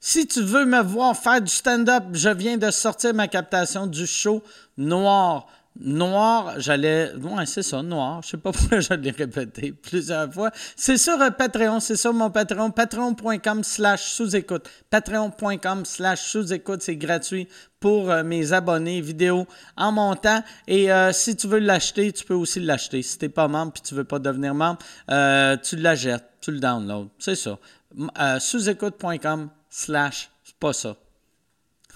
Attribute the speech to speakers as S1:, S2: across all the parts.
S1: Si tu veux me voir faire du stand-up, je viens de sortir ma captation du show Noir. Noir, j'allais. Ouais, c'est ça, noir. Je sais pas pourquoi je l'ai répété plusieurs fois. C'est sur euh, Patreon, c'est sur mon Patreon, patreon.com slash sous-écoute. Patreon.com slash sous-écoute, c'est gratuit pour euh, mes abonnés vidéo en montant. Et euh, si tu veux l'acheter, tu peux aussi l'acheter. Si t'es pas membre puis tu veux pas devenir membre, euh, tu l'achètes, tu le downloads. C'est ça. M- euh, sous-écoute.com slash, c'est pas ça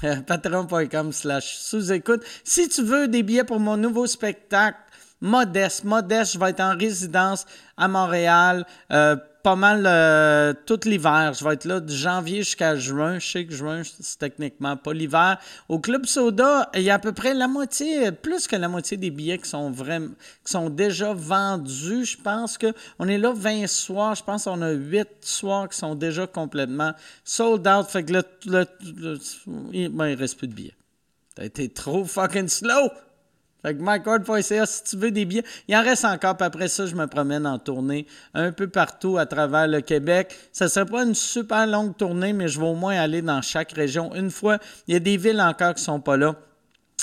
S1: patreon.com slash sous-écoute. Si tu veux des billets pour mon nouveau spectacle, modeste, modeste, je vais être en résidence à Montréal. euh, pas mal euh, tout l'hiver. Je vais être là de janvier jusqu'à juin. Je sais que juin, c'est techniquement pas l'hiver. Au Club Soda, il y a à peu près la moitié, plus que la moitié des billets qui sont vraiment, qui sont déjà vendus. Je pense que on est là 20 soirs. Je pense qu'on a 8 soirs qui sont déjà complètement sold out. Fait que là, le- le- il, ben, il reste plus de billets. T'as été trop fucking slow! Fait que MikeWard.ca, si tu veux des billets, il en reste encore. Puis après ça, je me promène en tournée un peu partout à travers le Québec. Ça ne serait pas une super longue tournée, mais je vais au moins aller dans chaque région une fois. Il y a des villes encore qui sont pas là.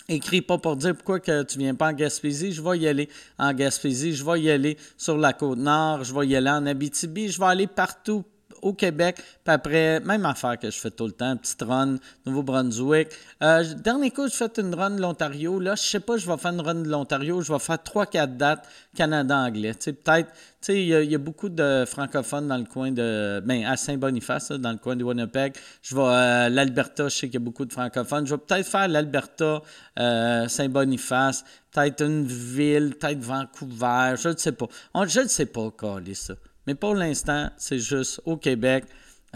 S1: Écris pas pour dire pourquoi que tu viens pas en Gaspésie. Je vais y aller en Gaspésie. Je vais y aller sur la côte nord. Je vais y aller en Abitibi. Je vais aller partout au Québec. Puis après, même affaire que je fais tout le temps, petite run, Nouveau-Brunswick. Euh, j- dernier coup, je fais une run de l'Ontario. Là, je sais pas, je vais faire une run de l'Ontario. Je vais faire 3-4 dates Canada-anglais. Tu sais, peut-être, tu sais, il y, a- il y a beaucoup de francophones dans le coin de, ben, à Saint-Boniface, là, dans le coin de Winnipeg. Je vais, euh, l'Alberta, je sais qu'il y a beaucoup de francophones. Je vais peut-être faire l'Alberta, euh, Saint-Boniface, peut-être une ville, peut-être Vancouver, je ne sais pas. On- je ne sais pas, Carlis, ça. Mais pour l'instant, c'est juste au Québec.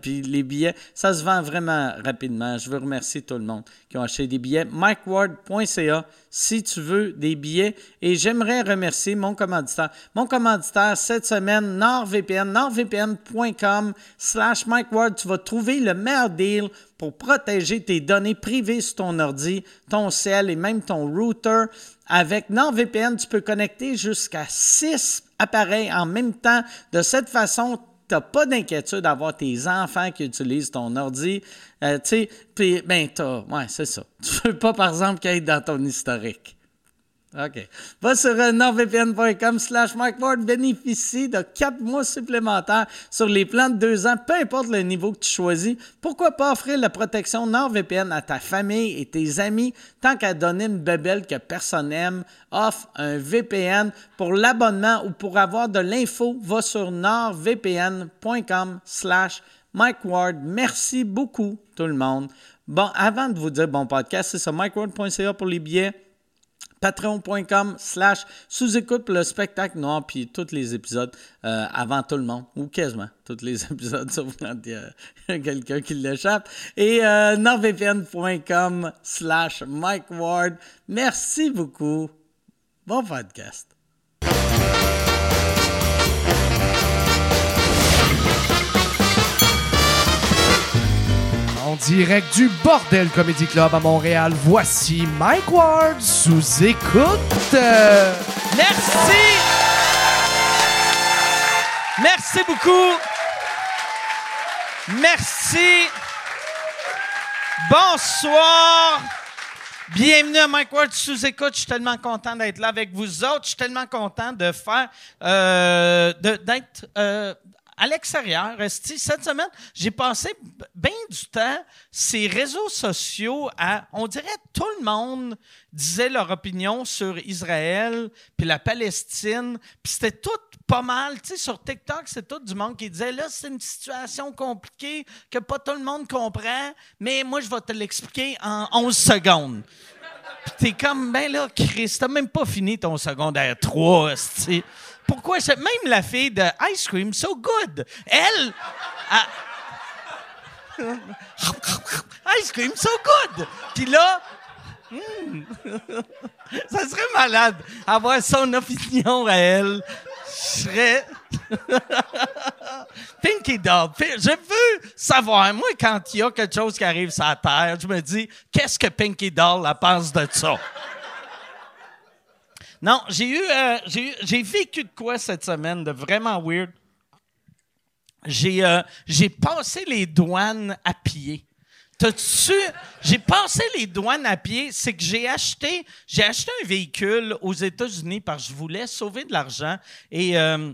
S1: Puis les billets, ça se vend vraiment rapidement. Je veux remercier tout le monde qui ont acheté des billets. MikeWard.ca si tu veux des billets. Et j'aimerais remercier mon commanditaire. Mon commanditaire cette semaine, NordVPN, nordvpn.com slash MikeWard. Tu vas trouver le meilleur deal pour protéger tes données privées sur ton ordi, ton cell et même ton router. Avec NordVPN, tu peux connecter jusqu'à 6 appareils en même temps. De cette façon, tu n'as pas d'inquiétude d'avoir tes enfants qui utilisent ton ordi. Euh, tu sais, puis, ben, t'as- Ouais, c'est ça. Tu veux pas, par exemple, qu'il y ait dans ton historique. OK. Va sur euh, nordvpn.com slash MikeWard. Bénéficie de quatre mois supplémentaires sur les plans de deux ans, peu importe le niveau que tu choisis. Pourquoi pas offrir la protection NordVPN à ta famille et tes amis tant qu'à donner une bébelle que personne n'aime? Offre un VPN pour l'abonnement ou pour avoir de l'info. Va sur nordvpn.com slash Mike Ward, merci beaucoup tout le monde. Bon, avant de vous dire bon podcast, c'est ça, mikeward.ca pour les billets patreon.com slash sous-écoute pour le spectacle noir puis tous les épisodes euh, avant tout le monde ou quasiment tous les épisodes sauf quand il y a quelqu'un qui l'échappe et euh, nordvpn.com slash Mike Ward merci beaucoup bon podcast
S2: En direct du Bordel Comedy Club à Montréal, voici Mike Ward sous écoute. Euh,
S3: Merci! Merci beaucoup! Merci! Bonsoir! Bienvenue à Mike Ward sous écoute. Je suis tellement content d'être là avec vous autres. Je suis tellement content de faire, euh, de- d'être euh, à l'extérieur. Esti. Cette semaine, j'ai passé bien du temps ces réseaux sociaux à, on dirait, tout le monde disait leur opinion sur Israël puis la Palestine. Puis c'était tout pas mal. Tu sais, sur TikTok, c'est tout du monde qui disait là, c'est une situation compliquée que pas tout le monde comprend, mais moi, je vais te l'expliquer en 11 secondes. Puis t'es comme, ben là, Chris, t'as même pas fini ton secondaire 3, sais. Pourquoi? je- Même la fille de Ice Cream So Good, elle... elle- Ice Cream So Good! Puis là... hmm, ça serait malade, avoir son opinion à elle. Je serais... Pinky Dog. Pi- Je veux savoir, moi, quand il y a quelque chose qui arrive sur la Terre, je me dis, qu'est-ce que Pinky Doll elle pense de ça? Non, j'ai eu, euh, j'ai eu- j'ai vécu de quoi cette semaine de vraiment weird.
S1: j'ai euh, j'ai passé les douanes à pied. T'as-tu? J'ai passé les douanes à pied. C'est que j'ai acheté, j'ai acheté un véhicule aux États-Unis parce que je voulais sauver de l'argent et euh,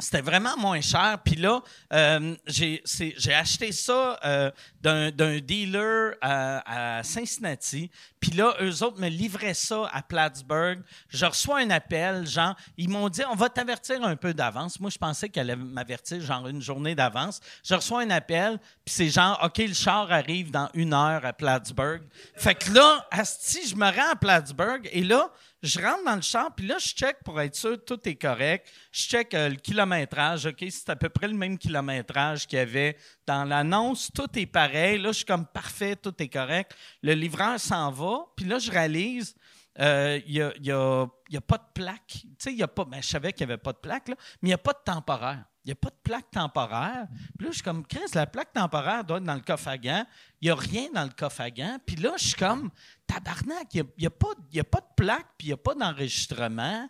S1: c'était vraiment moins cher. Puis là, euh, j'ai c'est- j'ai acheté ça euh, d'un d'un dealer à, à Cincinnati. Puis là, eux autres me livraient ça à Plattsburgh. Je reçois un appel, genre, ils m'ont dit, on va t'avertir un peu d'avance. Moi, je pensais qu'elle allait m'avertir, genre, une journée d'avance. Je reçois un appel, puis c'est genre, OK, le char arrive dans une heure à Plattsburgh. Fait que là, asti, je me rends à Plattsburgh, et là, je rentre dans le char, puis là, je check pour être sûr que tout est correct. Je check euh, le kilométrage. OK, c'est à peu près le même kilométrage qu'il y avait dans l'annonce. Tout est pareil. Là, je suis comme parfait, tout est correct. Le livreur s'en va, puis là, je réalise. euh, Il n'y a, il y a- il y a pas de plaque. Tu sais, il y a pas. ben, je savais qu'il n'y avait pas de plaque, là, mais il n'y a pas de temporaire. Il n'y a pas de plaque temporaire. Puis là, je suis comme, Chris, la plaque temporaire doit être dans le coffre à gants. Il n'y a rien dans le coffre à gants. Puis là, je suis comme, tabarnak, il n'y a, il y a pas il y a pas de plaque, puis il n'y a pas d'enregistrement.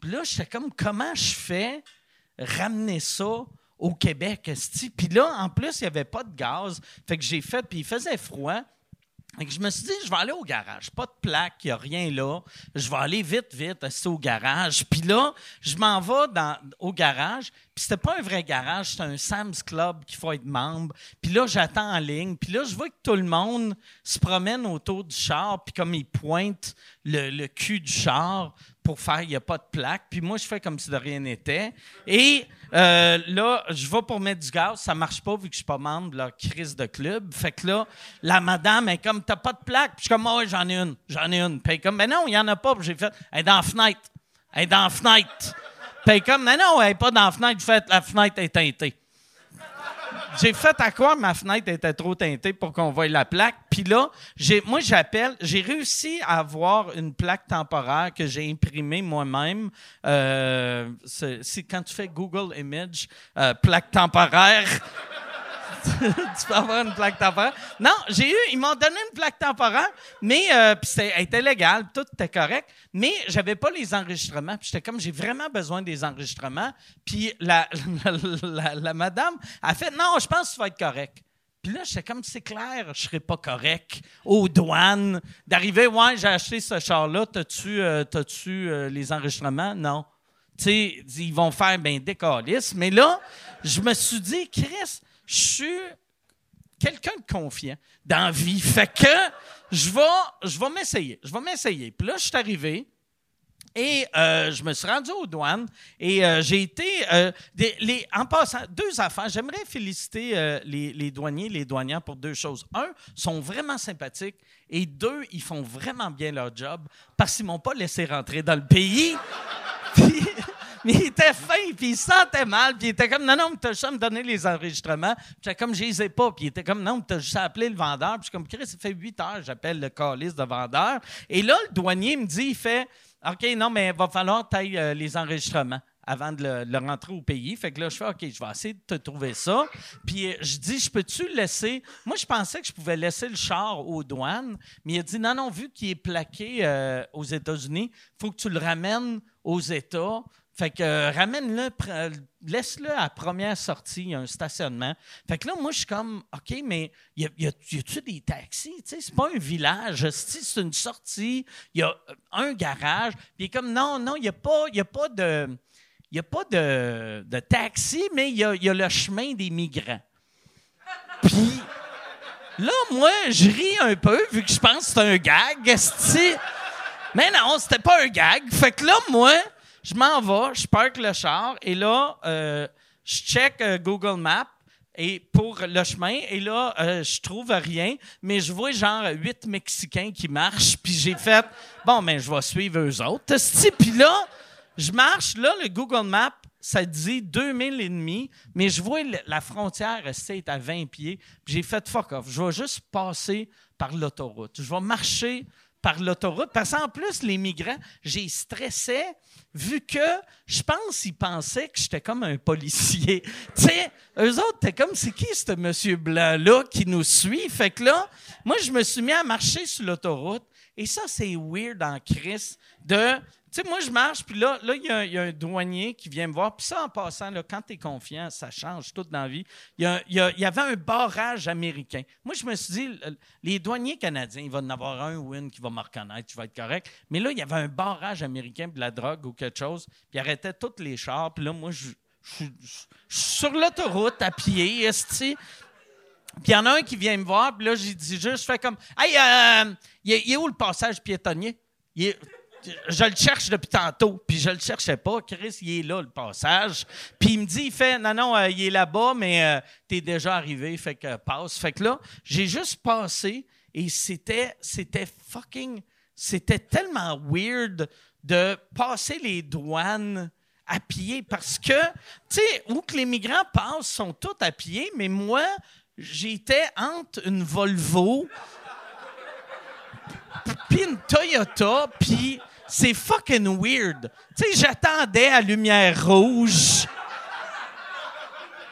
S1: Puis là, j'étais comme, comment je fais ramener ça au Québec, esti? Puis là, en plus, il n'y avait pas de gaz. Fait que j'ai fait, puis il faisait froid. Fait que je me suis dit, je vais aller au garage. Pas de plaque, il n'y a rien là. Je vais aller vite, vite, assis au garage. Puis là, je m'en vais dans, au garage. Puis c'était pas un vrai garage, c'était un Sam's Club qu'il faut être membre. Puis là, j'attends en ligne. Puis là, je vois que tout le monde se promène autour du char. Puis comme ils pointent le, le cul du char pour faire, il n'y a pas de plaque. Puis moi, je fais comme si de rien n'était. Et euh, là, je vais pour mettre du gaz. Ça marche pas vu que je suis pas membre de leur crise de club. Fait que là, la madame est comme, t'as pas de plaque. Puis je suis comme, Ah ouais, j'en ai une. J'en ai une. Puis elle est comme, mais non, il y en a pas. Puis j'ai fait, elle est dans la fenêtre. Elle est dans la fenêtre. Puis elle est comme, non, non, elle est pas dans la fenêtre. Fait, la fenêtre est teintée. J'ai fait à quoi ma fenêtre était trop teintée pour qu'on voie la plaque. Puis là, j'ai, moi, j'appelle. J'ai réussi à avoir une plaque temporaire que j'ai imprimée moi-même. Euh, c'est, c'est quand tu fais Google Image, euh, plaque temporaire. tu peux avoir une plaque temporaire. Non, j'ai eu, ils m'ont donné une plaque temporaire, mais euh, puis c'était, elle était légale, tout était correct, mais j'avais pas les enregistrements. Puis j'étais comme, j'ai vraiment besoin des enregistrements. Puis la, la, la- la madame a fait, non, je pense que tu vas être correct. Puis là, j'étais comme, c'est clair, je serais pas correct aux douanes d'arriver, ouais, j'ai acheté ce char-là, t'as-tu, euh, t'as-tu euh, les enregistrements? Non. Tu sais, ils vont faire, ben, des câlisses. Mais là, je me suis dit, Chris, je suis quelqu'un de confiant dans la vie. Fait que je vais, je vais m'essayer. Je vais m'essayer. Puis là, je suis arrivé. Et euh, je me suis rendu aux douanes et euh, j'ai été. euh, des- les, en passant, deux affaires. J'aimerais féliciter euh, les, les douaniers les douanières pour deux choses. Un, ils sont vraiment sympathiques. Et deux, ils font vraiment bien leur job parce qu'ils m'ont pas laissé rentrer dans le pays. Puis, mais il était fin, puis il se sentait mal, puis il était comme, non, non, mais t'as juste à me donner les enregistrements. Puis J'étais comme, je les ai pas. Puis il était comme, non, mais t'as juste à appeler le vendeur. Puis je suis comme, Chris, ça fait huit heures, j'appelle le calice de vendeur. Et là, le douanier me dit, il fait, OK, non, mais il va falloir que t'ailles, euh, les enregistrements avant de le, de le rentrer au pays. Fait que là, je fais, OK, je vais essayer de te trouver ça. Puis euh, je dis, je peux-tu le laisser? Moi, je pensais que je pouvais laisser le char aux douanes, mais il a dit, non, non, vu qu'il est plaqué euh, aux États-Unis, il faut que tu le ramènes aux États. Fait que euh, ramène-le, pre- laisse-le à la première sortie, il y a un stationnement. Fait que là, moi, je suis comme, OK, mais y a- y a- y a-tu des taxis? Tu sais, c'est pas un village, hostie, c'est une sortie, il y a euh, un garage. Puis il est comme, non, non, il n'y a, pas- y a pas de... Il n'y a pas de, de taxi, mais il y a, il y a le chemin des migrants. Puis là, moi, je ris un peu, vu que je pense que c'est un gag. esti. Mais non, c'était pas un gag. Fait que là, moi, je m'en vais, je parque le char, et là, euh, je check euh, Google Maps et pour le chemin, et là, euh, je trouve rien, mais je vois genre huit Mexicains qui marchent, puis j'ai fait, bon, ben, je vais suivre eux autres. esti. Puis là, je marche, là, le Google Maps, ça dit 2000 et demi, mais je vois le- la frontière, esti, est à 20 pieds, puis j'ai fait fuck off. Je vais juste passer par l'autoroute. Je vais marcher par l'autoroute. Parce qu'en plus, les migrants, j'ai stressé vu que je pense qu'ils pensaient que j'étais comme un policier. tu sais, eux autres, t'es comme, c'est qui ce monsieur blanc-là qui nous suit? Fait que là, moi, je me suis mis à marcher sur l'autoroute. Et ça, c'est weird en crise de sais, moi, je marche, puis là, là, il y, a un- il y a un douanier qui vient me voir. Puis ça, en passant, là, quand t'es confiant, ça change tout dans la vie. Il y, a- il y a- il y avait un barrage américain. Moi, je me suis dit, le- les douaniers canadiens, il va en avoir un ou une qui va me reconnaître, tu vas être correct. Mais là, il y avait un barrage américain de la drogue ou quelque chose, puis il arrêtait tous les chars. Puis là, moi, je je suis je suis sur l'autoroute à pied, esti. Puis il y en a un qui vient me voir, puis là, j'ai dit juste, je fais comme Hey, euh, il est- il est où le passage piétonnier? Il est- Je le cherche depuis tantôt, puis je le cherchais pas. Chris, il est là, le passage. Puis il me dit, il fait, non, non, euh, il est là-bas, mais euh, t'es déjà arrivé, fait que euh, passe. Fait que là, j'ai juste passé, et c'était, c'était fucking, c'était tellement weird de passer les douanes à pied parce que, tu sais, où que les migrants passent, sont tous à pied, mais moi, j'étais entre une Volvo puis une Toyota, puis c'est fucking weird. Tu sais, j'attendais à lumière rouge.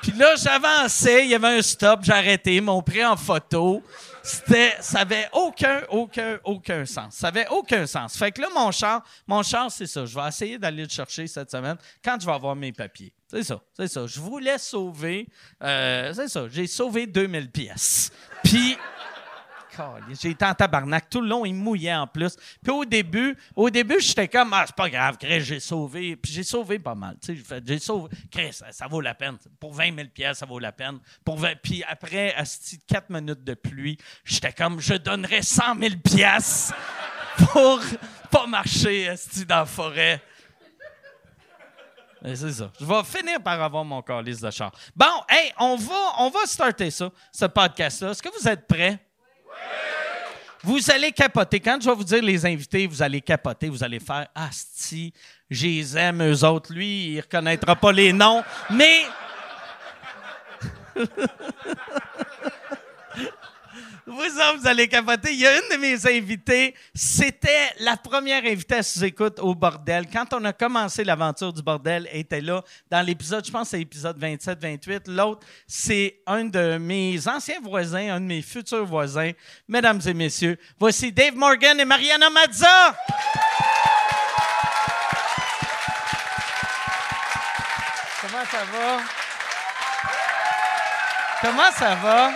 S1: Puis là, j'avançais, il y avait un stop, j'arrêtais, m'ont pris en photo. C'était, ça avait aucun, aucun, aucun sens. Ça avait aucun sens. Fait que là, mon char, mon char, c'est ça. Je vais essayer d'aller le chercher cette semaine quand je vais avoir mes papiers. C'est ça, c'est ça. Je voulais sauver, euh, c'est ça. J'ai sauvé 2000 pièces. Puis Caliste, J'ai été en tabarnak tout le long, il mouillait en plus. Puis au début, au début, j'étais comme ah c'est pas grave, Chris, j'ai sauvé, puis j'ai sauvé pas mal, tu sais, j'ai fait- j'ai sauvé Chris, ça, ça vaut la peine. Pour 20 000 pièces, ça vaut la peine. Pour 20 puis après asti, 4 minutes de pluie, j'étais comme je donnerais 100 000 pièces pour pas marcher asti, dans la forêt. Mais C'est ça. Je vais finir par avoir mon calice de char. Bon, hey, on va, on va starter ça, ce podcast-là. Est-ce que vous êtes prêts? Vous allez capoter. Quand je vais vous dire les invités, vous allez capoter. Vous allez faire Asti, je les aime, eux autres. Lui, il reconnaîtra pas les noms, mais. Vous autres, vous allez capoter. Il y a une de mes invitées, c'était la première invitée à sous-écoute au bordel. Quand on a commencé l'aventure du bordel, elle était là dans l'épisode, je pense que c'est l'épisode 27-28. L'autre, c'est un de mes anciens voisins, un de mes futurs voisins. Mesdames et messieurs, voici Dave Morgan et Mariana Mazza. Comment ça va? Comment ça va?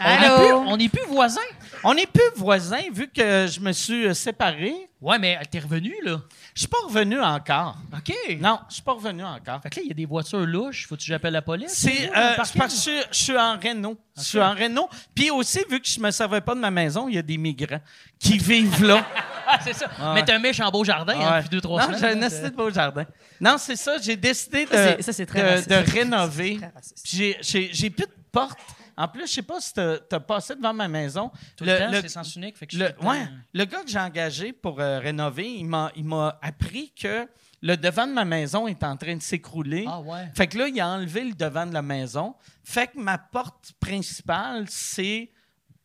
S4: On est
S5: Allô?
S4: plus- On n'est plus, voisins.
S1: On n'est plus voisins vu que je me suis euh, séparé.
S4: Ouais, mais t'es revenu, là.
S1: Je suis pas revenu encore.
S4: OK.
S1: Non, je suis pas revenu encore.
S4: Fait que là, il y a des voitures louches. Faut-tu que j'appelle la police?
S1: C'est
S4: Ou,
S1: euh,
S4: le
S1: c'est
S4: parking?
S1: parce que je- je suis en Renault. Je suis en Renault. Puis aussi, vu que je me servais pas de ma maison, il y a des migrants qui vivent là.
S4: Ah, c'est ça.
S1: Ah ouais.
S4: Mais t'as un méchant beau jardin hein,
S1: Ouais.
S4: depuis deux, trois
S1: non,
S4: semaines. euh,
S1: j'ai un
S4: là,
S1: esti de beau jardin. Non, c'est ça. J'ai décidé
S5: Ça,
S1: de,
S5: c'est- ça, c'est
S1: de-
S5: très raciste.
S1: de rénover.
S5: C'est très raciste.
S1: Puis j'ai- j'ai j'ai plus de porte. En plus, je sais pas si t'as as passé devant ma maison.
S4: Tout le, temps, c'est sens unique. Fait que je
S1: Le,
S4: suis tout le temps,
S1: ouais, le gars que j'ai engagé pour euh, rénover, il m'a, il m'a appris que le devant de ma maison est en train de s'écrouler.
S4: Ah ouais.
S1: Fait que là, il a enlevé le devant de la maison. Fait que ma porte principale, c'est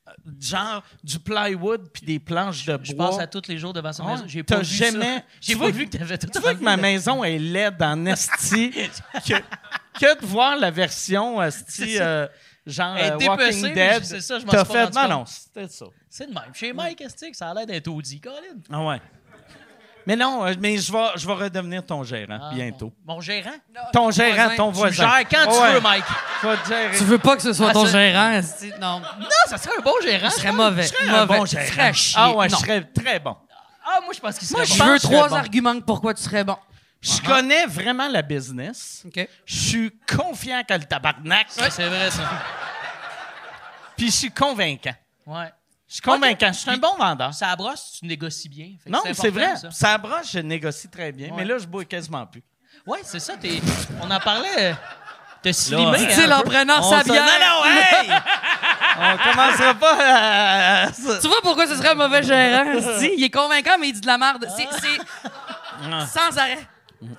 S1: euh, genre du plywood puis des planches de bois.
S4: Je passe à tous les jours devant sa
S1: Ouais.
S4: maison. J'ai
S1: T'as
S4: pas vu
S1: jamais-
S4: ça.
S1: Tu
S4: J'ai pas
S1: vois-
S4: vu que t'avais tout
S1: Tu vois que ma maison est laide en esti. que, que de voir la version esti, euh, genre
S4: Elle est
S1: euh,
S4: dépecée,
S1: Walking
S4: mais je-
S1: Dead.
S4: c'est ça, je m'en
S1: t'as
S4: suis pas
S1: fait,
S4: rendu
S1: non,
S4: compte.
S1: non, c'était ça.
S4: C'est le même. Chez Mike, est-ce que ça a l'air d'être Audi, Colin?
S1: Ah ouais. Mais non, euh, mais je vais, je vais redevenir ton gérant
S4: Ah,
S1: bientôt.
S4: Mon, mon gérant?
S1: Ton gérant, ton
S4: Tu me
S1: voisin. Ah
S4: gères quand tu
S1: Ouais.
S4: veux, Mike.
S1: Je vais te gérer.
S5: Tu veux pas que ce soit
S4: Ah,
S5: ton
S4: ça-
S5: gérant, esti? non.
S4: Non, ça serait un bon gérant.
S5: Tu serais mauvais.
S1: Je serais un
S5: mauvais.
S1: bon
S5: Tu
S1: gérant.
S5: serais à chier.
S1: Ah ouais, je
S5: Non.
S1: serais très bon.
S4: Ah, moi, je pense qu'il serait
S1: Moi,
S4: bon.
S5: Je
S1: pense
S5: veux
S1: que je serais
S5: trois
S1: bon.
S5: arguments de pourquoi tu serais bon.
S1: Je connais vraiment la business.
S5: OK.
S1: Je suis confiant que le tabarnak.
S4: Ouais, c'est vrai, ça.
S1: Puis je suis convaincant.
S4: Ouais.
S1: Je suis convaincant. Je suis un
S4: Puis-
S1: bon vendeur.
S4: Ça brosse, tu négocies bien. Fait que
S1: Non, c'est
S4: important,
S1: vrai.
S4: ça.
S1: Ça broche, je négocie très bien. Mais là, je bois quasiment plus.
S4: Ouais, c'est ça. t'es- On en parlait. euh, T'as slimé.
S1: Là,
S4: hein,
S5: Tu sais,
S4: un
S5: en
S4: peu.
S5: prenant
S1: On
S5: sa
S1: se- Non,
S5: bière.
S1: non, hey! On commencera pas à- à...
S5: Tu vois pourquoi ce serait un mauvais gérant, esti? Il est convaincant, mais il dit de la merde. C'est
S1: Ah.
S5: c'est- sans arrêt.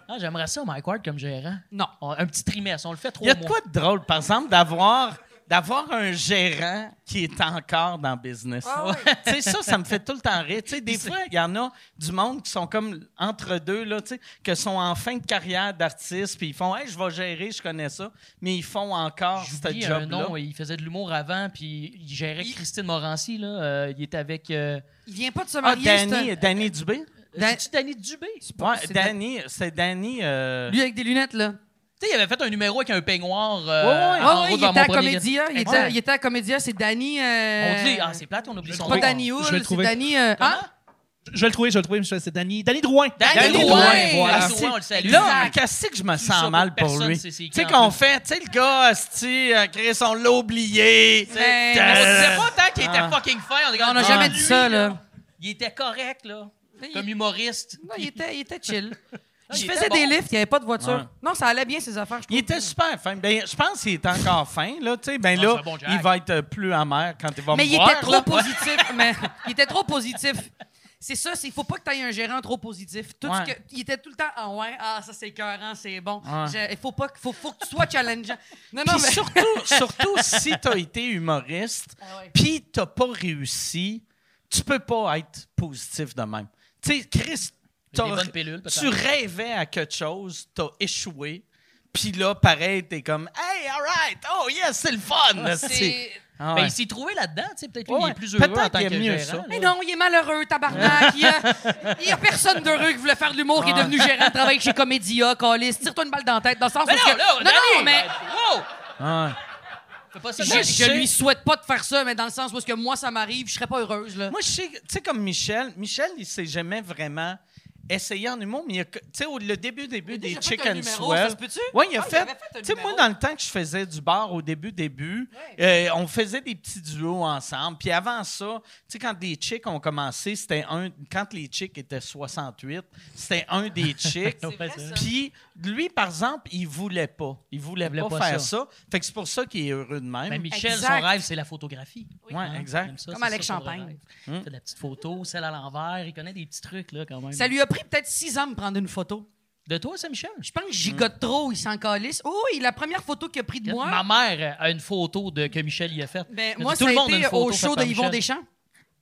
S4: Ah, J'aimerais ça, Mike Ward, comme gérant.
S5: Non.
S4: On- Un petit trimestre. On le fait trois
S1: Il y a
S4: mois.
S1: de quoi de drôle, par exemple, d'avoir d'avoir un gérant qui est encore dans le business.
S5: Ah ouais.
S1: Tu sais, ça, ça me fait tout le temps rire. Tu sais, des fois, il y en a du monde qui sont comme entre deux, là, tu sais, que sont en fin de carrière d'artiste, puis ils font Hey, je vais gérer, je connais ça, mais ils font encore ce
S4: J'oublie un
S1: job-là.
S4: nom, il faisait de l'humour avant, puis il gérait Christine Morancy, là. euh, il était avec. euh,
S5: Il vient pas de se
S1: Ah,
S5: marier. c'est
S1: Danny,
S5: un- Euh,
S1: Danny Dubé?
S5: Dan-
S4: C'est-tu Danny Dubé?
S5: pas-
S1: Ouais,
S5: c'est
S1: Danny, c'est Danny. euh,
S5: Lui avec des lunettes, là.
S4: Tu sais, il avait fait un numéro avec un peignoir. euh,
S1: Ouais, ouais.
S5: Ah oui, il était à Comédia. Il était, il était à Comédia. C'est Danny. euh,
S4: On dit, ah, c'est plate, on oublie son
S5: pas
S4: nom.
S5: Danny Hull,
S6: Je vais le
S5: c'est
S6: trouver.
S5: Danny. euh, hein?
S6: Je vais le trouver, je vais le trouver. monsieur, C'est Danny, Danny Drouin.
S4: Danny
S5: Danny
S4: Drouin!
S5: Drouin,
S4: Voilà.
S5: voilà.
S4: Drouin, on le salue.
S1: Ah, Là,
S5: Exact.
S1: qu'est-ce que je me
S4: ça,
S1: sens mal pour
S4: personne
S1: lui?
S4: sait
S1: Tu
S4: c'est qui,
S1: sais
S4: en
S1: qu'on
S4: plus.
S1: fait, tu sais, le gars, asti, euh, Chris, on l'a oublié.
S5: Mais-
S4: On disait
S1: Euh,
S4: pas tant hein, qu'il
S1: Ah.
S4: était fucking fin. On, est
S5: On
S4: comme,
S5: n'a
S4: ah,
S5: jamais
S4: lui,
S5: dit ça, là.
S4: Il était correct, là.
S5: Il-
S4: Comme humoriste.
S5: Non, il était, il était chill.
S4: il
S5: je
S4: était
S5: faisais
S4: bon.
S5: des lifts, il n'y avait pas de voiture.
S1: Ouais.
S5: Non, ça allait bien, ces affaires. je
S1: Il
S5: trouve.
S1: était super fin. Ben, je pense qu'il est encore fin, là, tu sais. Ben
S4: Ah, c'est
S1: là,
S4: un bon Jack.
S1: il va être euh, plus amer quand il va
S5: Mais
S1: me
S5: il
S1: voir.
S5: était trop
S1: là.
S5: positif. mais il était trop positif. C'est ça, il faut pas que tu aies un gérant trop positif. Tout ce
S1: Ouais.
S5: que- il était tout le temps ah ouais, ah ça c'est écœurant, c'est bon.
S1: Ouais.
S5: Je- Il faut pas que- faut, faut que tu sois challengeant. Non non,
S1: Puis
S5: mais
S1: surtout, surtout si t'as été humoriste,
S5: Ah ouais.
S1: puis t'as pas réussi, tu peux pas être positif de même. Tu sais, Chris,
S4: Des
S1: t'as-
S4: bonnes pilules, peut-être.
S1: tu rêvais à quelque chose, t'as échoué, puis là, pareil, t'es comme « Hey, all right, oh yes, c'est le fun! esti.
S5: Ah, c'est
S1: Ah
S4: Ben,
S1: ouais.
S4: il s'est trouvé là-dedans, tu sais. Peut-être lui,
S1: Ouais,
S4: il est plus heureux en
S1: peut-être
S4: tant
S1: qu'il
S4: que
S1: aime mieux
S4: gérant.
S1: ça.
S5: Mais non, il est malheureux, tabarnak. Il y a, il y a personne d'heureux qui voulait faire de l'humour, qui est devenu gérant de travail chez Comédia, Calis. Tire-toi une balle dans la tête, dans le sens
S4: Mais
S5: où...
S4: non,
S5: que-
S4: là,
S5: non,
S4: Danny,
S5: non, mais...
S4: Wow!
S1: ah, Ouais.
S4: Fais pas ça,
S5: Je,
S4: Danny.
S5: je lui souhaite pas de faire ça, mais dans le sens où est-ce que moi, ça m'arrive, je serais pas heureuse, là.
S1: Moi, je sais, que- tu sais, comme Michel, Michel, il s'est jamais vraiment essayé en humour, mais il a que- tu sais, au le début, début
S5: Il a
S1: des
S5: déjà fait un
S1: Chicken
S5: numéro,
S1: Swell.
S5: ça se peut-tu?
S1: Oui, il a
S5: Ah, il
S1: fait.
S5: avait fait un
S1: Tu sais, moi,
S5: numéro.
S1: dans le temps que je faisais du bar au début, début, euh, on faisait des petits duos ensemble. Puis avant ça, tu sais, quand les chicks ont commencé, c'était un. Quand les chicks étaient 68, c'était un des chicks. Puis lui, par exemple, il voulait pas. Il voulait,
S4: voulait
S1: pas,
S4: pas
S1: faire ça.
S4: ça.
S1: Fait que c'est pour ça qu'il est heureux de même.
S4: Mais Ben, Michel,
S5: Exact.
S4: son rêve, c'est la photographie.
S1: Oui. Ouais, exact. Hmm.
S4: il aime hein, ça,
S5: Comme
S4: c'est
S5: Alex
S4: ça, son
S5: Champagne.
S4: rêve. Il fait de la petite photo, celle à l'envers. Il connaît des petits trucs, là, quand même.
S5: Ça lui a pris peut-être six ans de prendre une photo.
S4: De toi, ça, Michel?
S5: Je pense que
S4: Mm.
S5: j'y gote trop, il s'en calisse. Oh, oui, la première photo qu'il a prise de
S4: Ma
S5: moi,
S4: mère a une photo de, que Michel y a faite.
S5: ben,
S4: Je
S5: moi,
S4: dis,
S5: ça
S4: tout
S5: a
S4: le monde a une
S5: été
S4: photo
S5: au
S4: faite
S5: show de
S4: par Michel.
S5: Yvon Deschamps.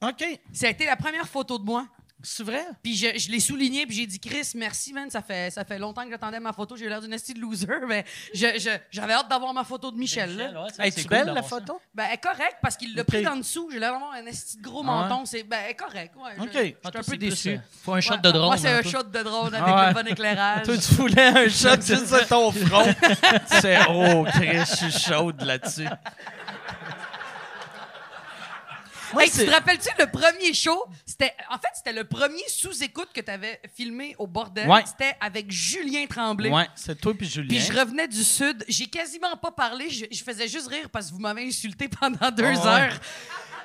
S1: OK.
S5: Ça a été la première photo de moi.
S1: C'est vrai?
S5: Puis je, je l'ai souligné, puis j'ai dit, Chris, merci, man. Ça fait, ça fait longtemps que j'attendais ma photo. J'ai eu l'air d'une esti de loser, mais je- je- j'avais hâte d'avoir ma photo de Michel. là.
S4: ouais, ça,
S1: Es-tu
S4: c'est cool
S1: belle, la
S4: d'avoir ça.
S1: photo?
S5: Ben, elle est correcte parce qu'il l'a
S1: Ok.
S5: pris en dessous. J'ai l'air d'avoir un esti de gros
S1: Ah ouais?
S5: menton. C'est, ben, elle est correcte. Ouais, je-
S1: Ok.
S5: je suis
S4: Ah, toi,
S5: un
S4: c'est
S5: peu
S4: plus,
S5: déçu.
S4: euh, Faut un shot
S5: Ouais,
S4: de drone.
S5: Moi, c'est
S4: hein,
S5: un
S4: toi.
S5: shot de drone avec
S1: Ah ouais.
S5: le bon éclairage.
S1: Toi, tu voulais un shot juste sur ton front. C'est oh, Chris, je suis chaude là-dessus. Moi,
S5: Hey, tu
S1: c'est-
S5: te rappelles-tu le premier show? C'était, en fait, c'était le premier sous-écoute que tu avais filmé au bordel.
S1: Ouais.
S5: C'était avec Julien Tremblay.
S1: Ouais, c'est toi puis Julien.
S5: Puis je revenais du Sud. J'ai quasiment pas parlé. Je, je faisais juste rire parce que vous m'avez insulté pendant deux
S1: ouais.
S5: heures.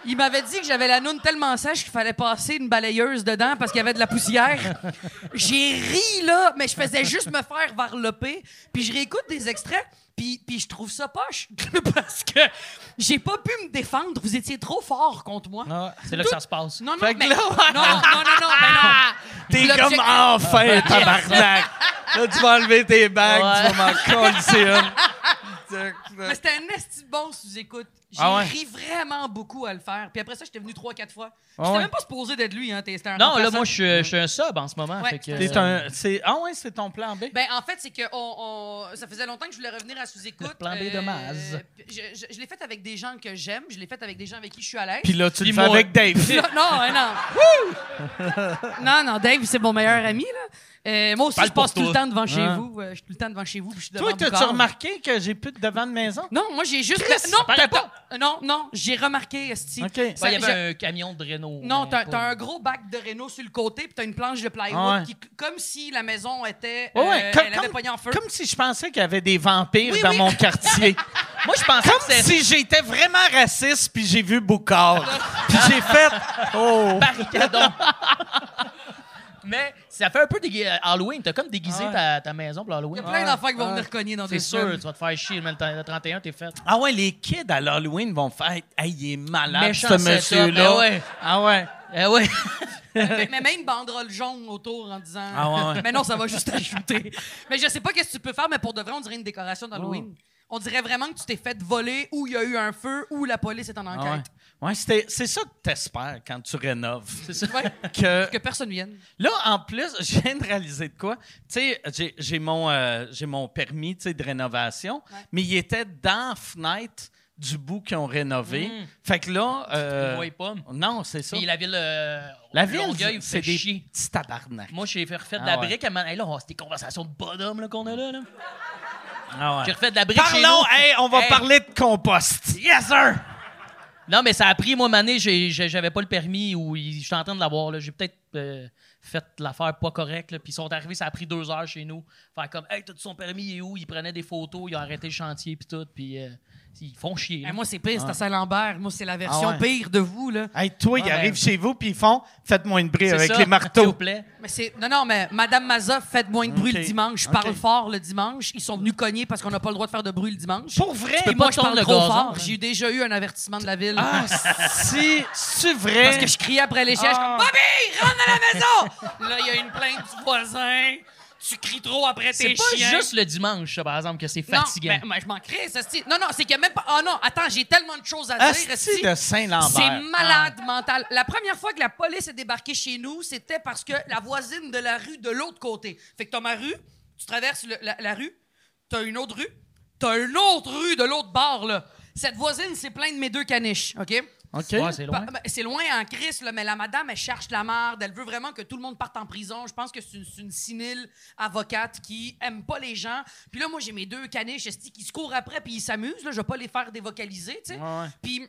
S5: Il m'avait dit que j'avais la noune tellement sèche qu'il fallait passer une balayeuse dedans parce qu'il y avait de la poussière. J'ai ri, là, mais je faisais juste me faire varloper. Puis je réécoute des extraits, puis, puis je trouve ça poche parce que j'ai pas pu me défendre. Vous étiez trop fort contre moi.
S1: Ah.
S4: C'est là que ça se passe.
S5: Non, non,
S1: Fait que
S5: mais...
S1: là, ouais.
S5: non, non, non, non, ben non.
S1: T'es
S5: l'objectif-
S1: comme enfin, tabarnak. Là, tu vas enlever tes bagues, tu vas m'en coller une.
S5: Mais c'était un esti de bon sous-écoute. J'ai
S1: Ah ouais?
S5: ri vraiment beaucoup à le faire. Puis après ça, j'étais venu trois, quatre fois.
S1: Ah
S5: J'étais
S1: ouais?
S5: même pas supposé d'être lui, hein. t'es- c'était un
S4: Non, là,
S5: remplaçant.
S4: moi, je suis- je suis un sub en ce moment.
S5: Ouais,
S4: fait que, euh,
S5: c'est
S1: T'es un- c'est- Ah ouais, c'est ton plan B?
S5: Ben, en fait, c'est que on, on- ça faisait longtemps que je voulais revenir à sous-écoute. euh,
S4: plan B de Maz.
S5: puis Je, je- je l'ai fait avec des gens que j'aime. Je l'ai fait avec des gens avec qui je suis à l'aise.
S1: Puis là, tu le
S4: Puis
S1: fais
S4: moi-
S1: avec Dave.
S5: Non, non, hein, non. non, non, Dave, c'est mon meilleur ami, là. Euh, moi aussi,
S4: Parle
S5: je passe
S4: pour
S5: tout le
S4: toi.
S5: temps devant chez
S1: Ouais.
S5: vous. Euh, Je suis tout le temps devant chez vous, puis je suis devant
S1: Hein? Toi, t'as-tu
S5: Boucard.
S1: remarqué que j'ai plus de devant de maison?
S5: Non, moi, j'ai juste... non,
S4: paraît
S5: t'as
S4: pas.
S5: pas- euh, Non, non, j'ai remarqué, Esti.
S1: OK.
S5: Ça-
S4: Ouais, Il y
S5: je-
S4: avait un camion de Renault.
S5: Non,
S4: mais
S5: t'as
S4: pas-
S5: t'as un gros bac de Renault sur le côté, puis t'as une planche de plywood
S1: Ah ouais.
S5: qui, comme si la maison était.
S1: Ouais, ouais,
S5: euh,
S1: comme-
S5: elle avait
S1: comme-
S5: pogné en feu.
S1: Comme si je pensais qu'il y avait des vampires
S5: Oui,
S1: dans
S5: oui.
S1: mon quartier.
S4: Moi, je pensais que
S1: Comme
S4: c'était
S1: si j'étais vraiment raciste, puis j'ai vu Boucard. puis j'ai fait... Oh!
S4: barricadon. Mais ça fait un peu déguisé. euh, Halloween, t'as comme déguisé
S1: Ah ouais.
S4: ta, ta maison pour
S5: Il y
S4: Halloween.
S5: a plein d'enfants qui vont venir cogner dans
S4: C'est
S5: des
S4: sûr, tu vas te faire chier. mais Le 31, t'es fait.
S1: Ah ouais, les kids à l'Halloween vont faire « Hey, il est malade,
S4: Méchant
S1: ce
S4: setup,
S1: monsieur-là.
S4: eh ouais.
S1: Ah ouais.
S4: Eh oui.
S5: mais, mais même une banderole jaune autour en disant.
S1: Ah ouais, ouais. Oh.
S5: mais non, ça va juste ajouter. Mais je sais pas qu'est-ce que tu peux faire, mais pour de vrai, on dirait une décoration d'Halloween. on dirait vraiment que tu t'es fait voler ou il y a eu un feu ou la police est en
S1: Ah ouais.
S5: enquête.
S1: Ouais, c'était- c'est ça que t'espères quand tu rénoves.
S5: Ouais.
S1: Que,
S5: Que personne vienne.
S1: là, en plus, je viens de réaliser de quoi. Tu sais, j'ai- j'ai mon, euh, j'ai mon permis tu sais, de rénovation, mais il était dans la fenêtre du bout qu'ils ont rénové.
S4: Mm.
S1: Fait que là... euh,
S4: Vous voyez pas.
S1: non, c'est ça.
S4: Puis la ville. euh,
S1: La ville,
S4: Longueuil,
S1: c'est
S4: fait
S1: des
S4: chier.
S1: petits tabarnak.
S4: Moi, j'ai fait refait de
S1: Ah
S4: la
S1: ouais.
S4: brique à man... hey, là, on- c'est des conversations de bonhomme là, qu'on a là. là.
S1: Ah ouais.
S4: J'ai refait de la brique. chez
S1: Parlons, hein.
S4: nous.
S1: hey, on va
S4: Hey.
S1: parler de compost. Yes, sir!
S4: Non, mais ça a pris, moi, mané, j'ai- j'ai- j'avais pas le permis ou il- je suis en train de l'avoir. là. J'ai peut-être euh, fait l'affaire pas correcte. là. Puis ils sont arrivés, ça a pris deux heures chez nous. Faire comme, hey, t'as son permis, il est où? Ils prenaient des photos, ils ont arrêté le chantier, puis tout. Puis euh, ils font chier. là.
S5: Eh, moi, c'est pire, c'est à Saint-Lambert. Moi, c'est la version
S1: Ah ouais.
S5: pire de vous, là.
S1: Hey, toi,
S4: Ah,
S1: ils
S4: ben-
S1: arrivent chez vous, puis ils font « Faites-moi une brie
S4: C'est
S1: avec
S4: ça,
S1: les
S4: S'il vous
S1: marteaux.
S4: plaît.
S5: Mais c'est... Non, non, mais Madame Maza, faites moins de bruit
S1: Ok.
S5: le dimanche. Je
S1: Ok.
S5: parle fort le dimanche. Ils sont venus cogner parce qu'on n'a pas le droit de faire de bruit le dimanche. »
S1: Pour vrai?
S4: peux
S5: Et moi,
S4: pas
S5: je
S4: tondre
S5: parle
S4: le
S5: trop
S4: gazon,
S5: fort.
S4: hein.
S5: J'ai déjà eu un avertissement de la ville.
S1: Ah, si, c'est vrai?
S5: Parce que je criais après les chaises,
S1: Ah.
S5: comme Bobby, rentre dans la maison! là, il y a une plainte du voisin. Tu cries trop après
S4: C'est
S5: tes
S4: pas
S5: chiens.
S4: juste le dimanche, ça, par exemple, que c'est
S5: Non,
S4: fatigant.
S5: mais, mais je m'en crée, ça c'est- Non, non, c'est qu'il y a même pas. Oh non, attends, j'ai tellement de choses à
S4: Ah,
S5: dire.
S1: Asti
S5: esti.
S1: de Saint-Lambert.
S5: C'est malade mental. La première fois que la police est débarquée chez nous, c'était parce que la voisine de la rue de l'autre côté. Fait que t'as ma rue, tu traverses le- la, la rue, t'as une autre rue, t'as une autre rue de l'autre bord, là. Cette voisine, c'est plein de mes deux caniches, OK?
S1: OK.
S4: Ouais, c'est loin.
S5: Pa- ben, C'est loin en crise, là, mais la madame, elle cherche la marde. Elle veut vraiment que tout le monde parte en prison. Je pense que c'est une, c'est une sinile avocate qui aime pas les gens. Puis là, moi, j'ai mes deux caniches esti, qui se courent après puis ils s'amusent. là. Je vais pas les faire dévocaliser, tu sais. Puis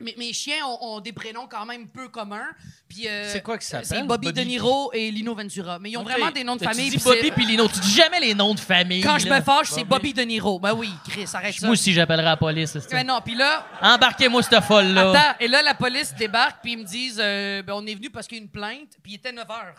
S5: mes, mes chiens ont, ont des prénoms quand même peu communs. Puis, euh,
S1: C'est quoi que ça
S5: C'est
S1: s'appelle,
S5: Bobby,
S1: Bobby?
S5: De Niro et Lino Ventura. Mais ils ont
S4: Ok.
S5: vraiment des noms de
S4: T'as-tu
S5: famille.
S4: dit
S5: puis
S4: Bobby
S5: c'est-
S4: puis Lino. Tu dis jamais les noms de famille.
S5: Quand je
S4: là.
S5: me fâche, c'est Bobby De Niro. Ben oui, Chris, arrête ça.
S4: Moi aussi, j'appellerai la police. c'est ça.
S5: Ben non, puis là...
S4: Embarquez-moi cette folle-là.
S5: Attends, et là, la police débarque, puis ils me disent euh, ben, on est venu parce qu'il y a une plainte, puis il était 9 h.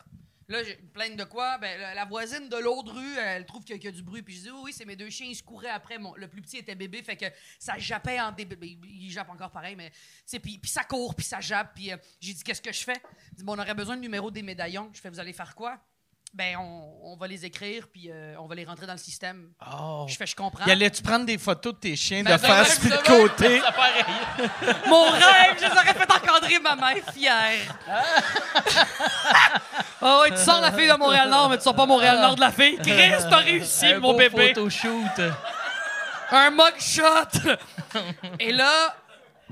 S5: Là, j'ai une plainte de quoi ben, la- La voisine de l'autre rue, elle trouve qu'il y, a- qu'il y a du bruit, puis je dis oui, oui, c'est mes deux chiens, ils se couraient après. Mon- le plus petit était bébé, fait que ça jappait en début. ben, il jappe encore pareil, mais. tu sais, Puis, puis ça court, puis ça jappe, puis euh, j'ai dit qu'est-ce que je fais Il dit bon, on aurait besoin du numéro des médaillons. Je fais vous allez faire quoi ben, on, on va les écrire, puis euh, on va les rentrer dans le système.
S4: Oh.
S5: Je fais, je comprends.
S1: Y allais-tu prendre des photos de tes chiens
S5: Ben,
S1: de face
S5: ben,
S1: puis de
S5: ben,
S1: côté?
S4: Ça fait rire.
S5: Mon rêve, je les aurais fait encadrer ma mère fière. Ah ouais, tu sors la fille de Montréal-Nord, mais tu sors pas Montréal-Nord de la fille. Chris, t'as réussi,
S4: Ah. Un
S5: mon
S4: beau
S5: bébé.
S4: photoshoot.
S5: Un mugshot. et là,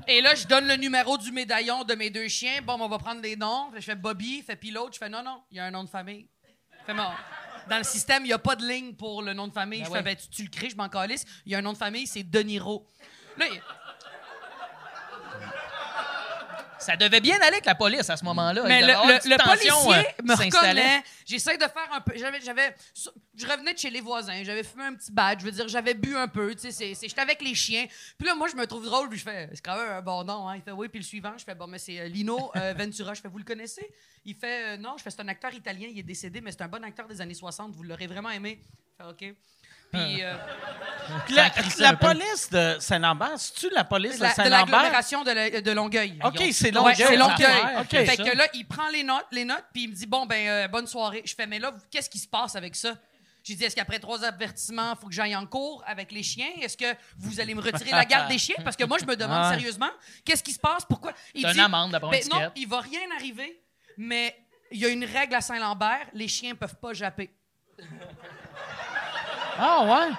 S5: et là, je donne le numéro du médaillon de mes deux chiens. Bon, ben, on va prendre des noms. Fait que Je fais Bobby, fait puis l'autre, je fais non, non, il y a un nom de famille. Fait mort. Dans le système, il n'y a pas de ligne pour le nom de famille. je fais,
S4: ouais.
S5: ben, tu, tu le crées, je m'en calisse. Il y a un nom de famille, c'est Deniro. Là, il-
S4: Ça devait bien aller avec la police à ce moment-là.
S5: Mais
S4: Il devait
S5: le,
S4: y avoir une
S5: le- le
S4: petite tension,
S5: policier
S4: euh,
S5: me
S4: s'installait.
S5: reconnaît. J'essaie de faire un peu. J'avais, j'avais, je revenais de chez les voisins. J'avais fumé un petit badge. Je veux dire, j'avais bu un peu. Tu sais, c'est, c'est- j'étais avec les chiens. Puis là, moi, je me trouve drôle. Puis je fais, c'est quand même un bon nom. Hein. Il fait oui. Puis le suivant, je fais bon, mais c'est euh, Lino euh, Ventura. Je fais, vous le connaissez Il fait euh, non. Je fais, c'est un acteur italien. Il est décédé, mais c'est un bon acteur des années 60. Vous l'aurez vraiment aimé. Je fais, ok. Puis euh,
S1: La,
S4: crissait
S1: la
S4: un peu.
S1: police de Saint-Lambert, c'est-tu la police
S5: de
S1: de,
S5: la- de
S1: Saint-Lambert?
S5: l'agglomération de, la- de Longueuil.
S1: OK,
S5: Voyons.
S1: c'est
S5: Ouais,
S1: Longueuil.
S5: c'est Longueuil.
S4: Ah,
S1: OK.
S4: ouais,
S5: Fait
S4: ça.
S5: que là, il prend les notes, les notes, puis il me dit bon ben euh, bonne soirée. Je fais mais là, vous- qu'est-ce qui se passe avec ça J'ai dit est-ce qu'après trois avertissements, faut que j'aille en cours avec les chiens Est-ce que vous allez me retirer la garde des chiens Parce que moi, je me demande
S1: Ah.
S5: sérieusement qu'est-ce qui se passe Pourquoi Il
S4: C'est une
S5: dit,
S4: amende, d'après
S5: ben
S4: une
S5: non,
S4: étiquette.
S5: il va rien arriver, mais il y a une règle à Saint-Lambert, les chiens peuvent pas japper.
S1: Ah ouais?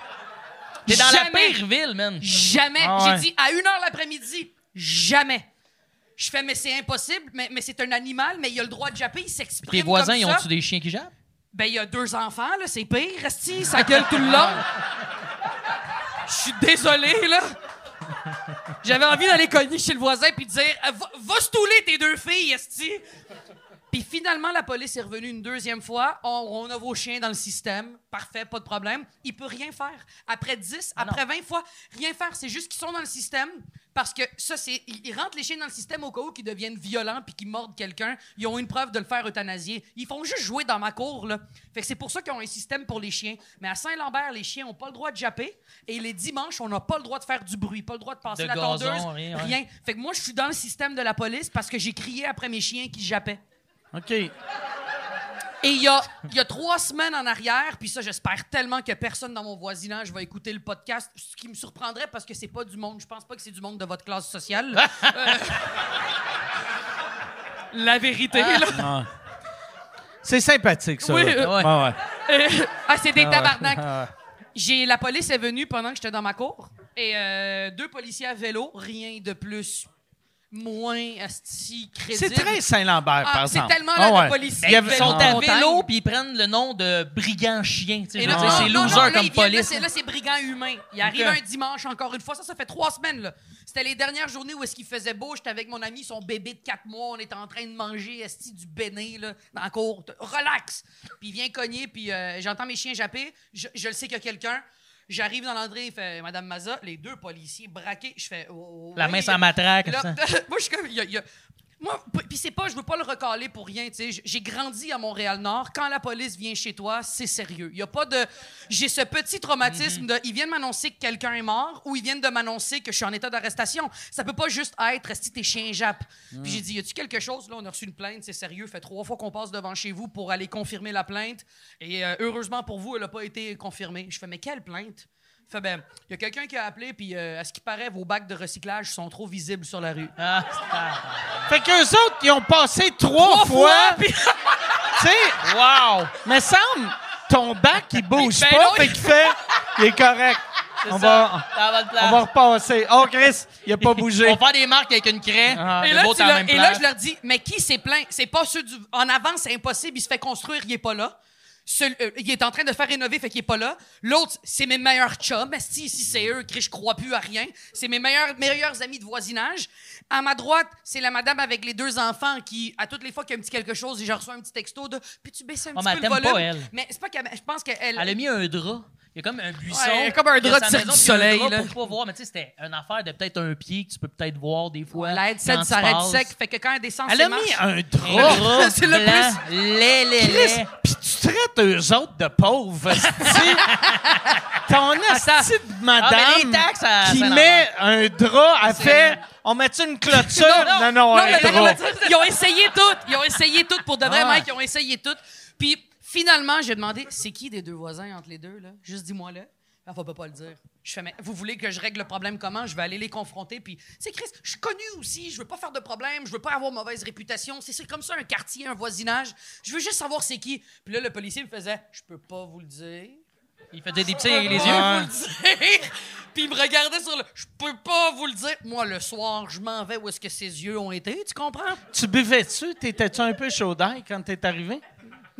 S4: T'es dans
S5: Jamais.
S4: la pire ville, man.
S5: Jamais.
S1: Ah ouais.
S5: J'ai dit à 1 h l'après-midi, jamais. Je fais, mais c'est impossible, mais, mais c'est un animal, mais il a le droit de japper, il s'exprime.
S4: Tes voisins,
S5: comme
S4: ils
S5: ça.
S4: ont-tu des chiens qui jappent?
S5: Ben, il y a deux enfants, là, c'est pire, Resti, ça gueule tout le long. Je suis désolé, là. J'avais envie d'aller cogner chez le voisin puis de dire Ah, Va, va stouler tes deux filles, Esti. Puis finalement, la police est revenue une deuxième fois. Oh, On, on a vos chiens dans le système. Parfait, pas de problème. Il peut rien faire. Après 10,
S4: Ah
S5: après 20 fois, rien faire. C'est juste qu'ils sont dans le système parce que ça, c'est. Ils, ils rentrent les chiens dans le système au cas où qu'ils deviennent violents puis qu'ils mordent quelqu'un. Ils ont une preuve de le faire euthanasier. Ils font juste jouer dans ma cour, là. Fait que c'est pour ça qu'ils ont un système pour les chiens. Mais à Saint-Lambert, les chiens ont pas le droit de japper. Et les dimanches, on n'a pas le droit de faire du bruit, pas le droit de passer
S4: De
S5: la
S4: gazon,
S5: tondeuse.
S4: rien, ouais.
S5: rien. Fait que moi, je suis dans le système de la police parce que j'ai crié après mes chiens qui jappaient.
S1: OK.
S5: Et il y a, il y a trois semaines en arrière, puis ça, j'espère tellement que personne dans mon voisinage va écouter le podcast, ce qui me surprendrait parce que c'est pas du monde, je pense pas que c'est du monde de votre classe sociale. Euh, La vérité, là.
S1: Ah. C'est sympathique, ça.
S5: Oui,
S1: là.
S5: euh,
S1: Ouais, ouais.
S5: Euh, ah, c'est des tabarnaks. J'ai la police est venue pendant que j'étais dans ma cour et euh, deux policiers à vélo, rien de plus, moins asti crédible.
S1: C'est très Saint-Lambert,
S5: Ah,
S1: par
S5: c'est
S1: exemple.
S5: tellement la
S1: Ah ouais.
S5: police.
S4: Mais ils sont à
S5: montagne.
S4: vélo puis ils prennent le nom de brigands chiens. tu sais,
S5: Et
S4: je
S5: là,
S4: veux dire,
S5: non,
S4: C'est
S5: non, non,
S4: loser
S5: là,
S4: comme
S5: ils viennent, là,
S4: police.
S5: c'est- Là, c'est brigand humain. Il arrive
S1: Ok.
S5: un dimanche, encore une fois. Ça, ça fait trois semaines. là. C'était les dernières journées où est-ce qu'il faisait beau. J'étais avec mon ami, son bébé de quatre mois. On était en train de manger esti du béné là, dans la cour. T- Relax! Puis il vient cogner, puis euh, j'entends mes chiens japper. Je, je le sais qu'il y a quelqu'un. J'arrive dans l'entrée, il fait « Madame Maza », les deux policiers braqués. Je fais Oh,
S4: La
S5: oui.
S4: main sans matraque.
S5: Puis là,
S4: ça.
S5: moi, je suis comme. il y a- il y a- Moi, p- puis c'est pas, je veux pas le recaler pour rien, tu sais. J- J'ai grandi à Montréal-Nord. Quand la police vient chez toi, c'est sérieux. Il y a pas de. J'ai ce petit traumatisme de. Ils viennent m'annoncer que quelqu'un est mort ou ils viennent de m'annoncer que je suis en état d'arrestation. Ça peut pas juste être, si t'es chien jappe. Puis j'ai dit, y a-tu quelque chose? Là, on a reçu une plainte, c'est sérieux. Fait trois fois qu'on passe devant chez vous pour aller confirmer la plainte. Et euh, heureusement pour vous, elle a pas été confirmée. Je fais, mais quelle plainte? Fait ben, il y a quelqu'un qui a appelé, puis euh, à ce qui paraît, vos bacs de recyclage sont trop visibles sur la rue.
S4: Ah, c'est ça.
S1: Fait qu'eux autres, ils ont passé trois, fois. tu sais,
S4: Wow!
S1: me semble, ton bac, il bouge
S5: Ben
S1: pas.
S5: non,
S1: fait qu'il fait, il est correct. On va,
S4: Ça va le
S1: on va repasser. Oh, Chris, il a pas bougé.
S4: On va faire des marques avec une craie.
S5: Et
S1: Ah.
S4: Ah, les
S5: là,
S4: autres
S5: tu
S4: à la
S5: leur-
S4: même
S5: et là,
S4: place.
S5: je leur dis, mais qui s'est plaint? C'est pas ceux du. En avant, c'est impossible, il se fait construire, il est pas là. Celui- euh, il est en train de faire rénover, fait qu'il est pas là. L'autre, c'est mes meilleurs chums. Si, si c'est eux, Chris, je crois plus à rien. C'est mes meilleurs, meilleurs amis de voisinage. À ma droite, c'est la madame avec les deux enfants qui, à toutes les fois qu'il y a un petit quelque chose, j'ai reçu un petit texto de Puis tu baisses un
S4: Oh,
S5: petit
S4: mais
S5: peu
S4: elle t'aime
S5: le volume.
S4: pas, elle.
S5: Mais c'est pas qu'elle. Je pense qu'elle.
S4: Elle a mis un drap. Il y a comme un buisson.
S5: Ouais, il y a comme un
S4: Il y a
S5: drap de
S4: sa
S5: Cirque
S4: maison,
S5: du
S4: puis il y a un
S5: Soleil,
S4: drap
S5: là.
S4: Pour pas voir, mais tu sais, c'était une affaire de peut-être un pied que tu peux peut-être voir des fois.
S5: L'aide, ça
S4: quand tu
S5: s'arrête
S4: passes.
S5: sec. Fait que quand elle descend,
S1: Elle
S5: ses
S1: a mis
S5: marches-
S1: un
S4: Un
S1: drap.
S4: drap
S5: C'est le plus-
S4: blanc, laid, laid,
S1: Chris,
S4: laid.
S1: pis tu traites eux autres de pauvres, esti. Ton esti de madame
S4: Ah, mais les taxes, ça-
S1: qui
S4: ça n'en
S1: met un drap, elle fait « On met-tu une clôture? » Non, non,
S5: Non,
S1: un
S5: mais
S1: drap.
S5: non, ils ont essayé toutes. Ils ont essayé toutes pour de vrai,
S4: Ah.
S5: Mike. Ils ont essayé toutes. Puis finalement, j'ai demandé c'est qui des deux voisins entre les deux, là Juste dis-moi là. Elle ne peut pas le dire. Je fais, mais vous voulez que je règle le problème comment? Je vais aller les confronter. Puis, c'est Chris, je suis connu aussi. Je veux pas faire de problème. Je veux pas avoir mauvaise réputation. C'est- C'est comme ça un quartier, un voisinage. Je veux juste savoir c'est qui. Puis là, le policier me faisait, je peux pas vous le dire.
S4: Il faisait des petits avec les
S5: Je
S4: yeux.
S5: peux pas vous le dire. Puis il me regardait sur le. Je peux pas vous le dire. Moi, le soir, je m'en vais où est-ce que ses yeux ont été, tu comprends?
S1: Tu buvais-tu? T'étais-tu un peu chaud d'ail quand t'es arrivé?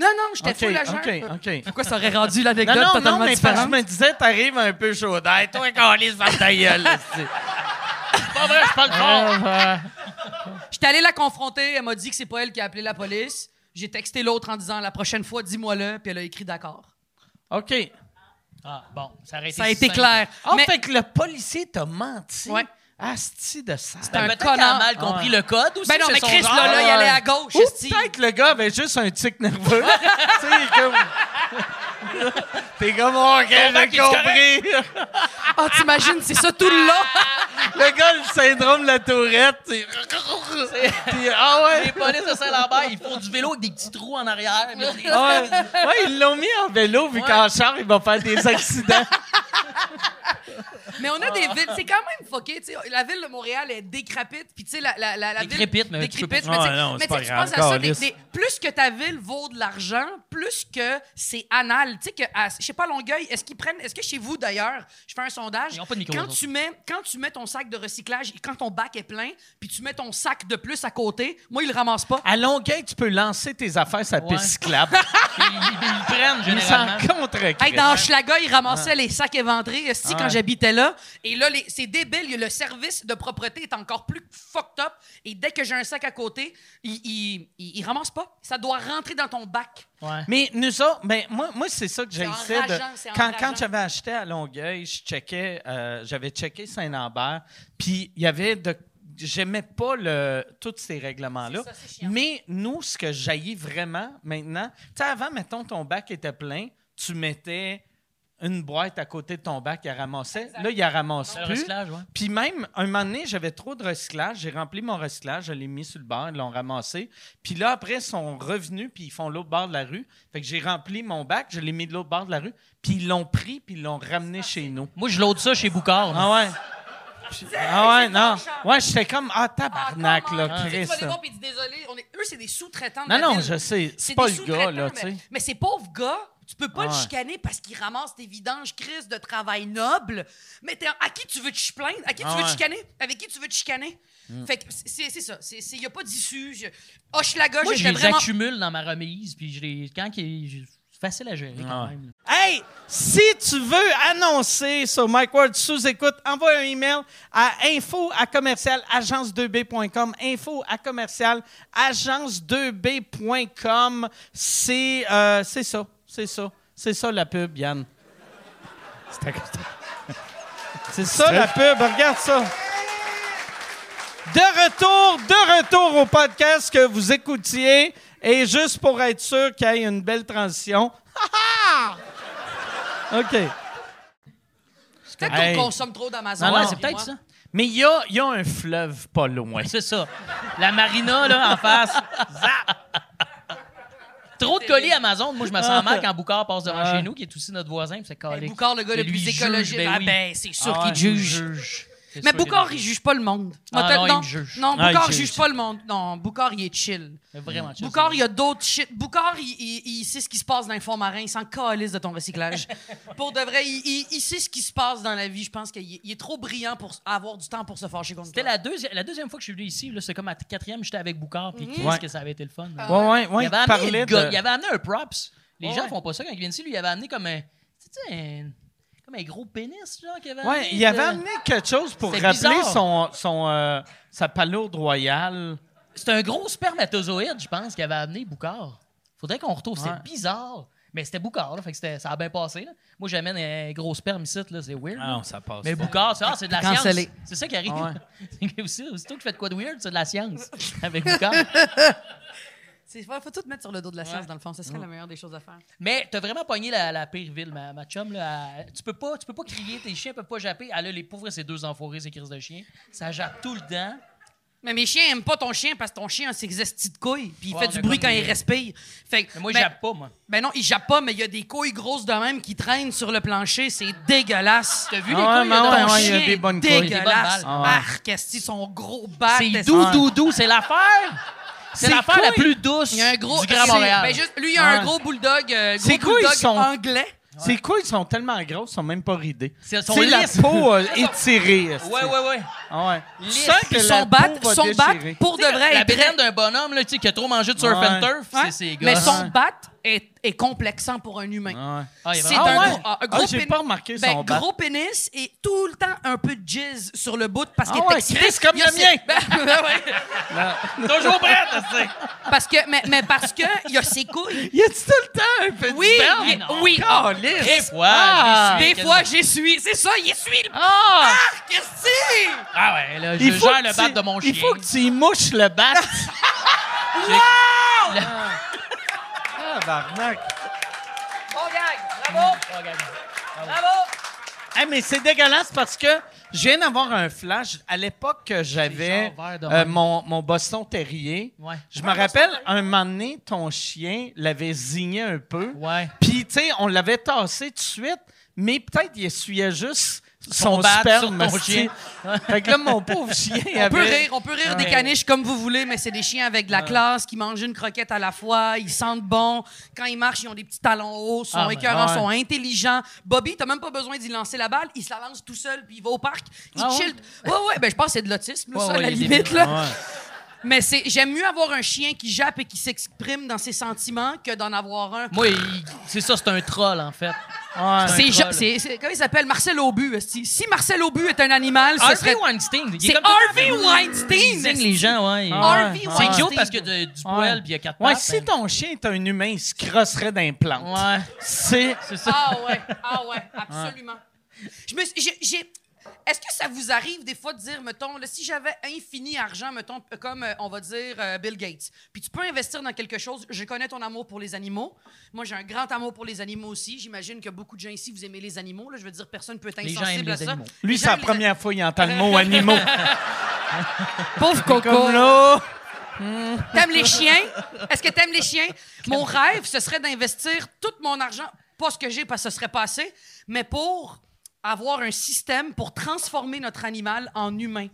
S5: Non, non, j'étais
S1: Ok,
S5: full à jeun.
S1: ok, ok.
S5: Pourquoi ça aurait rendu l'anecdote
S1: Non, non, non,
S5: totalement
S1: mais parce que je
S5: différente?
S1: me disais, t'arrives un peu chaud d'ail. Toi, câlisse, ferme ta gueule, esti.
S4: Pas vrai, je parle fort.
S5: J'étais allé la confronter, elle m'a dit que c'est pas elle qui a appelé la police. J'ai texté l'autre en disant la prochaine fois, dis-moi-le, puis elle a écrit d'accord.
S1: OK.
S4: Ah, bon, ça a été
S5: Ça Oh, a été
S4: simple.
S5: clair.
S1: Ah,
S5: mais
S1: fait que le policier t'a menti.
S5: Ouais.
S1: Asti de ça.
S4: Ben,
S5: un
S4: Peut-être qu'elle a
S5: connard.
S4: mal compris le code aussi.
S5: ben non,
S4: c'est
S5: mais
S4: son
S5: Chris,
S4: genre.
S5: là, là, il
S1: Ah,
S5: allait
S1: ouais.
S5: à gauche.
S1: Ou
S5: esti.
S1: peut-être le gars avait juste un tic nerveux. tu sais, il est comme... T'es comme, oh, ok,
S4: bac est
S1: j'ai compris.
S5: Ah, t'imagines, c'est ça tout le long.
S1: le gars, le syndrome de la tourette. c'est- Puis, ah
S4: Les
S1: ouais.
S4: polices de Saint-Lambert, ils font du vélo avec des petits trous en arrière. mais des-
S1: Ah ouais. Ouais, ils l'ont mis en vélo, vu qu'en char, il va faire des accidents.
S5: Mais on a des
S4: Ah.
S5: villes, c'est quand même fucké. tu sais. La ville de Montréal est décrépite, puis tu sais, la, la, la, la ville-
S4: Décrépite, mais tu peux
S5: décrépite,
S4: pas-
S5: mais tu sais-
S1: Ouais, non,
S5: mais
S1: c'est
S5: tu sais,
S1: pas
S5: tu
S1: grave,
S5: penses à ça, des-
S1: câlisse.
S5: des- plus que ta ville vaut de l'argent, plus que c'est anal. Tu sais que, à- je sais pas, Longueuil, est-ce qu'ils prennent, est-ce que chez vous d'ailleurs, je fais un sondage,
S4: Ils ont pas de micro,
S5: quand
S4: eux
S5: tu mets, quand tu mets ton sac de recyclage, quand ton bac est plein, puis tu mets ton sac de plus à côté, moi, ils le ramassent pas.
S1: À Longueuil, tu peux lancer tes affaires sur la
S4: Ouais.
S1: piste cyclable.
S4: Ils, ils- ils le prennent
S1: Ils s'en
S4: généralement.
S1: contre
S5: Hey, dans Schlaga, ils ramassaient les sacs éventrés esti,
S1: Ah. Ouais.
S5: quand j'habitais là. Et là, les- c'est débile. Le service de propreté est encore plus fucked up. Et dès que j'ai un sac à côté, ils ils- ils- ils ramassent pas. Ça doit rentrer dans ton bac.
S4: Ouais.
S1: Mais nous autres, ben, moi, moi c'est ça que j'ai essayé de.
S5: enrageant, c'est
S1: Quand,
S5: enrageant.
S1: quand j'avais acheté à Longueuil, je checkais, euh, j'avais checké Saint-Lambert, puis il y avait de. J'aimais pas le, tous ces règlements-là.
S5: C'est ça, c'est chiant.
S1: Mais nous, ce que j'haïs vraiment maintenant, tu sais, avant, mettons, ton bac était plein, tu mettais une boîte à côté de ton bac, il la ramassait. Là, il la ramasse
S4: Le
S1: plus.
S4: recyclage, ouais.
S1: Puis même, un moment donné, j'avais trop de recyclage. J'ai rempli mon recyclage, je l'ai mis sur le bord, ils l'ont ramassé. Puis là, après, ils sont revenus, puis ils font l'autre bord de la rue. Fait que j'ai rempli mon bac, je l'ai mis de l'autre bord de la rue, puis ils l'ont pris, puis ils l'ont ramené chez nous.
S4: Moi, je l'aude ça chez Boucard.
S1: Ah ouais? Puis- Ah ouais,
S5: c'est
S1: non.
S5: fâchant.
S1: Ouais, j'étais comme, ah,
S5: Ah,
S1: tabarnak,
S5: comment?
S1: là,
S5: Tu sais,
S1: Chris.
S5: Tu vas les
S1: là.
S5: voir puis ils disent désolé. on est- Eux, c'est des sous-traitants de
S1: Non,
S5: la
S1: non,
S5: ville.
S1: je sais.
S5: C'est
S1: C'est pas
S5: des
S1: le gars, là,
S5: sous-traitants,
S1: tu sais.
S5: mais, mais ces pauvres gars, tu peux pas le
S1: Ouais.
S5: chicaner parce qu'il ramasse des vidanges crises de travail noble. Mais t'es- à qui tu veux te ch- plaindre? À qui
S1: Ah
S5: tu veux te
S1: ouais. Hmm.
S5: chicaner? Avec qui tu veux te chicaner? Fait que c'est c'est ça. Il n'y a pas d'issue. Je... Hochelaga,
S4: Moi, je
S5: j'étais
S4: les
S5: vraiment...
S4: accumule dans ma remise, puis je les... Quand qu'ils- C'est facile à gérer, quand
S1: Ah Ouais.
S4: même. là.
S1: Hey, si tu veux annoncer sur Mike Ward sous écoute, envoie un email à info à commercial agence2b.com. Info à commercial agence2b.com. C'est euh, c'est ça, c'est ça, c'est ça la pub, Yann. C'est ça la pub, regarde ça. De retour, de retour au podcast que vous écoutiez. Et juste pour être sûr qu'il y ait une belle transition. OK.
S5: Peut-être
S1: Hey.
S5: qu'on consomme trop d'Amazon.
S4: Ah ouais,
S5: Hein,
S4: c'est
S5: puis
S4: peut-être
S5: moi.
S4: ça.
S1: Mais il y a, il y a un fleuve pas loin.
S4: C'est ça. La marina, là, en face. Zap! Trop de colis Amazon. Moi, je me sens mal quand Boucard passe devant chez nous, qui est aussi notre voisin. puis C'est
S5: Ben,
S4: calé.
S5: Boucard, le gars le
S4: Lui, il
S5: plus
S4: juge,
S5: écologiste.
S4: ben
S5: Ah
S4: oui.
S5: ben, c'est sûr
S1: Ah ouais,
S5: qu'il juge.
S4: C'est
S5: Mais
S4: sûr,
S5: Boucard,
S4: il
S5: il juge pas le monde.
S4: Ah
S5: Moi,
S4: non,
S5: t'as-
S4: il juge.
S5: non,
S1: Ah, il
S5: Boucard, il
S1: juge.
S5: juge pas le monde. Non, Boucard, il est chill.
S4: est Vraiment chill,
S5: Boucard,
S4: ça.
S5: il y a d'autres shit. Boucard, il, il- il sait ce qui se passe dans les fonds marins. Il s'en calisse de ton recyclage. pour de vrai, il, il- il sait ce qui se passe dans la vie. Je pense qu'il est- il est trop brillant pour s- avoir du temps pour se fâcher contre
S4: C'était
S5: toi.
S4: la deuxième, la deuxième fois que je suis venu ici. là, C'est comme à la quatrième, j'étais avec Boucard. Puis qu'est-ce
S1: Ouais.
S4: que ça avait été le fun. là.
S1: Ouais, ouais, ouais.
S4: il, avait amené
S1: parlait
S4: le gars-
S1: de-
S4: il avait amené un props. Les
S1: Ouais.
S4: gens font pas ça quand ils viennent ici. Lui, il avait amené comme un. Tu sais, un, comme un gros pénis, genre, qu'il avait
S1: Ouais,
S4: amené, euh,
S1: il avait
S4: là.
S1: amené quelque chose pour
S4: C'est
S1: rappeler
S4: bizarre.
S1: son, son, euh, sa palourde royale.
S4: C'est un gros spermatozoïde, je pense, qu'il avait amené Boucard. Faudrait qu'on retrouve.
S1: Ouais.
S4: C'est bizarre. Mais c'était Boucard, là, fait que c'était- ça a bien passé. là. Moi, j'amène un gros sperme ici, là, c'est weird. là.
S1: ça passe.
S4: Mais Boucard, c'est ah, c'est de la
S5: Cancellé.
S4: science. C'est ça qui arrive.
S1: Ah
S4: C'est aussi, aussitôt que tu fais de quoi de weird, c'est de la science. Avec Boucard.
S5: Il faut tout mettre sur le dos de la science, dans le fond. Ce serait la meilleure des choses à faire.
S4: Mais t'as vraiment pogné la, la pire ville, ma, ma chum. Là, Elle- tu, peux pas, tu peux pas crier, tes chiens peuvent pas japper. Elle a les pauvres, ces deux enfoirés, ces crises de chiens. Ça jappe tout le temps.
S5: Mais mes chiens aiment pas ton chien parce que ton chien, c'est zesti de couilles. Puis il
S4: Ouais,
S5: fait
S4: on
S5: du
S4: a
S5: bruit
S4: comme
S5: quand il
S4: des-
S5: respire. Fait que-
S4: Mais moi,
S5: ben-
S4: jappe pas, moi.
S5: Ben non, il jappe pas, mais il y a des couilles grosses de même qui traînent sur le plancher. C'est dégueulasse.
S4: T'as vu
S1: Ah
S4: les
S1: ouais,
S4: couilles
S1: mais
S4: là,
S1: ouais,
S4: dans
S5: Ton
S4: le
S1: ouais,
S4: chien?
S1: il y a
S5: chien
S1: des
S5: est
S1: bonnes couilles, des bonnes
S4: balles.
S5: dégueulasse.
S1: Ah ouais.
S5: Arc, esti, son gros bac.
S4: C'est
S5: d'esti-
S4: doux,
S1: Ouais.
S4: doux, doux. C'est l'affaire. C'est
S1: C'est
S4: l'affaire la
S1: couille.
S4: plus douce
S5: Il y a un gros.
S4: du Grand
S5: c'est-
S4: Montréal.
S5: ben juste, lui, il y a un
S1: Ouais.
S5: gros bulldog, euh, gros
S1: Ses couilles
S5: bulldog
S1: sont-
S5: anglais.
S1: Ses couilles sont tellement grosses, sont même pas ridées.
S4: C'est-
S1: C'est
S4: sont
S1: la
S4: lisses.
S1: peau euh, étirée. est-ce que-
S4: Ouais, ouais, ouais.
S1: Ah ouais. Tu
S4: Lisses.
S1: sens que
S5: Puis
S1: la
S5: son
S1: peau
S5: bat,
S1: va
S5: son bat,
S1: déchirer.
S5: pour de vrai,
S4: La
S5: est très-
S4: bédaine d'un bonhomme là, tu sais, qui a trop mangé de surf
S1: Ouais.
S4: and turf,
S5: Ouais.
S4: c'est ces gars.
S5: Mais son bat est, est complexant pour un humain.
S1: Ah ouais.
S4: Ah, il y a
S5: C'est
S4: vraiment-
S5: un,
S1: ouais?
S5: gros, un
S1: Ah,
S5: gros
S1: j'ai
S5: pén-
S1: pas remarqué
S5: ben,
S1: son bat.
S5: gros pénis et tout le temps un peu de jizz sur le bout parce
S1: Ah
S5: qu'il
S1: ouais,
S5: est excité.
S1: Chris, comme
S5: Il y a
S1: le
S5: ses-
S1: mien.
S5: Ben, ben ouais.
S4: Toujours prête, tu sais.
S5: Parce que, mais, mais parce que il y a ses couilles.
S1: Y a-tu tout le temps un peu de
S5: Oui,
S1: sperme?
S5: il-
S4: non.
S5: oui. Oh,
S4: Des fois,
S1: Ah!
S4: je les suis,
S5: Des
S4: quel-
S5: fois, j'essuie. C'est ça, il essuie le
S1: Ah!
S5: qu'est-ce que c'est?
S4: Ah ouais, là, je
S1: Il faut
S4: gère
S1: que
S4: le
S1: tu-
S4: bat de mon chien.
S1: Il faut que tu y mouches le bat.
S4: Le-
S1: ah, barnac.
S5: Bon gag, bravo,
S4: Oh, regarde.
S5: bravo.
S1: Hey, mais c'est dégueulasse parce que je viens d'avoir un flash. À l'époque que j'avais
S4: J'ai genre vert de
S1: euh,
S4: même.
S1: mon, mon Boston Terrier,
S4: Ouais.
S1: je me rappelle, un moment donné, ton chien l'avait zigné un peu.
S4: Ouais.
S1: Puis, tu sais, on l'avait tassé tout de suite, mais peut-être il essuyait juste son,
S4: bat sur
S1: sperme.
S4: ton
S1: esti.
S4: chien.
S1: fait que là, mon pauvre chien
S5: On peut
S1: avait...
S5: rire, on peut rire des caniches comme vous voulez, mais c'est des chiens avec de la classe qui mangent une croquette à la fois, ils sentent bon. Quand ils marchent, ils ont des petits talons hauts, sont
S4: Ah, ben,
S5: écœurants,
S1: ouais.
S5: sont intelligents. Bobby, t'as même pas besoin d'y lancer la balle, il se la lance tout seul, puis il va au parc, il
S4: Ah, ouais?
S5: chill. Ouais, ouais, ben je pense que c'est de l'autisme, là,
S4: Ouais,
S5: ça,
S4: Ah, ouais,
S5: à la
S4: il est
S5: limite,
S4: débile.
S5: là.
S1: Ouais.
S5: Mais c'est, j'aime mieux avoir un chien qui jappe et qui s'exprime dans ses sentiments que d'en avoir un.
S4: Moi, il- c'est ça, c'est un troll, en fait.
S1: Ouais.
S4: C'est un
S5: C'est, ja-
S4: troll.
S5: c'est- c'est- comment il s'appelle? Marcel Aubu. esti. Si Marcel Aubu est un animal, ce
S4: Harvey
S5: serait...
S4: Weinstein. il est
S5: C'est
S4: comme tout-
S5: Harvey
S4: Il
S5: Weinstein!
S4: zigne
S5: esti.
S4: les gens, ouais. il-
S1: Ah,
S5: Harvey
S1: ouais.
S4: C'est
S5: Weinstein.
S4: cute parce que de- du poil, puis il y a quatre
S1: Ouais,
S4: pattes,
S1: si
S4: ben-
S1: ton chien est un humain, il se crosserait d'un plant.
S4: Ouais.
S1: C'est...
S4: C'est ça.
S5: Ah ouais, ah ouais, absolument. Je me suis- j'ai- j'ai- Est-ce que ça vous arrive des fois de dire, mettons, là, si j'avais infini argent, mettons, euh, comme euh, on va dire euh, Bill Gates, puis tu peux investir dans quelque chose. Je connais ton amour pour les animaux. Moi, j'ai un grand amour pour les animaux aussi. J'imagine que beaucoup de gens ici, vous aimez les animaux. Là, je veux dire, personne peut être
S4: Les gens
S5: insensible
S4: aiment
S5: à
S4: les
S5: ça.
S4: animaux.
S5: Les
S1: Lui,
S5: gens
S1: c'est la
S5: aiment les
S1: première fois qu'il entend le mot animaux.
S5: Pauvre Coco.
S1: Comme là,
S5: T'aimes les chiens? Est-ce que t'aimes les chiens? Mon rêve, ce serait d'investir tout mon argent, pas ce que j'ai parce que ce serait pas assez, mais pour avoir un système pour transformer notre animal en humain.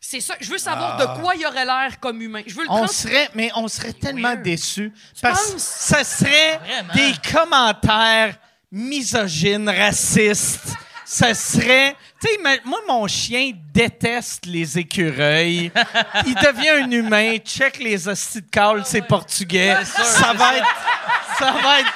S5: C'est ça. Je veux savoir de quoi il aurait l'air comme humain. Je veux le
S1: on
S5: transformer.
S1: serait, mais on serait tellement
S5: weird.
S1: déçus. Parce que
S5: penses?
S1: ça serait
S4: Vraiment.
S1: des commentaires misogynes, racistes. Ça serait. Tu sais, ma- moi, mon chien déteste les écureuils. Il devient un humain. Check les hosties de cale, c'est portugais.
S4: C'est sûr,
S1: ça,
S4: c'est
S1: va être, ça va être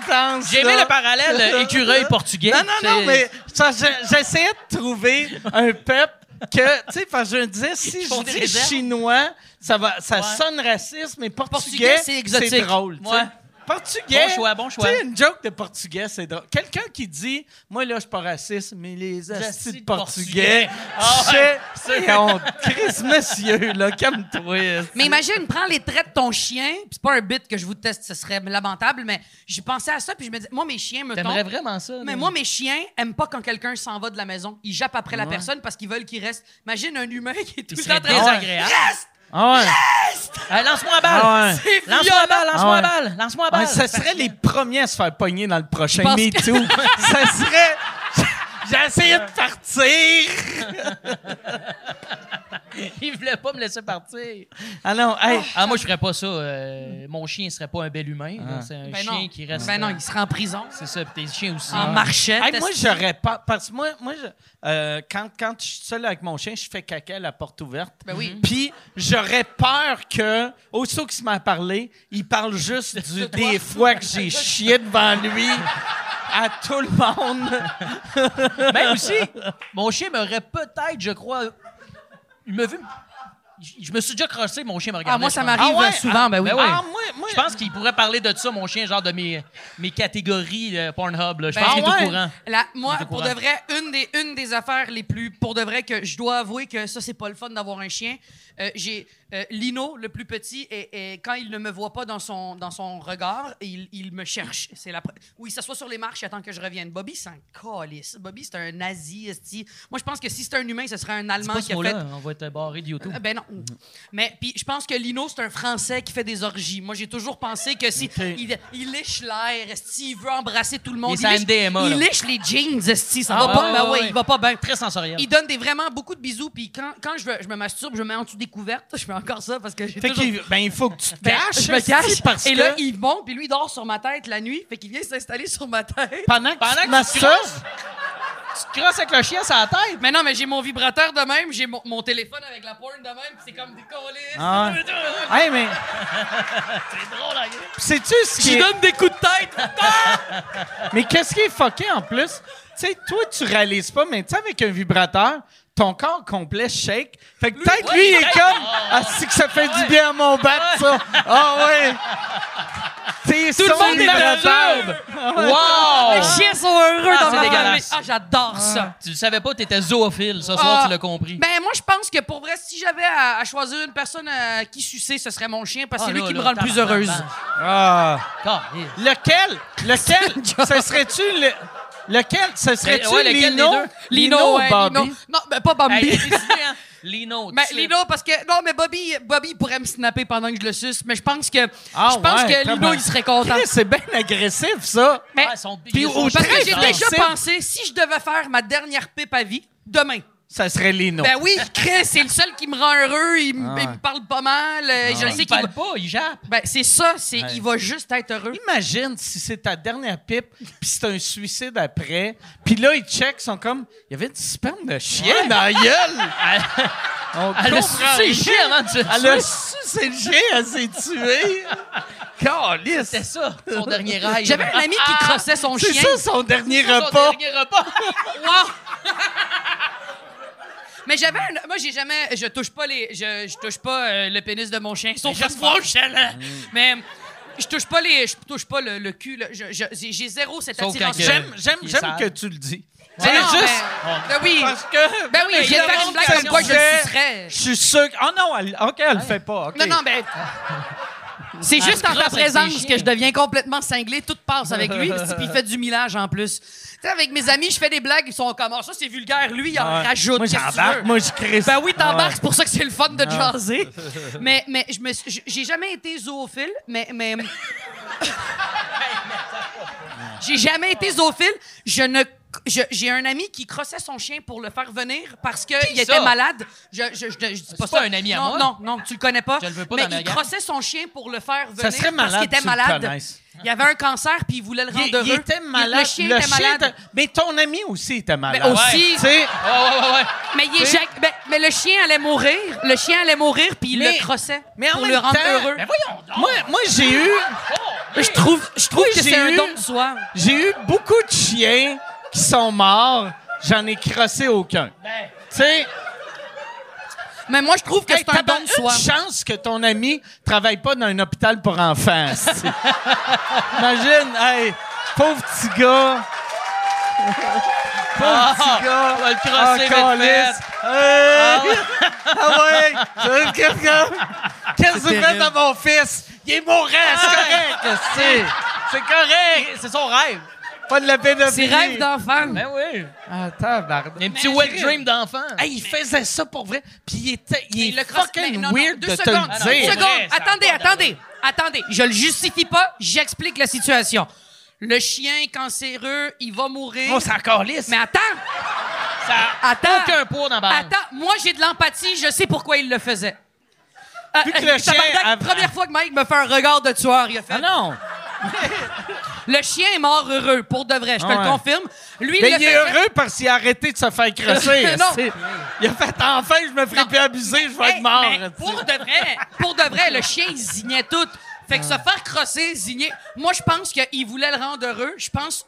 S1: intense.
S4: J'ai aimé
S1: là.
S4: le parallèle euh, écureuil portugais.
S1: Non, non, non,
S4: C'est-
S1: mais ça, je- j'essayais de trouver un peuple que, tu sais, parce que je me disais, si
S4: font des
S1: je dis
S4: réserves.
S1: chinois, ça, va, ça
S4: Ouais.
S1: sonne raciste, mais portugais,
S5: Portugais, c'est exotique.
S1: c'est drôle. tu sais.
S4: Ouais.
S1: Portugais.
S4: Bon choix, bon choix.
S1: Tu sais, une joke de portugais, c'est drôle. Quelqu'un qui dit, moi, là, je suis pas raciste, mais les
S4: astis
S1: acides
S4: de
S1: portugais,
S4: Portugais. Ah
S1: je
S4: ouais,
S1: sais, et on Chris, monsieur, là, calme-toi.
S5: Mais imagine, prends les traits de ton chien. puis C'est pas un bit que je vous teste, ce serait lamentable, mais j'ai pensé à ça, puis je me dis, moi, mes chiens, me
S4: T'aimerais vraiment ça.
S5: Mais
S4: là.
S5: moi, mes chiens aiment pas quand quelqu'un s'en va de la maison. Ils jappent après la personne parce qu'ils veulent qu'il reste. Imagine un humain qui est tout
S4: Il
S5: le
S4: serait
S5: temps en train de dire,
S4: désagréable.
S5: Reste!
S1: Ah ouais.
S4: Hey, lance-moi la
S1: Ah ouais.
S4: balle!
S5: C'est
S4: Lance-moi la balle, lance-moi
S1: Ah
S4: la balle, lance-moi la
S1: Ouais,
S4: balle!
S1: ça serait les premiers à se faire pogner dans le prochain
S5: Je pense
S1: Me
S5: que-
S1: Too. ça serait. J'ai essayé de partir.
S4: Il voulait pas me laisser partir.
S1: Ah non, hey.
S4: Ah, moi, je ferais pas ça. euh, mon chien serait pas un bel humain.
S1: Ah.
S4: là. C'est un
S5: Ben
S4: chien
S5: non.
S4: qui reste. euh, Ah.
S5: Ben non, il Ah. sera en prison.
S4: C'est ça, puis tes chiens aussi.
S5: En marchette.
S1: Hey, moi, j'aurais pas. Parce que moi, moi je- euh, quand, quand je suis seul avec mon chien, je fais caca à la porte ouverte. Mhm.
S5: Ben oui.
S1: Puis, j'aurais peur que, aussitôt qu'il m'a parlé, il parle juste du, des fois que j'ai chié devant lui à tout le monde.
S4: Même Ben aussi, mon chien m'aurait peut-être, je crois. Il m'a vu. Je je me suis déjà crossé, mon chien me regardait.
S5: Ah, moi,
S4: je
S5: ça
S4: pense.
S5: m'arrive
S1: Ah ouais,
S5: euh, souvent, ben oui.
S4: ben ouais.
S1: Ah, moi, moi,
S4: Je pense qu'il pourrait parler de ça, mon chien, genre de mes, mes catégories euh, Pornhub. là. Je
S5: Ben,
S4: pense qu'il est
S5: ah
S4: au
S5: ouais.
S4: courant.
S5: La- moi,
S4: Il est au
S5: pour
S4: courant.
S5: de vrai, une des, une des affaires les plus. Pour de vrai, que je dois avouer que ça, c'est pas le fun d'avoir un chien. Euh, J'ai euh, Lino, le plus petit, et, et quand il ne me voit pas dans son, dans son regard, il, il me cherche. C'est la pre- Ou il s'assoit sur les marches et attend que je revienne. Bobby, c'est un calice. Bobby, c'est un nazi. esti. Moi, je pense que si c'était un humain, ce serait un
S4: Dis
S5: Allemand
S4: pas
S5: qui
S4: ce
S5: a fait.
S4: mot-là, on va être barré de YouTube.
S5: Euh, Ben non. Mais puis je pense que Lino, c'est un Français qui fait des orgies. Moi, j'ai toujours pensé que si il, il lèche l'air, s'il veut embrasser tout le monde,
S4: Il est
S5: lèche,
S4: MDMA, là.
S5: il lèche les jeans, esti, ça
S4: Ah,
S5: va
S4: ouais,
S5: pas. ben
S4: ouais,
S5: ouais,
S4: ouais.
S5: il va pas bien.
S4: Très sensoriel.
S5: Il donne des vraiment beaucoup de bisous, puis quand, quand je, veux- je me masturbe, je me mets en dessous des couvertes. Je fais encore ça parce que j'ai
S1: Fait
S5: toujours...
S1: qu'il ben, il faut que tu te
S5: Ben,
S1: caches.
S5: je me
S1: aussi,
S5: cache,
S1: parce
S5: et là,
S1: que
S5: il monte, puis lui, il dort sur ma tête la nuit, fait qu'il vient s'installer sur ma tête.
S1: pendant que
S4: Pendant
S1: tu
S4: que
S1: te
S4: tu
S1: masturbes,
S4: Tu te crosses avec le chien sur la tête.
S5: Mais non, mais j'ai mon vibrateur de même, j'ai mon, mon téléphone avec la porn de même, puis c'est comme des colis.
S1: Ah. Hey, mais. C'est drôle, Sais-tu ce qui.
S5: Je
S1: est-
S5: donne des coups de tête.
S1: Mais qu'est-ce qui est fucké en plus? Tu sais, toi, tu réalises pas, mais tu sais, avec un vibrateur, ton corps complet shake. Fait que peut-être
S4: ouais,
S1: lui, il
S4: il
S1: est
S4: shake.
S1: comme. Ah, c'est que ça fait du bien à mon bat, ça. Ah, ouais. T'es Tout
S4: le monde
S1: vibrateur.
S5: Les
S4: Wow!
S5: chiens sont heureux
S4: Oh. Ah,
S5: dans
S4: c'est
S5: ma
S4: dégueulasse.
S5: famille. Ah, j'adore ça.
S4: Tu le savais pas, t'étais zoophile. Ce soir,
S5: Ah.
S4: tu l'as compris.
S5: Ben, moi, je pense que pour vrai, si j'avais à, à choisir une personne à qui sucer, ce serait mon chien parce que c'est
S4: Ah,
S5: lui
S4: là,
S5: qui me
S4: là,
S5: rend le plus
S4: tabarnak.
S5: heureuse.
S1: Ah.
S4: Ah, yeah.
S1: Lequel? Lequel? Ce serait-tu le. Lequel? Ce serait-tu
S4: Eh, ouais, lequel des
S1: Lino?
S4: deux?
S1: ou
S5: ouais,
S1: Bobby?
S5: Lino. Non, mais pas Bobby.
S4: Hey, t'as décidé, hein? Lino. tu
S5: Mais
S4: sais.
S5: Ben- Lino, parce que. Non, mais Bobby, Bobby pourrait me snapper pendant que je le suce, mais je pense que.
S1: Ah,
S5: je pense
S1: ouais,
S5: que
S1: comment?
S5: Lino, il serait content.
S1: Chris, C'est bien agressif, ça.
S5: Mais.
S4: Ah, ils sont-
S1: Puis
S4: ils sont
S1: au
S5: parce
S1: très
S5: que j'ai
S4: bizarres.
S5: déjà
S1: sensible.
S5: pensé, si je devais faire ma dernière pipe à vie, demain.
S1: Ça serait Lino.
S5: Ben oui, Chris, c'est le seul qui me rend heureux, il,
S4: Ah.
S5: me- il me parle pas mal, euh, je sais
S4: Il
S5: qu'il va-
S4: parle pas, il jappe.
S5: Ben, c'est ça, c'est il va juste être heureux.
S1: Imagine si c'est ta dernière pipe, puis c'est un suicide après. Puis là, ils checkent, ils sont comme, il y avait du sperme de chien dans la gueule. On
S4: Elle a
S1: comprend
S4: sucé le
S1: rien.
S4: chien hein, avant de se
S1: Elle a
S4: tuer.
S1: sucé le chien, elle s'est tuée. Calisse.
S4: C'était ça, son dernier rêve.
S5: J'avais un ami qui crossait son
S1: C'est
S5: chien.
S1: ça son dernier
S4: Son
S1: repas.
S4: dernier repas.
S5: Wow! Mais j'avais un... Moi, j'ai jamais... Je touche pas les... Je, je touche pas euh, le pénis de mon chien, sauf
S4: Mais
S5: à
S4: juste
S5: mon chien, là. Mais... Je touche pas les, je touche pas le, le cul. là. Je- je- J'ai j'ai zéro cette
S4: Sauf
S5: attirance.
S4: quand que-
S1: J'aime, j'aime,
S4: Il est
S1: j'aime
S4: sale.
S1: que tu le dis.
S5: Mais
S1: C'est
S5: non,
S1: juste
S5: Ben, ben oui.
S1: parce que.
S5: Ben oui,
S1: Mais
S5: j'ai
S1: le
S5: fait une
S1: monde
S5: blague
S1: fait
S5: comme quoi je le
S1: ça.
S5: sucerais.
S1: Je suis sûr. que- Ah non, elle, ok, elle le fait pas. ok.
S5: Non, non, ben. C'est
S4: Ah,
S5: juste en
S4: grosse
S5: ta
S4: avec des
S5: présence
S4: chiens.
S5: que je deviens complètement cinglé. Tout passe avec lui. Puis il fait du millage en plus. Tu sais, avec mes amis, je fais des blagues. Ils sont comme Ah, ça, c'est vulgaire. Lui, il en
S1: Ouais.
S5: rajoute.
S1: Moi,
S5: Qu'est-ce que tu veux?
S1: j'embarque. Moi, je crée
S5: Ben oui, t'embarques, c'est pour ça que c'est le fun de te jaser. Mais, mais je me suis- j- j'ai jamais été zoophile, mais. mais... j'ai jamais été zoophile. Je ne. je- J'ai un ami qui crossait son chien pour le faire venir parce qu'il
S4: ça?
S5: était malade. Je, je, je, je dis pas
S4: pas
S5: ça.
S4: un ami à
S5: non,
S4: moi.
S5: Non, non, tu le connais pas.
S4: Je le veux pas
S5: mais
S4: dans ma
S5: il
S4: gang.
S5: crossait son chien pour le faire venir
S1: Ça serait
S5: parce
S1: malade.
S5: qu'il était
S1: que tu le
S5: malade.
S1: connaisses.
S5: Il avait un cancer puis il voulait le rendre
S1: Il, il
S5: heureux.
S1: était malade.
S5: Le chien était malade.
S1: était- Mais ton ami aussi était malade.
S5: Mais aussi-
S1: Tu sais,
S4: Ouais, ouais, ouais, ouais.
S5: Mais, il est Jacques- ben- mais le chien allait mourir. Le chien allait mourir, puis il
S1: Mais-
S5: le crossait
S1: mais en
S5: pour
S1: même
S5: le rendre
S1: temps-
S5: heureux.
S4: Mais voyons donc.
S1: moi, moi j'ai eu,
S5: je trouve, je trouve
S1: Oui,
S5: que
S1: j'ai
S5: c'est un
S1: eu-
S5: don de soi.
S1: j'ai eu beaucoup de chiens qui sont morts. J'en ai crossé aucun.
S4: Ben,
S1: Tu sais,
S5: Mais moi, je trouve que
S1: hey,
S5: c'est un
S1: t'as
S5: don de soi.
S1: une chance que ton ami travaille pas dans un hôpital pour enfants. esti. Imagine, hey, pauvre petit gars. Pauvre
S4: Ah,
S1: petit gars.
S4: on va le crosser vite
S1: calisse. Hey! Ah ouais! Qu'est-ce que- Qu'est-ce que tu fais dans mon fils? Il est mourant,
S4: Ah.
S1: c'est correct! esti. C'est correct!
S4: C'est son rêve.
S1: Pas de la pédophilie.
S5: C'est rêve d'enfant.
S4: Ben oui.
S1: Attends, pardon.
S4: Il y a un petit wet dream d'enfant.
S1: Hey, il faisait ça pour vrai, puis il était, il
S5: Mais
S1: est
S5: le cross- mais
S1: fucking
S5: non, non,
S1: weird
S5: deux
S1: de te
S5: secondes,
S4: non,
S1: le
S5: Deux
S1: dire.
S4: c'est
S5: secondes.
S4: vrai, ça a
S5: attendez,
S4: pas
S5: attendez, attendez. Je le justifie pas, j'explique la situation. Le chien est cancéreux, il va mourir.
S4: Oh, ça calisse.
S5: Mais attends,
S4: Ça a
S5: attends.
S4: aucun poids dans la balance.
S5: Attends, moi j'ai de l'empathie, je sais pourquoi il le faisait.
S1: Vu
S5: Ah,
S1: que le
S5: euh,
S1: chien
S5: tabarnak,
S1: avait-
S5: première fois que Mike me fait un regard de tueur, il a fait.
S1: Ah non!
S5: Le chien est mort heureux, pour de vrai, je te
S1: Ah ouais.
S5: le confirme. Lui,
S1: Mais
S5: le
S1: il est
S5: faisait-
S1: heureux parce qu'il a arrêté de se faire crosser.
S5: Non.
S1: esti. Il a fait enfin, je me ferai
S5: Non.
S1: plus abuser, je vais
S5: Hey,
S1: être mort.
S5: mais
S1: esti.
S5: pour de vrai, pour de vrai, le chien il zignait tout. Fait que se faire crosser, zigner. Moi, je pense qu'il voulait le rendre heureux. Je pense.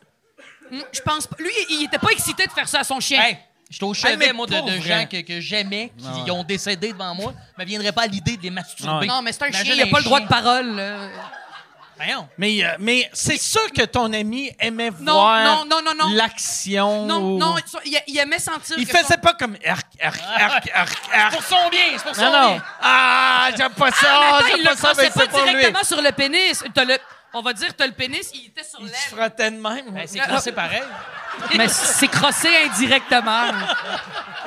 S5: Hmm, Je pense. Lui, il était pas excité de faire ça à son chien.
S4: Hey, j'étais au
S1: Hey, mais
S4: chevet, moi, de,
S1: pour
S4: de
S1: vrai.
S4: gens que, que j'aimais, qui ont décédé devant moi. Je ne viendrait pas à l'idée de les masturber.
S1: Ouais.
S5: non, mais c'est un
S4: Imagine
S5: chien, il a
S4: un
S5: pas le droit de
S4: chien.
S5: parole. euh.
S4: Voyons.
S1: Mais, euh, mais c'est sûr que ton ami aimait
S5: Non,
S1: voir
S5: non, non, non, non.
S1: l'action.
S5: Non,
S1: ou-
S5: non, il- il, il aimait sentir.
S1: Il
S5: que
S1: faisait
S5: son- Ah,
S1: pas comme arc, arc, arc, arc,
S4: Pour
S1: arc.
S4: son bien, c'est pour son
S1: Non,
S4: bien.
S1: non. Ah, j'aime pas ça,
S5: Ah, mais attends,
S1: j'aime
S5: il
S1: pas
S5: le
S1: ça, mais
S5: crossait pas
S1: c'est pour lui.
S5: directement sur le pénis. T'as le- On va dire, t'as le pénis, il était sur
S1: Il se
S5: l'aile.
S1: frottait de même.
S4: Ben, c'est classé pareil.
S5: Mais c'est crossé indirectement.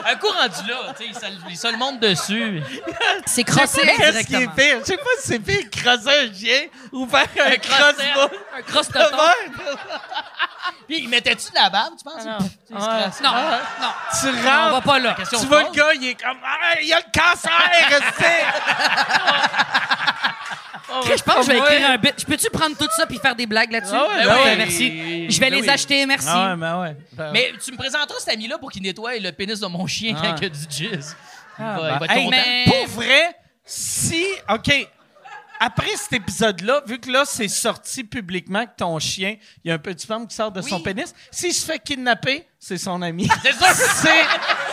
S4: Un coup rendu là, tu sais, il se- il se le monte dessus.
S5: C'est crossé
S1: Qu'est-ce qui est
S5: indirectement.
S1: pire? Je sais pas si c'est pire crosser un chien ou faire un,
S4: crosser.
S1: crossbow.
S5: Un hein? cross de
S1: de
S5: ton.
S1: même.
S4: Puis, il mettait-tu de la barbe, tu penses? Pff, tu sais, il se
S1: Ah.
S4: crasse.
S5: Non, non.
S1: Tu
S5: Non, on va
S1: rentres,
S5: pas là.
S4: Question
S1: tu
S4: de
S1: vois le
S4: pause.
S1: gars, il est comme Ah, il y a le cancer, c'est.
S5: je pense que je vais écrire un bit. Je peux-tu prendre tout ça puis faire des blagues là-dessus?
S1: Ah ouais,
S5: Ben
S1: ben
S5: oui,
S1: ouais.
S5: merci. Je vais
S4: Ben
S5: les
S4: oui.
S5: acheter, merci.
S1: ben ouais.
S4: Mais tu me présenteras cet ami-là pour qu'il nettoie le pénis de mon chien
S1: Ah.
S4: quand il y a du jizz. il va, Ah, ben, il va être
S1: bah, Hey,
S4: content.
S5: mais-
S1: Pour vrai, si. OK. Après cet épisode-là, vu que là, c'est sorti publiquement que ton chien, il y a un petit sperme qui sort de son pénis, s'il se fait kidnapper, c'est son ami.
S4: C'est sûr.
S1: C'est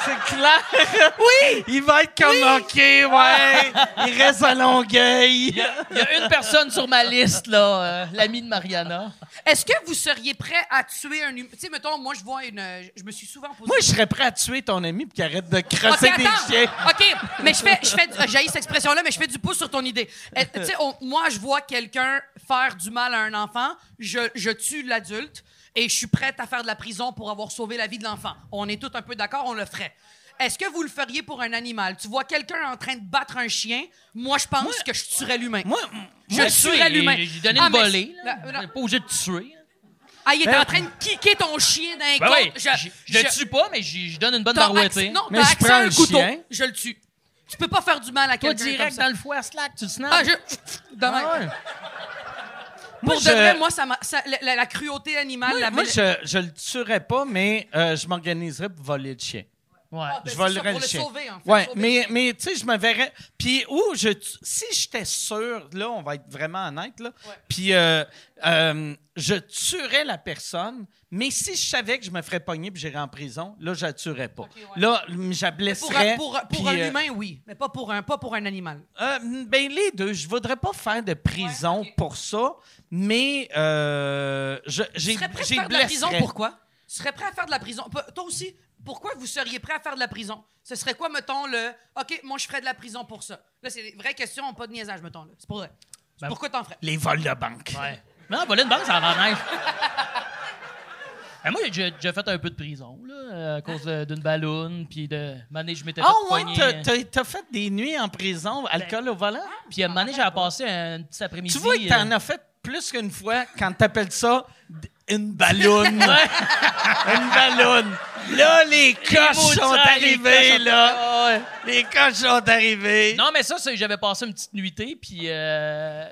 S1: c'est clair. Oui! Il va être comme, OK, ouais, il reste à Longueuil.
S4: Il y a une personne sur ma liste, là, euh, l'ami de Mariana.
S5: Est-ce que vous seriez prêt à tuer un humain? Tu sais, mettons, moi, je vois une. Je me suis souvent posé.
S1: Moi, je serais prêt à tuer ton ami puis qu'il arrête de
S5: Ok,
S1: crosser
S5: attends.
S1: des chiens.
S5: OK, mais je fais, je fais, euh, j'haïs cette expression-là, mais je fais du pouce sur ton idée. Euh, tu sais, on- moi, je vois quelqu'un faire du mal à un enfant, je, je tue l'adulte et je suis prête à faire de la prison pour avoir sauvé la vie de l'enfant. On est tous un peu d'accord, on le ferait. Est-ce que vous le feriez pour un animal? Tu vois quelqu'un en train de battre un chien, moi, je pense que je tuerais l'humain.
S1: Moi,
S5: je tuerais l'humain.
S4: J'ai donné
S5: Ah,
S4: une
S5: mais-
S4: volée. là.
S5: La-
S4: Pas obligé de tuer.
S5: Ah, il est en train de kicker ton chien d'un
S4: Ben
S5: coup.
S4: oui, je, je le tue pas, mais j'y- je donne une bonne hein.
S5: T'as
S4: barouettée.
S5: accès- Non,
S1: Mais
S5: t'as
S1: je
S5: accès
S1: prends
S5: à un
S1: le
S5: couteau.
S1: chien.
S5: Je le tue. Tu peux pas faire du mal à
S4: Toi,
S5: quelqu'un. comme
S4: direct
S5: ça.
S4: dans le foie, slack, tu snaps. Ah
S5: Ah, je. de même.
S1: Ah
S5: Pour
S1: Moi,
S5: de
S1: je-
S5: vrai, moi, ça m'a- ça- la, la- la cruauté animale,
S1: Moi,
S5: la
S1: moi,
S5: belle-
S1: je, je le tuerais pas, mais euh, je m'organiserais pour voler le chien.
S4: Ouais.
S5: Ah, ben,
S1: Je
S5: c'est
S1: vais
S5: ça,
S1: le
S5: pour le
S1: relicher.
S5: sauver, en fait.
S1: Ouais,
S5: Sauver
S1: mais,
S5: le-
S1: mais tu sais, je me verrais. Puis, où je. Si j'étais sûr, là, on va être vraiment honnête, là.
S5: Ouais.
S1: Puis, euh, euh, je tuerais la personne, mais si je savais que je me ferais pogner puis j'irais en prison, là, je la tuerais pas.
S5: Ok, ouais.
S1: Là, je la
S5: Pour,
S1: blesserais.
S5: pour- pour
S1: puis,
S5: un
S1: euh,
S5: humain, oui, mais pas pour un, pas pour un animal.
S1: euh, ben les deux, je voudrais pas faire de prison
S5: Ouais, ok.
S1: pour ça, mais euh, je-
S5: Tu
S1: j'ai
S5: serais prêt à
S1: j'ai
S5: faire de la prison,
S1: blesserais.
S5: pourquoi? Tu serais prêt à faire de la prison. Pe- Toi aussi, pourquoi vous seriez prêt à faire de la prison? Ce serait quoi, mettons, le OK, moi, je ferais de la prison pour ça? Là, c'est des vraies questions, pas de niaisage, mettons. là. C'est pour vrai. C'est
S4: Ben-
S5: pourquoi t'en ferais?
S1: les vols de banque.
S4: Ouais. Mais non, voler une banque, ça va en Ben, moi, j'ai déjà- déjà fait un peu de prison, là, à cause de- d'une balloune, puis de. hein. Mané, je m'étais
S1: Ah
S4: fait
S1: ouais,
S4: pogner.
S1: t'as- t'as t'as fait des nuits en prison,
S5: Ben,
S1: alcool au volant?
S4: Puis à un moment donné, j'avais passé un petit après-midi.
S1: Tu vois que t'en
S4: euh,
S1: as fait plus qu'une fois quand t'appelles ça d- une balloune. une balloune. Là, les coches
S4: maudes
S1: sont
S4: sales, les
S1: arrivées,
S4: coches sont-
S1: là. Les coches sont arrivées.
S4: Non, mais ça, c'est- j'avais passé une petite nuitée, puis. euh,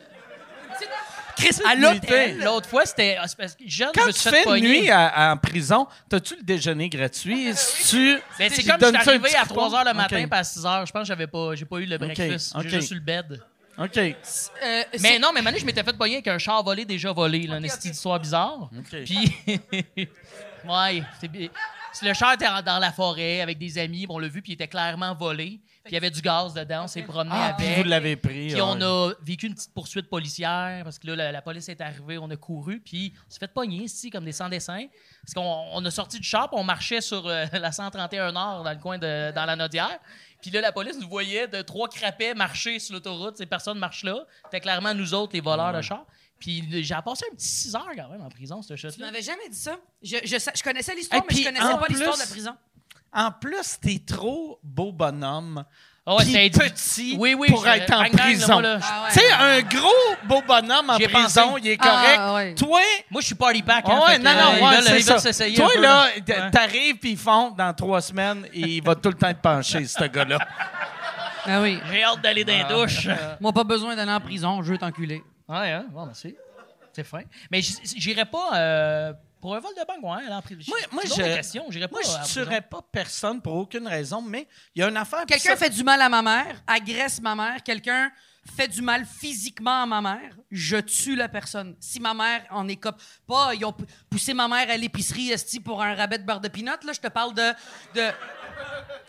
S5: Chris, à l'hôtel.
S4: L'autre fois, c'était. ah, c'est parce que jeune, je
S1: Quand
S4: me
S1: tu
S4: suis
S1: fais
S4: fait
S1: une
S4: pogner.
S1: nuit à- à- en prison, t'as-tu le déjeuner gratuit? Si tu...
S4: Ben, c'est
S1: tu
S4: comme je
S1: donnes
S4: suis
S1: ça un
S4: arrivé
S1: petit
S4: à
S1: coupon?
S4: 3 h le matin,
S1: Ok.
S4: puis à 6 h, je pense que j'avais pas, j'ai pas eu le breakfast.
S1: ok.
S4: J'ai juste eu le bed.
S1: OK.
S5: Euh, c'est-
S4: Mais non, mais maintenant, je m'étais fait pogner avec un char volé déjà volé, là, une
S5: Ok,
S4: petite
S5: ok.
S4: histoire bizarre. Puis. ouais, c'est bi- c'est- Le char était en- dans la forêt avec des amis, puis on l'a vu, puis il était clairement volé. Puis il y avait du gaz dedans, on s'est promené
S1: Ah, puis
S4: avec.
S1: vous l'avez pris. euh.
S4: Puis on
S1: ouais.
S4: a vécu une petite poursuite policière parce que là, la, la police est arrivée, on a couru, puis on s'est fait pogner ici comme des sans-dessins. Parce qu'on on a sorti du shop, on marchait sur euh, la 131 Nord dans le coin de dans la Nodière. Puis là, la police nous voyait de trois crapets marcher sur l'autoroute. Ces personnes marchent là. C'était clairement nous autres, les voleurs de char. Puis le- j'ai passé un petit 6 heures quand même en prison, ce
S5: Tu
S4: shot-là.
S5: m'avais jamais dit ça. Je, je, sa- je connaissais l'histoire,
S1: Et
S5: mais
S1: puis,
S5: je connaissais
S1: en
S5: pas l'histoire de
S1: plus-
S5: la prison.
S1: En plus, t'es trop beau bonhomme.
S4: Ah ouais,
S1: puis
S4: c'était-
S1: petit
S4: Oui, oui,
S1: pour
S4: je-
S1: être en
S4: bang, bang, là,
S1: prison.
S4: moi, là, je-
S5: Ah ouais.
S1: Tu sais, un gros beau bonhomme en
S4: J'y ai
S1: prison,
S4: pensé.
S1: il est correct.
S5: Ah, ouais.
S1: Toi,
S4: Moi, je suis party pack. hein,
S1: Ah ouais,
S4: fait que,
S1: non,
S4: euh, ils
S1: non, ouais,
S4: veulent-
S1: c'est
S4: ils veulent
S1: ça.
S4: s'essayer
S1: Toi,
S4: un peu,
S1: là, t-
S4: Ouais.
S1: t'arrives puis ils font dans trois semaines, il va tout le temps te pencher, ce gars-là.
S5: Ah oui.
S4: J'ai hâte d'aller dans les
S5: Ah.
S4: douches.
S5: Moi, pas besoin d'aller en prison, je veux t'enculer.
S4: Ouais, hein? bon, merci. C'est fin. Mais j- j'irai pas euh, pour un vol de banque, ouais, là, en prison.
S1: Moi, moi,
S4: C'est une
S1: je-
S4: autre question, j'irai pas.
S1: Moi,
S4: à
S1: je
S4: la prison.
S1: tuerais pas personne pour aucune raison, mais il y a une affaire. puis
S5: Quelqu'un
S1: ça-
S5: fait du mal à ma mère, agresse ma mère, quelqu'un fait du mal physiquement à ma mère, je tue la personne. Si ma mère en est cop... Pas, ils ont p- poussé ma mère à l'épicerie esti pour un rabais de beurre de pinot, là, je te parle de... de...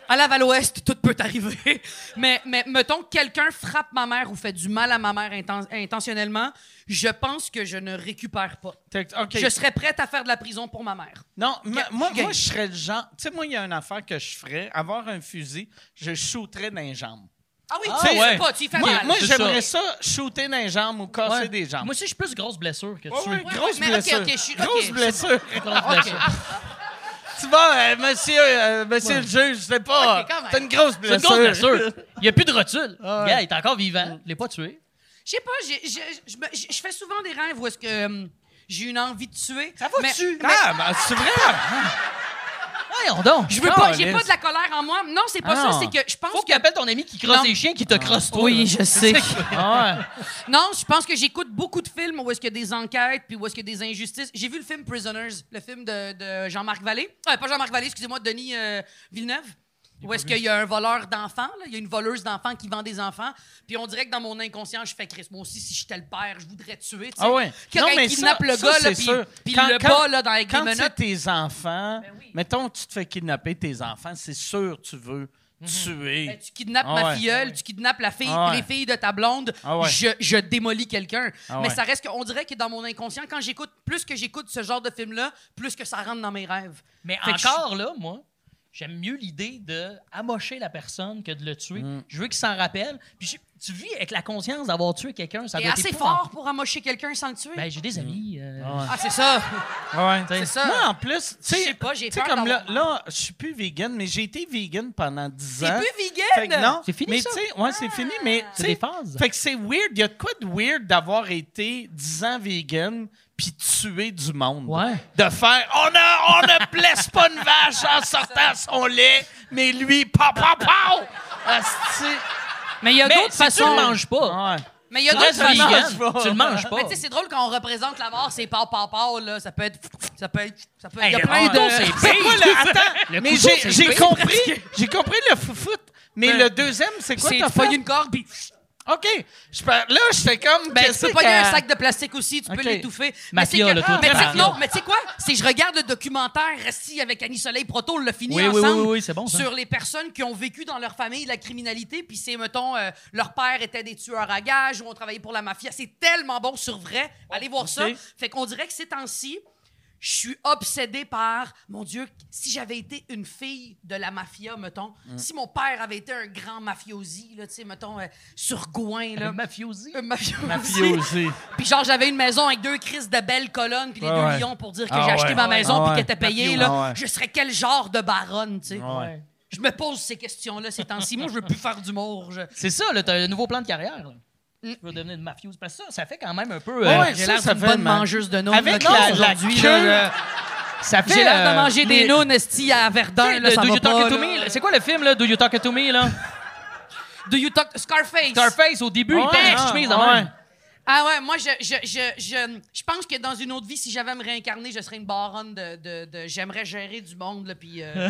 S5: À la Val-Ouest, tout peut arriver. Mais, mais mettons, quelqu'un frappe ma mère ou fait du mal à ma mère inten- intentionnellement, je pense que je ne récupère pas.
S1: T'es- OK.
S5: Je serais prête à faire de la prison pour ma mère.
S1: Non, moi,
S5: Ga-
S1: moi,
S5: gagne.
S1: moi, je serais le genre. Tu sais, moi, il y a une affaire que je ferais. Avoir un fusil, je shooterais dans les jambes.
S5: Ah oui,
S4: Ah
S5: tu sais
S4: ouais.
S5: pas, tu y fais
S1: Moi,
S5: mal.
S1: moi,
S4: c'est
S1: j'aimerais ça. shooter dans les jambes ou casser
S4: Ouais.
S1: des jambes.
S4: Moi aussi, je suis plus grosse blessure que
S1: Ouais,
S4: tu.
S1: ouais,
S5: Ouais,
S1: grosse
S5: mais ok,
S1: blessure.
S5: ok, je suis-
S1: grosse
S5: ok.
S1: blessure.
S4: Grosse blessure.
S1: tu vois, euh, monsieur, euh, monsieur le juge, je sais pas.
S5: Ok, quand même.
S1: T'as une grosse
S4: C'est une
S1: blessure.
S4: grosse blessure. Il n'y a plus de rotule. Le gars, il est encore vivant. Il n'est pas tué.
S5: Je sais pas, j'ai- j'ai- je me- je je fais souvent des rêves où est-ce que euh, j'ai une envie de tuer. Ça
S1: va-tu? Ah, ben, c'est vrai.
S4: Voyons donc.
S5: Je veux
S1: Non,
S5: pas, j'ai
S1: mais-
S5: pas de la colère en moi. Non, c'est pas
S1: Ah.
S5: ça, c'est que je pense
S4: Faut que tu
S5: que
S4: appelles ton ami qui crosse
S5: Non.
S4: les chiens qui te crosse toi.
S5: Oui,
S4: là.
S5: je sais.
S4: Ah ouais.
S5: Non, je pense que j'écoute beaucoup de films où est-ce qu'il y a des enquêtes puis où est-ce qu'il y a des injustices. J'ai vu le film Prisoners, le film de, de Jean-Marc Vallée. Ah, pas Jean-Marc Vallée, excusez-moi, Denis euh, Villeneuve. Où est-ce qu'il y a un voleur d'enfants, là, il y a une voleuse d'enfants qui vend des enfants, puis on dirait que dans mon inconscient, je fais Chris. Moi aussi, si j'étais le père, je voudrais tuer. tu sais.
S1: Ah ouais.
S5: Quelqu'un
S1: mais
S5: kidnappe
S1: ça-
S5: le
S1: ça,
S5: gars, là,
S1: c'est
S5: puis,
S1: sûr.
S5: puis
S1: Quand-
S5: le
S1: quand-
S5: bat là, dans les
S1: Quand
S5: menottes.
S1: c'est tes enfants,
S5: Ben oui.
S1: mettons que tu te fais kidnapper tes enfants, c'est sûr que tu veux tuer.
S5: Ben, tu kidnappes
S1: Ah
S5: ma
S1: ouais.
S5: filleule, tu kidnappes la fille,
S1: Ah ouais.
S5: les filles de ta blonde,
S1: Ah ouais.
S5: je, je démolis quelqu'un.
S1: Ah
S5: Mais
S1: ouais.
S5: ça reste qu'on dirait que dans mon inconscient, quand j'écoute, plus que j'écoute ce genre de film-là, plus que ça rentre dans mes rêves.
S4: Mais
S5: Fait que je-
S4: encore là, moi, j'aime mieux l'idée de amocher la personne que de le tuer. Je veux qu'il s'en rappelle. Puis j'ai- tu vis avec la conscience d'avoir tué quelqu'un. Ça
S5: C'est
S4: doit être
S5: assez
S4: épouvantable.
S5: fort pour amocher quelqu'un sans le tuer.
S4: Ben, j'ai des amis. euh,
S5: ah, c'est ça.
S1: Ah Ouais.
S5: C'est ça.
S1: Moi, en plus, tu
S5: Je
S1: sais,
S5: sais pas, j'ai
S1: tu sais,
S5: peur
S1: comme là,
S5: d'avoir
S1: là, je suis plus vegan, mais j'ai été vegan pendant 10
S5: T'es
S1: ans.
S5: plus
S1: Fait que
S5: vegan. Ah.
S1: non,
S4: C'est fini,
S1: mais
S4: ça?
S1: tu sais, ouais, c'est fini, mais tu
S4: C'est
S1: sais,
S4: des phases.
S1: Fait que c'est weird. Il y a de quoi de weird d'avoir été 10 ans vegan puis tuer du monde.
S4: Ouais.
S1: De faire on, a, on ne blesse pas une vache en sortant son lait, mais lui, pa, pa, pa! Asti.
S5: Mais il y a
S4: Mais
S5: d'autres
S4: si tu
S5: façons.
S4: le manges pas,
S1: Ouais.
S5: Mais il y a
S4: Tu
S5: d'autres
S4: restes
S5: façons.
S4: vegan, Tu le manges pas.
S5: Mais tu sais, c'est drôle quand on représente la mort, c'est par par par là, ça peut être ça peut être ça peut être
S4: Hey,
S5: il y a
S4: le
S5: plein
S4: couteau,
S5: de
S4: c'est
S1: ah C'est quoi le. Attends,
S4: Le
S1: mais
S4: couteau,
S1: j'ai
S4: c'est
S1: j'ai
S4: pire.
S1: compris, j'ai compris le foufoute, mais le deuxième, c'est quoi
S5: Ben, c'est
S1: t'as
S5: tu pognes
S1: fait?
S5: une corde puis
S1: OK. Je par- Là, j'étais comme...
S5: ben, tu
S1: qu'est-ce
S5: peux
S1: que-
S5: pogner un sac de plastique aussi, tu peux
S1: Ok.
S5: l'étouffer.
S4: Mafia,
S5: mais c'est
S4: là, toi,
S5: mais
S4: t'es
S5: c'est-
S4: mafia.
S5: non, mais tu sais quoi Si je regarde le documentaire Récit avec Annie Soleil Proto, on l'a fini
S4: Oui, oui,
S5: ensemble
S4: oui, oui, c'est bon, ça.
S5: sur les personnes qui ont vécu dans leur famille la criminalité, puis c'est mettons euh, leur père était des tueurs à gages ou on travaillait pour la mafia. C'est tellement bon sur vrai. Allez voir ça. Fait qu'on dirait que ces temps-ci je suis obsédé par, mon Dieu, si j'avais été une fille de la mafia, mettons,
S4: Hum.
S5: si mon père avait été un grand mafiosi, là, tu sais, mettons, euh, sur Gouin, là.
S4: Mafiosi.
S5: Euh, mafiosi.
S6: aussi.
S5: Puis genre, j'avais une maison avec deux crises de belles colonnes puis les deux
S6: ouais.
S5: lions pour dire que
S6: Ah
S5: j'ai
S6: ouais.
S5: acheté ma
S6: Ah ouais.
S5: maison
S6: Ah
S5: puis
S6: ouais.
S5: qu'elle était payée,
S6: Matthew,
S5: là.
S6: ah ouais.
S5: Je serais quel genre de baronne, tu sais. Je me pose ces questions-là ces temps-ci. Moi, je veux plus faire d'humour. Je...
S4: C'est ça, là, t'as un nouveau plan de carrière. là.
S5: Mm.
S4: Tu veux devenir une mafieuse. Parce que ça, ça fait quand même un peu.
S1: Ouais,
S4: euh,
S1: ouais,
S5: J'ai
S1: ça,
S5: l'air
S1: ça
S5: d'une
S1: fait
S5: bonne
S1: mal.
S5: mangeuse de nounes.
S1: Avec
S5: là,
S1: la,
S5: Chris,
S1: la
S5: aujourd'hui,
S1: queue,
S5: là, je-
S4: ça fait.
S5: J'ai l'air de
S4: euh,
S5: manger des
S4: les-
S5: nounes, esti, à Verdun,
S4: T'sais,
S5: là,
S4: le
S5: ça
S4: Do
S5: va
S4: You Talk
S5: pas,
S4: To
S5: là.
S4: Me, là, c'est quoi le film, là, Do You Talk To Me, là?
S5: Do you talk... Scarface.
S4: Starface, au début, il
S1: Ouais,
S4: perd
S1: ouais,
S4: sa chemise de
S1: ouais.
S4: même.
S5: Ah ouais, moi, je, je, je, je, je pense que dans une autre vie, si j'avais à me réincarner, je serais une baronne de... de, de- J'aimerais gérer du monde, là, puis... euh,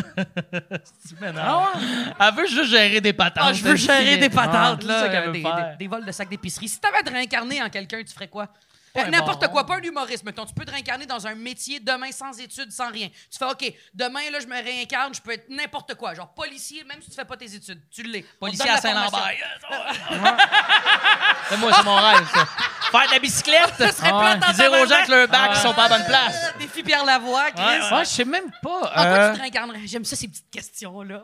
S4: Elle veut juste gérer des patates.
S5: Ah, je veux gérer des patates,
S4: Ah, C'est
S5: là. euh,
S4: ça qu'elle veut
S5: des,
S4: faire.
S5: des- des vols de sacs d'épicerie. Si t'avais à te réincarner en quelqu'un, tu ferais quoi?
S4: Pas
S5: Euh,
S4: un
S5: N'importe
S4: baron.
S5: quoi, pas un humoriste, mettons. Tu peux te réincarner dans un métier demain sans études, sans rien. Tu fais, OK, demain, là, je me réincarne, je peux être n'importe quoi. Genre policier, même si tu fais pas tes études. Tu l'es. On te
S4: Policier
S5: donne
S4: à
S5: la formation.
S4: Saint-Lambert. C'est moi, c'est mon rêve, ça. Faire de la bicyclette.
S5: Ça serait
S4: Ah,
S5: plate en
S4: puis dire aux gens avec
S5: tabarnak.
S4: leur bac, ils sont pas à bonne place.
S5: Ah, Défi Pierre Lavoie, Chris.
S1: Ouais, je sais même pas.
S5: En quoi
S1: euh,
S5: tu te réincarnerais? J'aime ça, ces petites questions-là.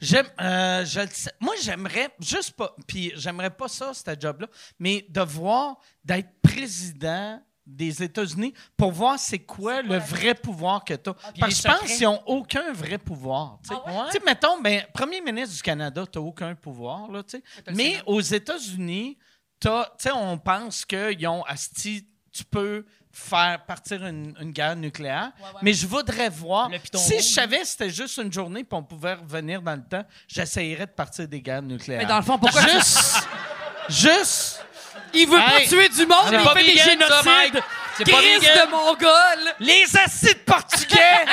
S1: J'aime, euh, je le sais- moi, j'aimerais juste pas, puis j'aimerais pas ça, ce job-là, mais de voir, d'être président des États-Unis pour voir c'est quoi le vrai pouvoir que t'as. Parce que je
S4: les
S1: pense
S4: secrets.
S1: qu'ils n'ont aucun vrai pouvoir. Tu sais,
S4: Ah ouais?
S1: Tu sais, mettons, ben, premier ministre du Canada, t'as aucun pouvoir, là, tu sais.
S5: t'as le
S1: Mais
S5: Sénat.
S1: aux États-Unis, t'as, tu sais, on pense qu'ils ont, asti, tu peux faire partir une, une guerre nucléaire,
S5: ouais.
S1: mais je voudrais voir,
S4: Le piton
S1: si
S4: rouge.
S1: je savais que c'était juste une journée puis on pouvait revenir dans le temps, j'essayerais de partir des guerres nucléaires.
S5: Mais dans le fond, pourquoi tu-
S1: Juste... juste...
S5: Il veut
S1: Hey,
S5: pas tuer du monde,
S4: c'est
S5: mais
S4: pas
S5: il fait des
S4: vegan, ça, Mike.
S5: génocides.
S4: C'est pas
S5: Chris
S4: vegan.
S5: de Mongol.
S1: Les acides portugais!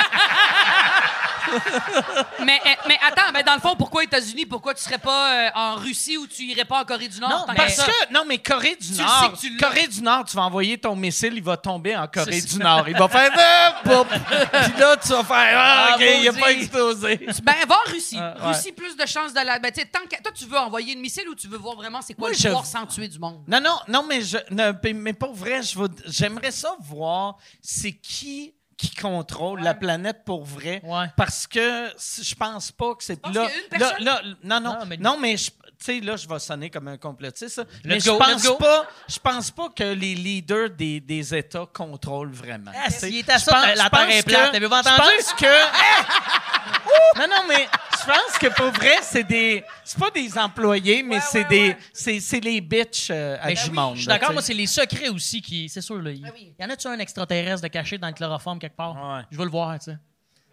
S5: Mais, euh, mais attends, mais dans le fond, pourquoi États-Unis? Pourquoi tu serais pas euh, en Russie ou tu irais pas en Corée du Nord?
S1: non, ben
S5: tant qu'à
S1: parce
S5: ça?
S1: que... Non, mais Corée du
S5: le
S1: Nord...
S5: sais que tu l'as.
S1: Corée du Nord, tu vas envoyer ton missile, il va tomber en Corée
S4: C'est
S1: du Nord. Il va faire... Ah, poup. Puis là, tu vas faire... Ah,
S4: Ah,
S1: OK, il a
S4: maudit.
S1: pas explosé.
S5: Ben, va en Russie.
S1: Ah, ouais.
S5: Russie, plus de chances de la. Ben, tu sais, tant qu'à- Toi, tu veux envoyer une missile ou tu veux voir vraiment c'est quoi
S1: Moi,
S5: le
S1: je-
S5: pouvoir sans tuer du monde?
S1: Non, non, non, mais, je, ne- mais- mais pour vrai, je voud- j'aimerais ça voir c'est qui qui contrôle la planète pour vrai.
S4: Ouais.
S1: Parce que si- je pense pas que c'est.
S5: penses
S1: là,
S5: qu'il y a une
S1: là-
S5: personne?
S1: là- non, non,
S4: Non, mais-
S1: non, mais je- tu sais, là, je vais sonner comme un complotiste. là. Mais
S4: Let's
S1: je
S4: go, let's
S1: pense
S4: go.
S1: pas, je pense pas que les leaders des, des États contrôlent vraiment.
S4: Ah,
S1: Tu sais,
S4: s'il était à
S1: je
S4: ça,
S1: pense-
S4: la- la
S1: je
S4: Terre
S1: pense
S4: est plate.
S1: que-
S4: Avez-vous entendu?
S1: Je pense que. Ouh! non, non, mais je pense que pour vrai, c'est des, c'est pas des employés, mais
S5: Ouais,
S1: c'est
S5: ouais,
S1: des,
S5: ouais.
S1: c'est, c'est les bitches euh, à
S4: Mais
S1: du
S4: Ben oui,
S1: monde.
S4: Je suis
S1: là,
S4: d'accord,
S1: tu
S4: moi,
S1: sais.
S4: c'est les secrets aussi qui. C'est sûr, là. Il
S5: Ah oui.
S4: y en a-tu un extraterrestre de caché dans le chloroforme quelque part?
S1: Ouais.
S4: Je veux le voir, tu sais.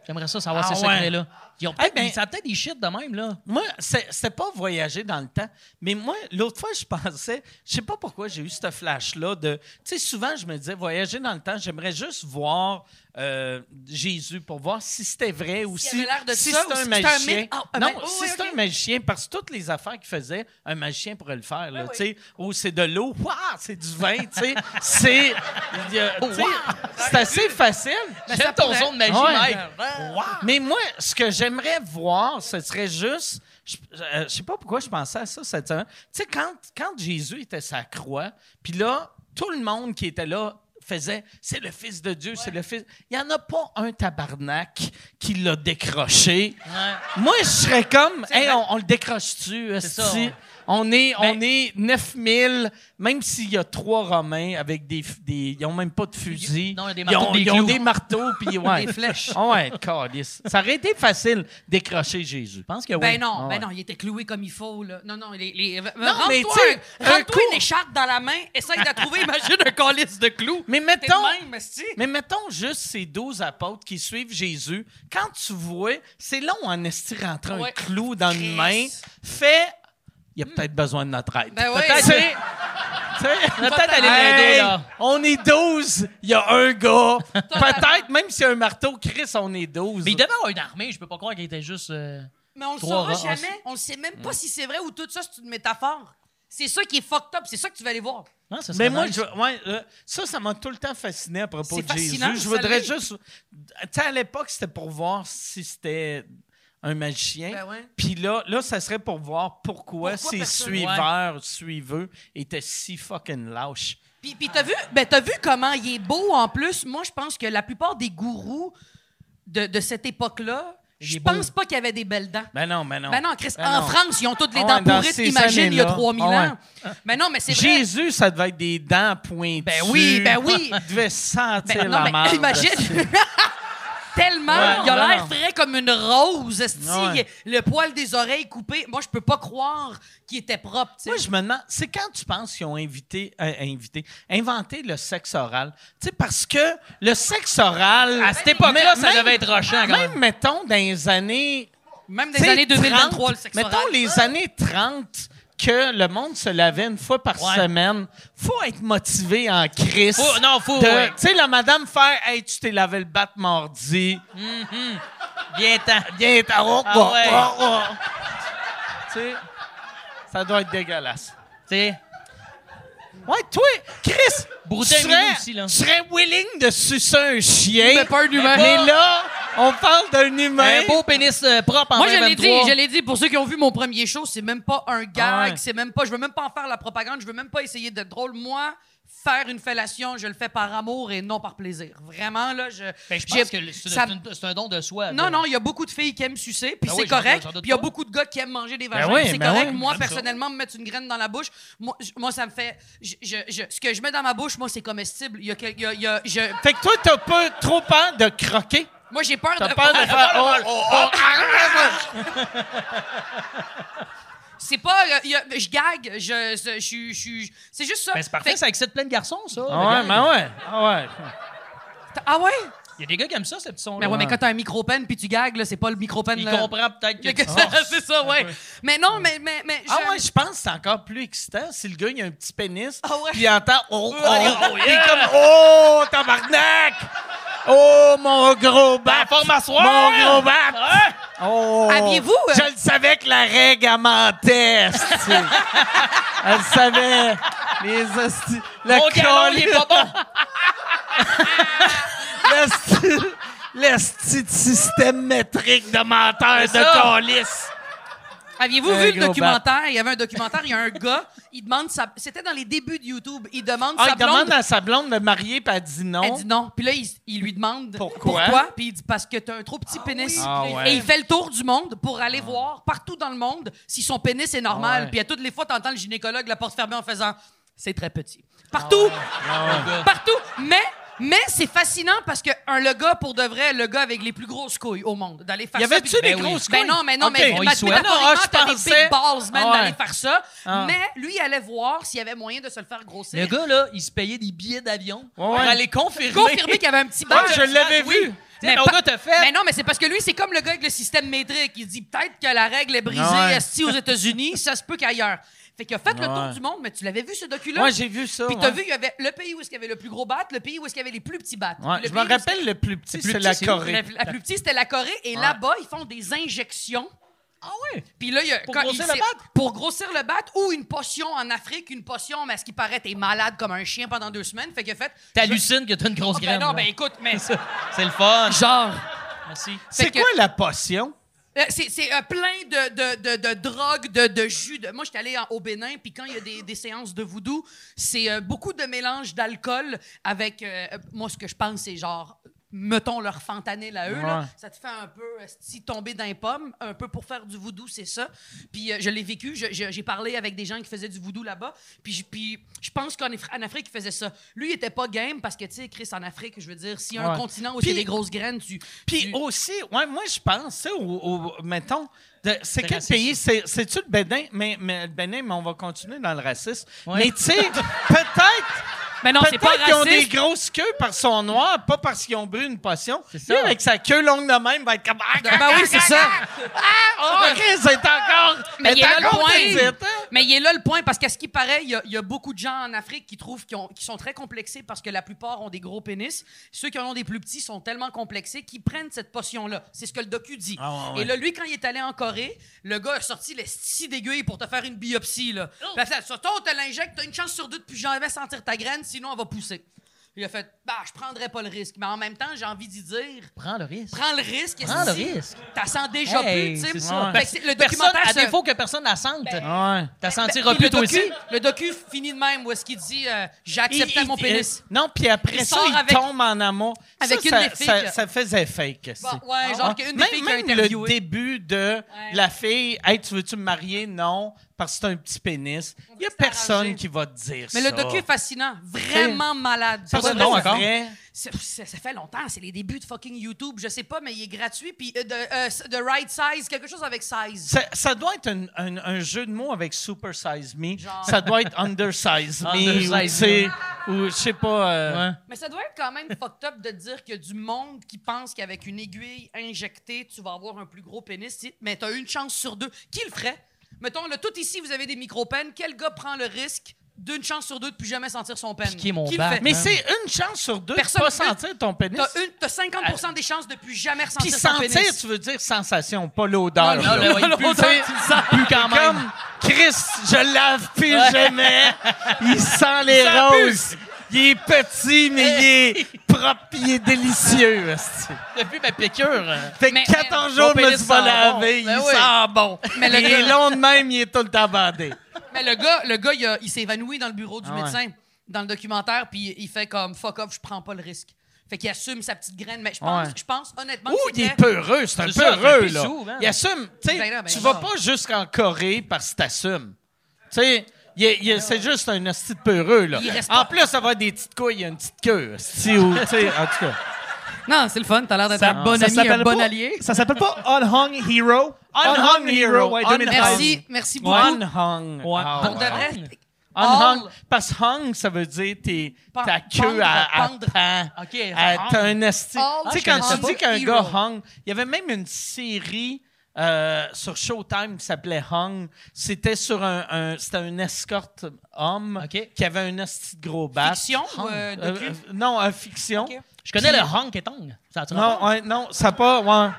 S4: J'aimerais ça savoir
S1: Ah
S4: ces
S1: ouais.
S4: secrets-là. Ils ont peut-être
S1: Eh ben-
S4: des- ça a peut-être des shit de même, là.
S1: Moi, c'est, c'est pas voyager dans le temps, mais moi, l'autre fois, je pensais, je sais pas pourquoi j'ai eu ce flash-là de. Tu sais, souvent, je me disais, voyager dans le temps, j'aimerais juste voir euh, Jésus pour voir si c'était vrai ou
S5: S'il
S1: si,
S5: avait l'air de
S1: si
S5: ça, ou
S1: c'est un
S5: si c'était un
S1: magicien.
S5: mythe. Ah, un
S1: non,
S5: mythe. Oh,
S1: si
S5: oui,
S1: c'est
S5: ok.
S1: un magicien, parce que toutes les affaires qu'il faisait, un magicien pourrait le faire, là,
S5: Ah oui.
S1: tu sais. Ou c'est de l'eau, waouh, c'est du vin, tu sais. c'est. il y a-
S5: Oh,
S1: tu sais, C'est assez facile.
S5: Ben, ça
S4: J'aime ton
S5: pourrait.
S4: son de magie,
S1: Ouais.
S4: Mike.
S1: Mais moi, ce que j'aimerais voir, ce serait juste. Je, euh, je sais pas pourquoi je pensais à ça cette semaine. Tu sais, quand, quand Jésus était sa croix, puis là, tout le monde qui était là faisait c'est le fils de Dieu, c'est le fils. Il y en a pas un tabarnak qui l'a décroché.
S4: Ouais.
S1: Moi, je serais comme
S4: C'est
S1: hey,
S4: vrai.
S1: on, on le décroche-tu,
S4: C'est
S1: esti?
S4: ça.
S1: On est, on
S4: Ben-
S1: est 9000, même s'il y a trois Romains avec des. f- des ils ont même pas de fusil.
S4: Non, il y a des
S1: ils
S4: marteaux
S1: ont
S4: des
S1: ils ont
S4: clous.
S1: des marteaux puis ouais.
S5: Des flèches.
S1: Ah ouais, câlisse. Ça aurait été facile décrocher Jésus.
S4: Je pense que oui.
S5: Ben non,
S1: Ah
S5: ben
S1: ouais.
S5: non, il était cloué comme il faut, là. Non, non, les. les...
S1: mais
S5: Rentre-toi
S1: tu sais,
S5: un-
S1: un
S5: rentre-toi
S1: coup-
S5: une écharpe dans la main, essaye de la trouver, imagine un calice de clous.
S1: Mais
S5: T'es
S1: mettons,
S5: de même, esti.
S1: mais mettons juste ces douze apôtres qui suivent Jésus. Quand tu vois, c'est long en esti rentrer
S5: Ouais.
S1: un clou dans
S5: Chris.
S1: une main. Fais il a peut-être besoin de notre aide.
S5: Ben oui.
S4: Peut-être
S5: C'est-
S4: aller- on va peut-être aller l'aider,
S1: Hey,
S4: là.
S1: On est 12, il y a un gars. Peut-être, même s'il y a un marteau, Chris, on est 12.
S4: Mais il devait avoir une armée, je peux pas croire qu'il était juste. euh,
S5: Mais on le
S4: Trois
S5: saura
S4: rangs, on
S5: jamais. On le sait même pas si c'est vrai ou tout ça, c'est une métaphore. C'est ça qui est fucked up. C'est ça que tu vas aller voir.
S4: Non, ça serait
S1: Mais moi,
S4: nice.
S1: je- ouais, euh, ça, ça m'a tout le temps fasciné à propos
S5: C'est
S1: de Jésus.
S5: fascinant,
S1: Je
S5: ça
S1: voudrais
S5: l'est.
S1: juste. Tu sais, à l'époque, c'était pour voir si c'était un magicien.
S5: Ben ouais.
S1: Puis là, là, ça serait pour voir pourquoi,
S5: Pourquoi
S1: ses
S5: personne-
S1: suiveurs, suiveux étaient si fucking lâches.
S5: Puis, puis t'as vu, ben t'as vu comment il est beau en plus. Moi, je pense que la plupart des gourous de, de cette époque-là,
S4: Il
S5: je
S4: est beau.
S5: pense pas qu'il y avait des belles dents.
S1: Ben non, ben non.
S5: Ben non, Chris,
S1: Ben
S5: en
S1: non.
S5: France, ils ont toutes les
S1: Ah
S5: dents
S1: ouais, dans
S5: pourrites,
S1: ces
S5: imagine, il y a
S1: années-là.
S5: 3000
S1: Ah ouais.
S5: ans. Mais non, mais c'est vrai.
S1: Jésus, ça devait être des dents pointues.
S5: Ben oui, ben oui.
S1: Il devait sentir
S5: Ben, non,
S1: la
S5: mais
S1: marde.
S5: imagine. Tellement,
S1: Ouais,
S5: il a
S1: non,
S5: l'air
S1: non.
S5: frais comme une rose, esti,
S1: Ouais.
S5: le poil des oreilles coupé. Moi, je peux pas croire qu'il était propre, tu sais.
S1: Moi, je me demande, c'est quand tu penses qu'ils ont invité, euh, invité, inventé le sexe oral? Tu sais, parce que le sexe oral.
S4: À cette époque-là,
S1: Mais-
S4: ça
S1: même-
S4: devait être rushant, quand même.
S1: Même, mettons, dans les années.
S5: Même
S1: tu
S5: des
S1: sais,
S5: années 2023,
S1: 30,
S5: le sexe
S1: Mettons
S5: oral.
S1: les
S4: Ah.
S1: années 30 que le monde se lavait une fois par
S4: Ouais.
S1: semaine. Faut être motivé en crise.
S4: Faut- non, faut,
S1: de-
S4: ouais.
S1: Tu sais, la madame faire, hey, tu t'es lavé le bat mardi.
S4: Viens-t'en.
S1: Viens, t'as- oh,
S4: Ah
S1: oh,
S4: ouais.
S1: oh, oh. Tu sais, ça doit être dégueulasse.
S4: Tu sais,
S1: Ouais, toi, Chris,
S4: Broutin
S1: tu serais,
S4: Minou aussi, là.
S1: tu serais willing de sucer un chien.
S5: Mais pas un humain.
S1: Mais là, on parle d'un humain.
S4: un beau pénis euh, propre en
S5: Ben, Moi, je l'ai dit,
S4: 2023.
S5: je l'ai dit, pour ceux qui ont vu mon premier show, c'est même pas un gag,
S1: Ouais.
S5: c'est même pas, je veux même pas en faire la propagande, je veux même pas essayer d'être drôle. Moi, faire une fellation, je le fais par amour et non par plaisir. Vraiment, là, je...
S4: Ben, je
S5: j'ai-
S4: pense que le- c'est
S5: ça-
S4: une- c'est un don de soi.
S5: Non,
S4: là.
S5: non, il y a beaucoup de filles qui aiment sucer,
S4: Ben
S5: puis c'est
S4: oui, j'en doute-
S5: correct.
S4: j'en
S5: Puis
S4: doute
S5: il y a
S4: pas.
S5: beaucoup de gars qui aiment manger des vagins,
S1: oui,
S5: puis c'est
S1: ben
S5: correct.
S1: oui,
S5: moi,
S4: j'aime ça.
S5: personnellement, me mettre une graine dans la bouche, moi, je- moi ça me fait. je- je- je- ce que je mets dans ma bouche, moi, c'est comestible. Il y a, quel- il y a- il y a- je-
S1: Fait que toi, t'as pas trop peur de croquer.
S5: moi, j'ai peur
S1: T'as
S5: de.
S1: peur de faire. Oh, oh, oh,
S5: C'est pas. euh, il y a- je gague. Je, je, je, suis- je suis- c'est juste ça.
S4: Ben, c'est parfait,
S5: Fait que-
S4: ça excite plein de garçons, ça.
S1: Ah ouais,
S4: le
S1: ben
S4: gars.
S1: ouais. Ah ouais.
S5: Ah ouais?
S4: Il y a des gars qui aiment ça, ce petit son
S5: Mais Ben ouais, mais quand t'as un micro-pen puis tu gagues, là, c'est pas le micro-pen.
S4: Il
S5: là.
S4: comprend peut-être que
S5: Il y a que
S4: tu Ah,
S5: ça,
S4: forces.
S5: c'est ça, ouais. Mais non, mais. mais, mais
S1: Ah
S5: je-
S1: ouais, je pense que c'est encore plus excitant si le gars, il a un petit pénis.
S5: Ah ouais.
S1: Puis il entend. Oh, oh,
S4: oh,
S1: Il est comme. Oh, tabarnak! Oh, mon gros bat!
S4: forme à soir!
S1: Mon gros bat!
S4: Ouais.
S1: Oh!
S5: Aviez-vous, euh,
S1: Je le savais que la règle, elle mentait! esti. elle le savait! Les esti- Le
S4: Mon galon, il est pas bon!
S1: L'esti- l'esti de système métrique de menteur
S4: C'est ça.
S1: de calice!
S5: Aviez-vous
S1: Un
S5: vu le
S1: Eh, gros
S5: documentaire? Il y avait un documentaire, il y a un gars, il demande sa... C'était dans les débuts de YouTube. Il demande
S1: Ah,
S5: sa
S1: il
S5: blonde...
S1: demande à sa blonde de marier, puis elle dit non.
S5: Elle dit non. Puis là, il, il lui demande
S1: Pourquoi?
S5: Puis il dit parce que t'as un trop petit pénis.
S1: Ah ouais.
S5: Et il fait le tour du monde pour aller voir partout dans le monde si son pénis est normal.
S1: Ah ouais.
S5: Puis à toutes les fois, t'entends le gynécologue la porte fermée en faisant c'est très petit.
S1: Ah
S5: Partout, Ah partout. Mais mais c'est fascinant parce que un le gars pour de vrai, le gars avec les plus grosses couilles au monde, d'aller faire
S1: Y
S5: ça.
S1: avait-tu
S5: puis-
S1: des
S5: Ben oui.
S1: grosses
S5: Ben
S1: couilles?
S5: non, mais non,
S1: Ok.
S5: mais
S4: On y souhaite.
S5: métaphoriquement,
S1: Ah, je
S5: t'as des
S1: pensais-
S5: big balls, man,
S1: Ah ouais.
S5: d'aller faire ça.
S1: Ah.
S5: Mais lui, il allait voir s'il y avait moyen de se le faire grossir.
S4: Le gars, là, il se payait des billets d'avion pour
S1: ouais.
S4: aller confirmer.
S5: Confirmer qu'il y avait un petit
S1: Ah,
S5: bal.
S1: je l'avais
S4: Oui.
S1: vu!
S4: Tu sais,
S5: Mais
S4: ton
S5: pas-
S4: gars t'a fait.
S5: Mais non, mais c'est parce que lui, c'est comme le gars avec le système métrique. Il dit peut-être que la règle est brisée
S1: Ouais.
S5: esti, aux États-unis, ça se peut qu'ailleurs. Fait qu'il a fait le tour
S1: Ouais.
S5: du monde, mais tu l'avais vu ce docu-là?
S1: Moi, j'ai vu ça.
S5: Puis t'as
S1: ouais.
S5: vu, il y avait le pays où est-ce qu'il y avait le plus gros bat, le pays où est-ce qu'il y avait les plus petits bats.
S1: Ouais,
S5: Le
S1: je me
S5: pays où est-ce
S1: rappelle le plus petit,
S4: plus
S1: c'est
S4: petit,
S1: la
S4: c'est
S5: que-
S1: Corée.
S5: La, la plus petite, c'était la Corée, et là-bas, ils font des injections.
S4: Ah ouais?
S5: Puis là, il y a-
S4: Pour
S5: quand
S4: grossir
S5: il
S4: le
S5: s'est-
S4: bat?
S5: Pour grossir le bat, ou une potion en Afrique, une potion, mais à ce qui paraît, t'es malade comme un chien pendant deux semaines. Fait qu'il a fait.
S4: T'hallucines que t'as une grosse
S5: Ah, ben
S4: graine.
S5: non,
S4: là.
S5: ben écoute, mais.
S4: C'est le fun.
S5: Genre.
S4: Merci.
S1: C'est
S5: Fait que-
S1: quoi la potion?
S5: Euh, c'est c'est, euh, plein de, de, de, de drogues, de, de jus. De... Moi, j'étais allée en- au Bénin, puis quand il y a des, des séances de voodoo, c'est euh, beaucoup de mélange d'alcool avec. euh, euh, moi, ce que je pense, c'est genre. Mettons leur fentanyl à eux.
S1: Ouais.
S5: Là. Ça te fait un peu euh, si tomber d'un pomme, un peu pour faire du voodoo, c'est ça. Puis euh, je l'ai vécu. je- je- J'ai parlé avec des gens qui faisaient du voodoo là-bas. Puis je, puis je pense qu'en Afri- en Afrique, ils faisaient ça. Lui, il était pas game parce que, tu sais, Chris, en Afrique, je veux dire, s'il y a un
S1: Ouais.
S5: continent où il y a
S1: Puis-
S5: des grosses graines, tu.
S1: Puis
S5: tu-
S1: aussi, ouais, moi, je pense, tu sais, au, au- mettons, de- c'est quel
S4: raciste,
S1: pays? C'est- C'est-tu le Bénin? Mais, mais le Bénin, mais on va continuer dans le racisme.
S4: Ouais.
S1: Mais tu sais, peut-être
S5: Mais non, c'est pas
S1: peut-être qu'ils ont
S5: raciste.
S1: des grosses queues parce qu'ils sont noirs, pas parce qu'ils ont bu une potion.
S4: ça.
S1: Lui, avec sa queue longue de même, va être comme... Ah,
S5: Ben oui, c'est ça.
S1: Ah, oh, Chris, c'est encore...
S5: Mais il est là le
S1: encore
S5: point.
S1: petite, hein?
S5: Mais il est là le point, parce qu'à ce qui paraît, il y, a- il y a beaucoup de gens en Afrique qui trouvent qu'ils ont- qu'ils sont très complexés parce que la plupart ont des gros pénis. Ceux qui en ont des plus petits sont tellement complexés qu'ils prennent cette potion-là. C'est ce que le docu dit.
S1: Ah ouais, ouais.
S5: Et là, lui, quand il est allé en Corée, le gars a sorti les six d'aiguilles pour te faire une biopsie. Là.
S4: Oh!
S5: Puis elle a fait, toi, on te l'injecte, t'as une chance sur deux de plus jamais sentir ta graine, sinon elle va pousser. Il a fait, bah, je prendrais pas le risque. Mais en même temps, j'ai envie d'y dire,
S4: Prends le risque.
S5: prends le risque.
S4: Prends le
S5: esti.
S4: risque.
S5: T'as sens déjà
S4: Hey,
S5: plus, tu sais.
S4: c'est ça.
S5: Fait que c'est- le
S4: Personne,
S5: documentaire,
S4: à
S5: se-
S4: défaut que personne la sente,
S1: Ouais.
S4: t'as
S5: Ben,
S4: senti plus
S5: puis le
S4: toi
S5: docu-
S4: aussi.
S5: Le docu finit de même où est-ce qu'il dit euh, J'ai accepté
S1: Il- il-
S5: mon pénis.
S1: il- non, puis après
S5: Il
S1: ça,
S5: sort
S1: il
S5: avec-
S1: tombe en amour. Ça,
S5: Avec une
S1: ça,
S5: des filles
S1: ça-
S5: que-
S1: ça faisait fake. si.
S5: Bah, ouais, genre
S1: Ah.
S5: qu'une des
S1: même,
S5: filles qui a
S1: même le
S5: interviewé.
S1: début de la fille, hey, tu veux-tu me marier? Non, parce que c'est un petit pénis. Il n'y a
S5: s'arranger.
S1: personne qui va te dire ça.
S5: Mais le docu est fascinant, vraiment malade.
S1: Ça,
S5: Pour
S1: c'est
S5: vrai,
S1: bon
S5: ça-
S1: encore.
S5: Ça, ça- ça fait longtemps, c'est les débuts de fucking YouTube, je sais pas, mais il est gratuit. Puis euh, de, euh, de Right Size, quelque chose avec Size.
S1: Ça, ça doit être un, un- un jeu de mots avec Super Size Me.
S5: Genre.
S1: Ça doit être Undersize Me. ou
S4: Undersize
S1: c'est- Ou je sais pas. euh,
S4: Ouais.
S5: Mais ça doit être quand même fucked up de dire qu'il y a du monde qui pense qu'avec une aiguille injectée, tu vas avoir un plus gros pénis, si- mais t'as une chance sur deux. Qui le ferait? Mettons, là, tout ici, vous avez des micro-peines. Quel gars prend le risque d'une chance sur deux de plus jamais sentir son peine?
S4: Piquer mon
S5: Qui le
S4: bac.
S5: fait?
S1: Mais c'est une chance sur deux
S5: Personne
S1: de pas
S5: peut-
S1: sentir ton pénis.
S5: T'as une- t'as 50 des chances de plus jamais ressentir
S1: Puis
S5: son
S1: sentir,
S5: pénis.
S1: tu veux dire sensation, pas l'odeur.
S4: Ah, Non,
S1: là.
S4: là, ouais, il pue, tu le sens plus quand même.
S1: Comme Chris, je lave plus jamais. Il sent les roses. Il est petit, mais il est propre, il est délicieux. esti.
S4: Depuis ma piqûre. euh,
S1: Fait que
S5: Mais-
S1: 14
S4: Mon
S1: jours, je me
S4: pénis
S1: suis pas
S4: sent
S1: lavé.
S4: bon. Ben
S1: il
S4: oui.
S1: sent bon.
S5: Mais le
S1: il
S5: gars-
S1: est long de même, il est tout le temps bandé.
S5: Mais le gars, le gars il, a- il s'est évanoui dans le bureau du
S1: Ah ouais.
S5: médecin, dans le documentaire, puis il fait comme fuck off, je prends pas le risque. Fait qu'il assume sa petite graine, mais je pense,
S1: Ouais.
S5: je pense honnêtement
S1: Ouh,
S5: que
S1: il est
S5: c'était-
S1: peureux, c'est un
S4: C'est ça,
S1: peureux,
S4: c'est
S1: là.
S4: un pissou, man.
S1: Il assume, tu sais,
S5: Ben là, ben
S1: tu
S5: là.
S1: vas pas jusqu'en Corée parce que t'assumes. Tu sais, il est- il est- c'est juste un hostie de peureux, là.
S5: Il reste
S1: En
S5: pas-
S1: plus, ça va avoir des petites couilles, il y a une petite queue, hostie, ou, tu sais, en tout cas.
S5: Non, c'est le fun, t'as l'air d'être un bon
S6: Ça
S5: ami, un
S6: s'appelle
S5: bon
S6: pas-
S5: allié.
S6: Ça s'appelle pas Unhung Hero?
S1: Unhung Hero,
S6: ouais,
S1: Unhung.
S6: 2013.
S5: Merci, merci beaucoup.
S1: Unhung.
S6: Ouais.
S1: Ah,
S5: Pour de
S1: ouais.
S5: vrai,
S4: Hung.
S1: Unhung,
S5: all-
S1: parce que hung, ça veut dire t'es-
S5: Pen-
S1: ta queue
S5: pendre,
S1: à, à
S5: pendre.
S1: pend.
S4: OK.
S1: Ah,
S4: hung.
S1: T'as un esti.
S5: All
S1: Tu sais,
S5: je
S1: quand
S5: connaissais
S1: tu dis
S5: pas.
S1: qu'un
S5: Hero.
S1: gars hung, il y avait même une série euh, sur Showtime qui s'appelait Hung. C'était sur un, un- c'était un escorte homme
S4: OK.
S1: qui avait un esti de gros bat.
S5: Fiction ou, euh,
S1: Ah. Euh,
S5: docu?
S1: euh, non, un fiction.
S5: Ok.
S4: Je connais
S1: Puis-
S4: le Hank et Tong. Ça a-tu rapport?
S1: Non, ouais, non, ça pas. Ouais.